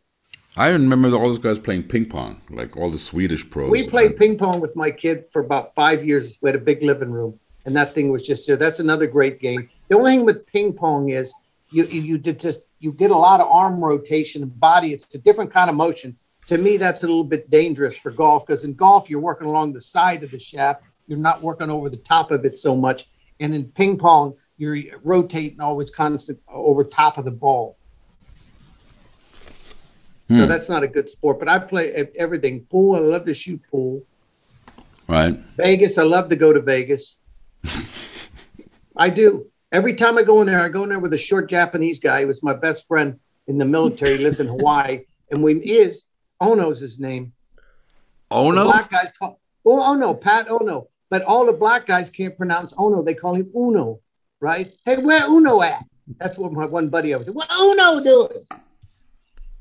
[SPEAKER 1] I remember all those guys playing ping pong, like all the Swedish pros.
[SPEAKER 3] We played ping pong with my kid for about five years. We had a big living room, and that thing was just there. That's another great game. The only thing with ping pong is you you, you did just you get a lot of arm rotation and body. It's a different kind of motion. To me, that's a little bit dangerous for golf because in golf you're working along the side of the shaft. You're not working over the top of it so much, and in ping pong you're rotating always constant over top of the ball. So that's not a good sport. But I play e- everything. Pool, I love to shoot pool.
[SPEAKER 1] Right.
[SPEAKER 3] Vegas, I love to go to Vegas. I do. Every time I go in there, I go in there with a short Japanese guy. He was my best friend in the military. He lives in Hawaii, and we he is Ono's his name.
[SPEAKER 1] Ono?
[SPEAKER 3] The black guys call oh Ono Pat Ono, but all the black guys can't pronounce Ono. They call him Uno, right? Hey, where Uno at? That's what my one buddy I was. What Uno doing?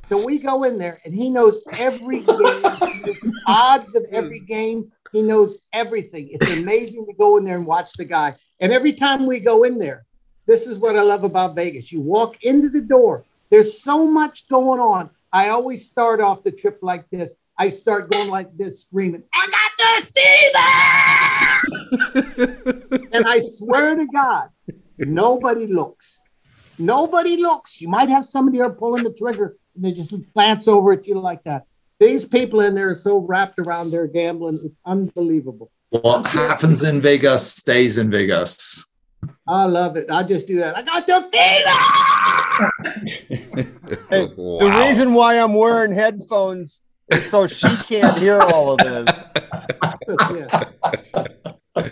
[SPEAKER 3] So we go in there, and he knows every game, he knows the odds of every game. He knows everything. It's amazing to go in there and watch the guy. And every time we go in there, this is what I love about Vegas. You walk into the door, there's so much going on. I always start off the trip like this. I start going like this, screaming, I got to see that! and I swear to God, nobody looks. Nobody looks. You might have somebody there pulling the trigger and they just glance over at you like that. These people in there are so wrapped around their gambling, it's unbelievable.
[SPEAKER 6] What happens in Vegas stays in Vegas.
[SPEAKER 3] I love it. I just do that. I got the fever.
[SPEAKER 5] The reason why I'm wearing headphones is so she can't hear all of this.
[SPEAKER 1] All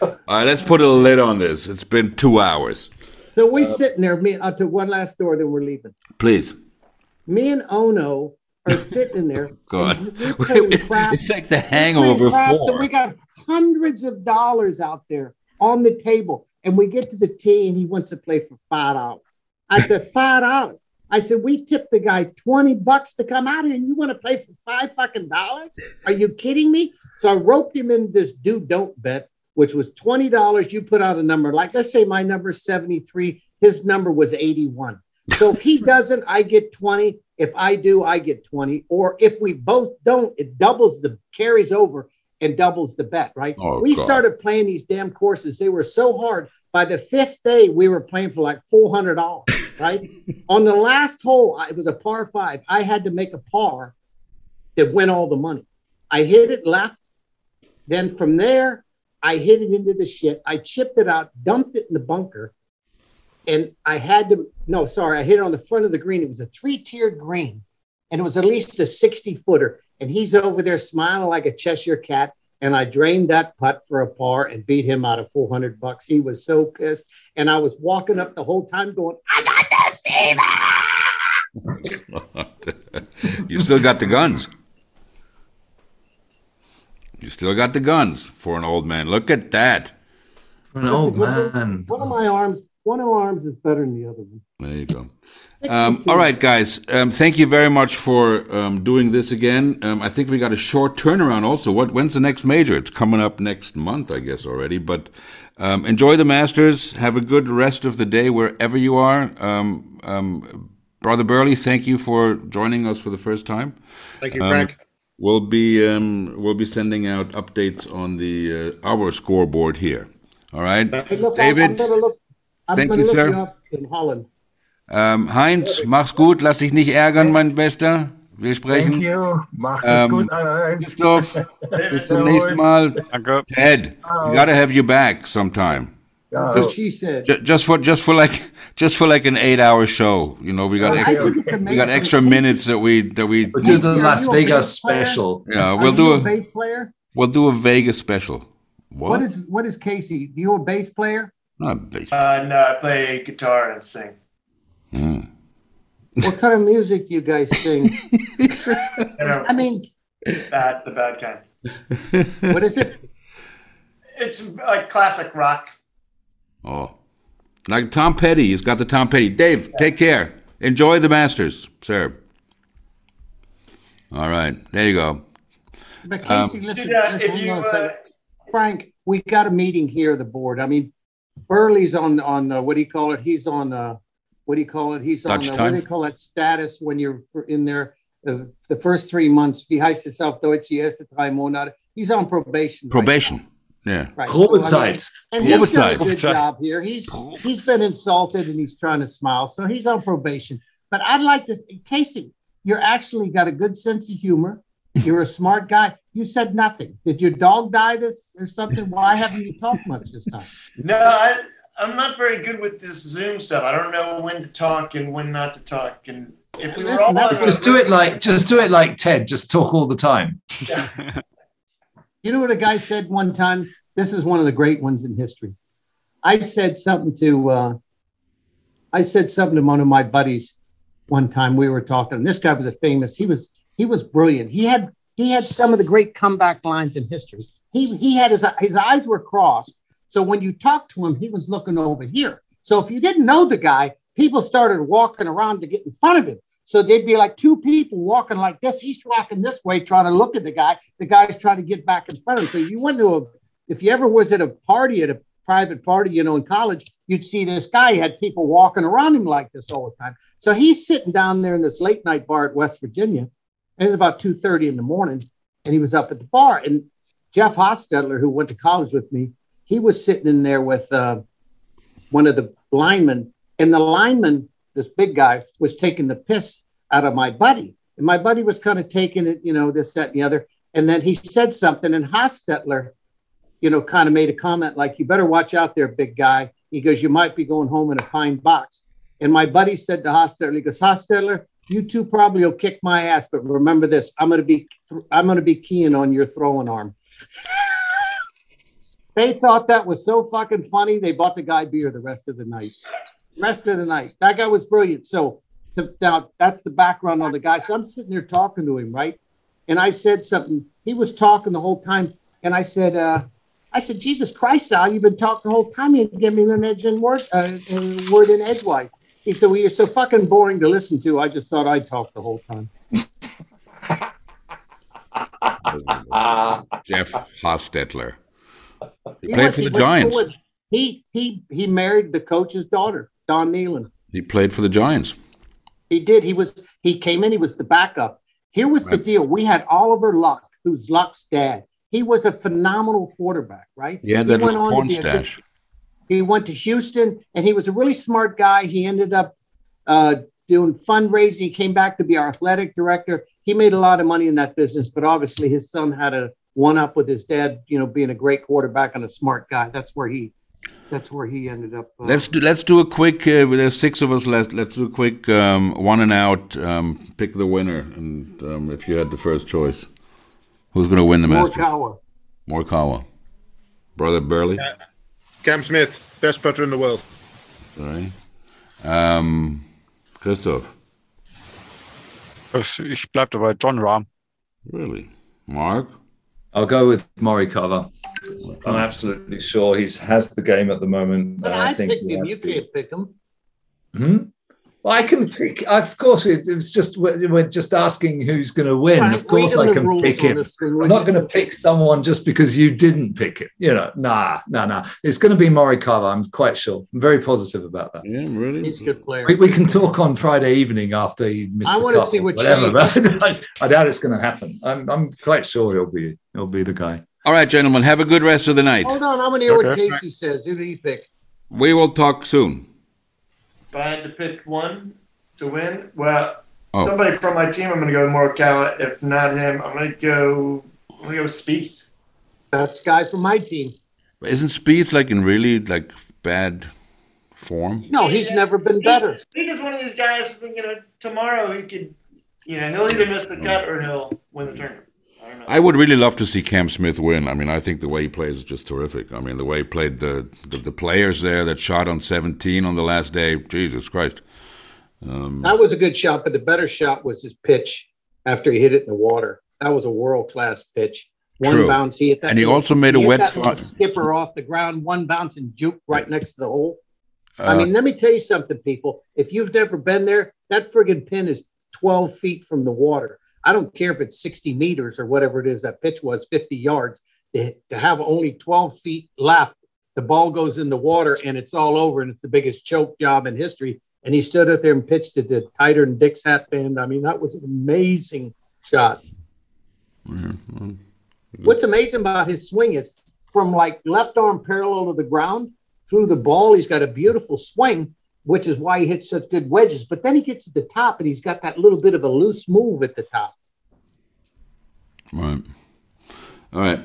[SPEAKER 1] right, let's put a lid on this. It's been two hours.
[SPEAKER 3] So we sitting there. Me, I'll tell one last story, then we're leaving.
[SPEAKER 1] Please.
[SPEAKER 3] Me and Ono are sitting in there.
[SPEAKER 1] God.
[SPEAKER 3] We're playing craps.
[SPEAKER 1] It's like the
[SPEAKER 3] playing
[SPEAKER 1] hangover
[SPEAKER 3] craps, and
[SPEAKER 1] four.
[SPEAKER 3] we got hundreds of dollars out there on the table. And we get to the tee, and he wants to play for five dollars. I said five dollars. I said we tipped the guy twenty bucks to come out here, and you want to play for five fucking dollars? Are you kidding me? So I roped him into this do don't bet, which was twenty dollars. You put out a number like let's say my number is seventy three, his number was eighty one. So if he doesn't, I get twenty. If I do, I get twenty. Or if we both don't, it doubles the carries over and doubles the bet. Right?
[SPEAKER 12] Oh,
[SPEAKER 3] we
[SPEAKER 12] God.
[SPEAKER 3] started playing these damn courses. They were so hard. By the fifth day, we were playing for like four hundred dollars. Right? On the last hole, I- it was a par five. I had to make a par that win all the money. I hit it left. Then from there, I hit it into the shit. I chipped it out, dumped it in the bunker, and I had to. No, sorry, I hit it on the front of the green. It was a three-tiered green, and it was at least a sixty-footer. and he's over there smiling like a Cheshire cat. And I drained that putt for a par and beat him out of 400 bucks. He was so pissed. And I was walking up the whole time going, I got this, Steve.
[SPEAKER 1] you still got the guns. You still got the guns for an old man. Look at that.
[SPEAKER 6] For an old man.
[SPEAKER 3] One of my arms, one of my arms is better than the other one.
[SPEAKER 1] There you go. Um, all right, guys. Um, thank you very much for um, doing this again. Um, I think we got a short turnaround. Also, what when's the next major? It's coming up next month, I guess already. But um, enjoy the Masters. Have a good rest of the day wherever you are. Um, um, Brother Burley, thank you for joining us for the first time.
[SPEAKER 7] Thank you,
[SPEAKER 1] Um,
[SPEAKER 7] Frank.
[SPEAKER 1] we'll be um, we'll be sending out updates on the uh, our scoreboard here. All right,
[SPEAKER 3] Hey, look, I'm- I'm
[SPEAKER 1] David.
[SPEAKER 3] gonna look, I'm
[SPEAKER 1] thank
[SPEAKER 3] gonna
[SPEAKER 1] you,
[SPEAKER 3] look
[SPEAKER 1] sir.
[SPEAKER 3] you up in Holland.
[SPEAKER 1] Ähm, Heinz, mach's gut, lass dich nicht ärgern, mein Bester. Wir sprechen.
[SPEAKER 10] Thank you. Macht es
[SPEAKER 1] Ähm,
[SPEAKER 10] gut, Heinz.
[SPEAKER 1] Christoph, bis zum nächsten Mal. Ted, we gotta have you back sometime.
[SPEAKER 3] That's what she said.
[SPEAKER 1] Ju- Just for just for like just for like an eight-hour show, you know. We got
[SPEAKER 3] Oh, I
[SPEAKER 1] extra,
[SPEAKER 3] think it's
[SPEAKER 1] we got
[SPEAKER 3] amazing.
[SPEAKER 1] extra minutes that we that we
[SPEAKER 6] We'll do the
[SPEAKER 3] Are
[SPEAKER 6] Las
[SPEAKER 3] you a
[SPEAKER 6] Vegas
[SPEAKER 3] bass player?
[SPEAKER 6] special.
[SPEAKER 1] Yeah,
[SPEAKER 3] Are
[SPEAKER 1] we'll
[SPEAKER 3] you
[SPEAKER 1] do
[SPEAKER 3] a
[SPEAKER 1] a-
[SPEAKER 3] bass player.
[SPEAKER 1] we'll do a Vegas special. What?
[SPEAKER 3] What is what is Casey? You a bass player?
[SPEAKER 1] Not Vegas.
[SPEAKER 2] Uh, no, I play guitar and sing.
[SPEAKER 3] What kind of music you guys sing? I mean,
[SPEAKER 2] Bad, the bad kind.
[SPEAKER 3] what is it?
[SPEAKER 2] It's like classic rock.
[SPEAKER 1] Oh, like Tom Petty. He's got the Tom Petty. Dave, take care. Enjoy the Masters, sir. All right, there you go.
[SPEAKER 3] But
[SPEAKER 1] Um,
[SPEAKER 3] Casey, listen,
[SPEAKER 2] Should, uh,
[SPEAKER 3] listen,
[SPEAKER 2] if
[SPEAKER 3] hang
[SPEAKER 2] you,
[SPEAKER 3] on a
[SPEAKER 2] uh,
[SPEAKER 3] second. Frank, we got a meeting here at the board. I mean, Burley's on on uh, what do you call it? He's on uh, what do you call it? He's on
[SPEAKER 1] Dutch
[SPEAKER 3] uh, what do
[SPEAKER 1] time.
[SPEAKER 3] they call that status when you're for- in there? The, the first three months, wie heißt es auf Deutsch? Die erste drei Monate. He's on probation. right
[SPEAKER 1] Probation. Yeah.
[SPEAKER 3] Right.
[SPEAKER 6] Probezeit.
[SPEAKER 3] So, I mean, and he's done
[SPEAKER 1] Probezeit.
[SPEAKER 3] a good job here. He's he's been insulted and he's trying to smile, so he's on probation. But I'd like to, Casey, you're actually got a good sense of humor. You're a smart guy. You said nothing. Did your dog die this or something? Why haven't you talked much this time?
[SPEAKER 2] No, I, I'm not very good with this Zoom stuff. I don't know when to talk and when not to talk. And if we were all on a-
[SPEAKER 6] Just do it like just do it like Ted. Just talk all the time.
[SPEAKER 3] You know what a guy said one time? This is one of the great ones in history. I said something to uh, I said something to one of my buddies one time. We were talking, and this guy was a famous. He was he was brilliant. He had he had some of the great comeback lines in history. He he had his his eyes were crossed, so when you talked to him, he was looking over here. So if you didn't know the guy, people started walking around to get in front of him. So they'd be like two people walking like this. He's walking this way, trying to look at the guy. The guy's trying to get back in front of him. So you went to a, if you ever was at a party at a private party, you know, in college, you'd see this guy had people walking around him like this all the time. So he's sitting down there in this late night bar at West Virginia. and It was about two thirty in the morning, and he was up at the bar. And Jeff Hostetler, who went to college with me, he was sitting in there with uh, one of the linemen, and the lineman, this big guy, was taking the piss out of my buddy. And my buddy was kind of taking it, you know, this, that, and the other. And then he said something, and Hostetler, you know, kind of made a comment like, you better watch out there, big guy. He goes, you might be going home in a pine box. And my buddy said to Hostetler, he goes, Hostetler, you two probably will kick my ass, but remember this, I'm going to be, I'm going to be keying on your throwing arm. They thought that was so fucking funny. They bought the guy beer the rest of the night. Rest of the night. That guy was brilliant. So to, now that's the background on the guy. So I'm sitting there talking to him, right? And I said something. He was talking the whole time. And I said, uh, I said, Jesus Christ, Al, you've been talking the whole time. You ain't give me an edge in word, uh, in word in edgewise. He said, Well, you're so fucking boring to listen to. I just thought I'd talk the whole time.
[SPEAKER 1] Jeff Hostetler. He
[SPEAKER 3] You know
[SPEAKER 1] played
[SPEAKER 3] what?
[SPEAKER 1] for the
[SPEAKER 3] went
[SPEAKER 1] Giants.
[SPEAKER 3] forward. He he he married the coach's daughter, Don Nealon.
[SPEAKER 1] He played for the Giants.
[SPEAKER 3] He did. He was he came in, he was the backup. Here was the deal. We had Oliver Luck, who's Luck's dad. He was a phenomenal quarterback, right?
[SPEAKER 1] He had that
[SPEAKER 3] went
[SPEAKER 1] little
[SPEAKER 3] on to
[SPEAKER 1] porn
[SPEAKER 3] be a good-
[SPEAKER 1] stash.
[SPEAKER 3] he went to Houston and he was a really smart guy. He ended up uh, doing fundraising. He came back to be our athletic director. He made a lot of money in that business, but obviously his son had a one up with his dad, you know, being a great quarterback and a smart guy. That's where he, that's where he ended up. uh,
[SPEAKER 1] Let's do, let's do a quick. Uh, there's six of us left. Let's do a quick um, one and out. Um, pick the winner, and um, if you had the first choice, Who's going to win the Masters?
[SPEAKER 3] Morikawa.
[SPEAKER 1] Morikawa. Brother Burley.
[SPEAKER 7] Cam Smith, best putter in the world.
[SPEAKER 1] Sorry. Um, Christoph.
[SPEAKER 8] Ich bleib dabei, John Rahm.
[SPEAKER 1] Really? Mark?
[SPEAKER 6] I'll go with Morikawa. I'm absolutely sure he has the game at the moment.
[SPEAKER 3] But
[SPEAKER 6] and
[SPEAKER 3] I,
[SPEAKER 6] Uh, think
[SPEAKER 3] picked
[SPEAKER 6] he
[SPEAKER 3] him.
[SPEAKER 6] has
[SPEAKER 3] You
[SPEAKER 6] the-
[SPEAKER 3] can't pick him.
[SPEAKER 6] Hmm? Well, I can pick. Of course, it, it's just we're, we're just asking who's going to win.
[SPEAKER 3] Right,
[SPEAKER 6] of course,
[SPEAKER 3] read
[SPEAKER 6] I
[SPEAKER 3] the
[SPEAKER 6] can
[SPEAKER 3] rules
[SPEAKER 6] pick
[SPEAKER 3] on
[SPEAKER 6] him.
[SPEAKER 3] this thing,
[SPEAKER 6] I'm
[SPEAKER 3] would
[SPEAKER 6] not
[SPEAKER 3] you?
[SPEAKER 6] going to pick someone just because you didn't pick it. You know, nah, nah, nah. It's going to be Morikawa. I'm quite sure. I'm very positive about that.
[SPEAKER 1] Yeah, really.
[SPEAKER 3] He's a good player.
[SPEAKER 6] We, we can talk on Friday evening after he missed.
[SPEAKER 3] I
[SPEAKER 6] the
[SPEAKER 3] wanna
[SPEAKER 6] cut
[SPEAKER 3] see
[SPEAKER 6] or
[SPEAKER 3] what
[SPEAKER 6] whatever. but I, I doubt it's going to happen. I'm, I'm quite sure he'll be he'll be the guy.
[SPEAKER 1] All right, gentlemen. Have a good rest of the night.
[SPEAKER 3] Hold on, I want to hear what
[SPEAKER 1] Okay.
[SPEAKER 3] Casey says. Who did he pick?
[SPEAKER 1] We will talk soon.
[SPEAKER 2] If I had to pick one to win, well,
[SPEAKER 1] Oh.
[SPEAKER 2] somebody from my team, I'm going to go with Morikawa. If not him, I'm going to go. I'm going to go Spieth.
[SPEAKER 3] That's guy from my team.
[SPEAKER 1] Isn't Spieth like in really like bad form?
[SPEAKER 3] No, he's never been better.
[SPEAKER 2] Spieth is one of these guys. You know, tomorrow he could. You know, he'll either miss the cut or he'll win the tournament.
[SPEAKER 1] I would really love to see Cam Smith win. I mean, I think the way he plays is just terrific. I mean, the way he played the the, the players there that shot on 17 on the last day. Jesus Christ. Um,
[SPEAKER 3] That was a good shot, but the better shot was his pitch after he hit it in the water. That was a world class pitch. One
[SPEAKER 1] True.
[SPEAKER 3] bounce, he hit that.
[SPEAKER 1] And he also made a
[SPEAKER 3] hit
[SPEAKER 1] wet
[SPEAKER 3] that little
[SPEAKER 1] fi-
[SPEAKER 3] skipper off the ground. One bounce and juke right next to the hole. I
[SPEAKER 1] Uh,
[SPEAKER 3] mean, let me tell you something, people. If you've never been there, that friggin' pin is 12 feet from the water. I don't care if it's 60 meters or whatever it is that pitch was, 50 yards. To to have only 12 feet left, the ball goes in the water and it's all over, and it's the biggest choke job in history. And he stood up there and pitched it to tighter than Dick's hat band. I mean, that was an amazing shot.
[SPEAKER 1] Uh,
[SPEAKER 3] Mm-hmm. What's amazing about his swing is from like left arm parallel to the ground through the ball, he's got a beautiful swing, which is why he hits such good wedges. But then he gets to the top and he's got that little bit of a loose move at the top.
[SPEAKER 1] right. All right.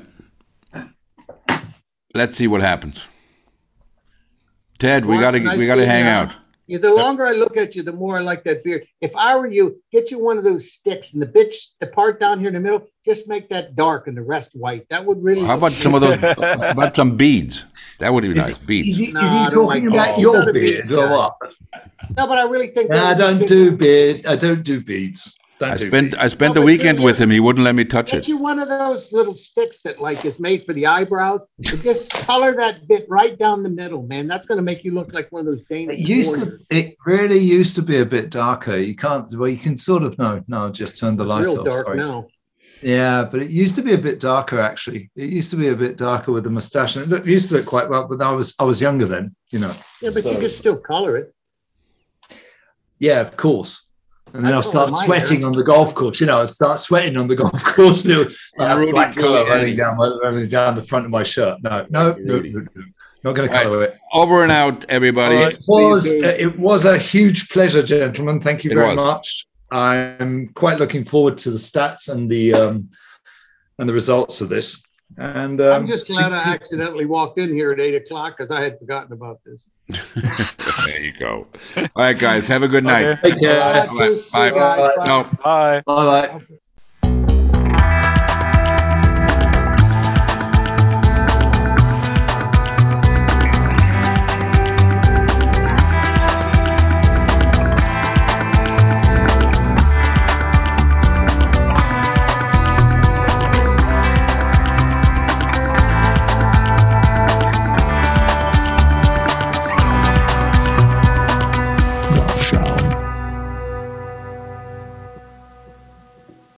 [SPEAKER 1] Let's see what happens. Ted, we
[SPEAKER 3] Mark,
[SPEAKER 1] gotta
[SPEAKER 3] can I
[SPEAKER 1] we gotta
[SPEAKER 3] see
[SPEAKER 1] hang
[SPEAKER 3] now?
[SPEAKER 1] out.
[SPEAKER 3] Yeah, The longer I look at you, the more I like that beard. If I were you, get you one of those sticks and the bitch, the part down here in the middle, just make that dark and the rest white. That would really.
[SPEAKER 1] How about some of those? how about some beads? That would be nice. Beads.
[SPEAKER 3] No, I don't like that. He's not a beard guy. No, but I really think.
[SPEAKER 6] Nah, I
[SPEAKER 3] that would be
[SPEAKER 6] don't
[SPEAKER 3] good.
[SPEAKER 6] do bead. I don't do beads. Don't
[SPEAKER 1] I
[SPEAKER 6] do
[SPEAKER 1] spent
[SPEAKER 6] beads.
[SPEAKER 1] I spent the weekend with him. He wouldn't let me touch
[SPEAKER 3] Get
[SPEAKER 1] it.
[SPEAKER 3] you one of those little sticks that like is made for the eyebrows. And just color that bit right down the middle, man. That's going to make you look like one of those Danish.
[SPEAKER 6] It used
[SPEAKER 3] warriors.
[SPEAKER 6] to. It really used to be a bit darker. You can't. Well, you can sort of. No, no. Just turn the lights
[SPEAKER 3] real
[SPEAKER 6] off.
[SPEAKER 3] dark
[SPEAKER 6] sorry.
[SPEAKER 3] now.
[SPEAKER 6] Yeah, but it used to be a bit darker actually. It used to be a bit darker with the mustache, and it looked, used to look quite well. But I was I was younger then, you know.
[SPEAKER 3] Yeah, but you
[SPEAKER 6] So-
[SPEAKER 3] could still color it.
[SPEAKER 6] Yeah, of course. And then
[SPEAKER 3] I
[SPEAKER 6] I'll
[SPEAKER 3] colour
[SPEAKER 6] start
[SPEAKER 3] mine
[SPEAKER 6] sweating on the golf course. You know, I start sweating on the golf course. You know, I have
[SPEAKER 1] Rudy
[SPEAKER 6] black colour
[SPEAKER 1] Giuliani.
[SPEAKER 6] running down, my- running down the front of my shirt. No, no, no, no, no. not going to
[SPEAKER 1] All
[SPEAKER 6] color
[SPEAKER 1] right.
[SPEAKER 6] it.
[SPEAKER 1] Over and out, everybody.
[SPEAKER 6] Well, it was it was a huge pleasure, gentlemen. Thank you
[SPEAKER 1] It
[SPEAKER 6] very
[SPEAKER 1] was.
[SPEAKER 6] much. I'm quite looking forward to the stats and the um, and the results of this. And um,
[SPEAKER 3] I'm just glad I accidentally walked in here at eight o'clock because I had forgotten about this.
[SPEAKER 1] There you go. All right, guys. Have a good night.
[SPEAKER 6] Take care.
[SPEAKER 1] All right,
[SPEAKER 3] Cheers to you
[SPEAKER 1] Bye.
[SPEAKER 3] guys.
[SPEAKER 1] No.
[SPEAKER 6] Bye.
[SPEAKER 8] Bye.
[SPEAKER 6] Bye.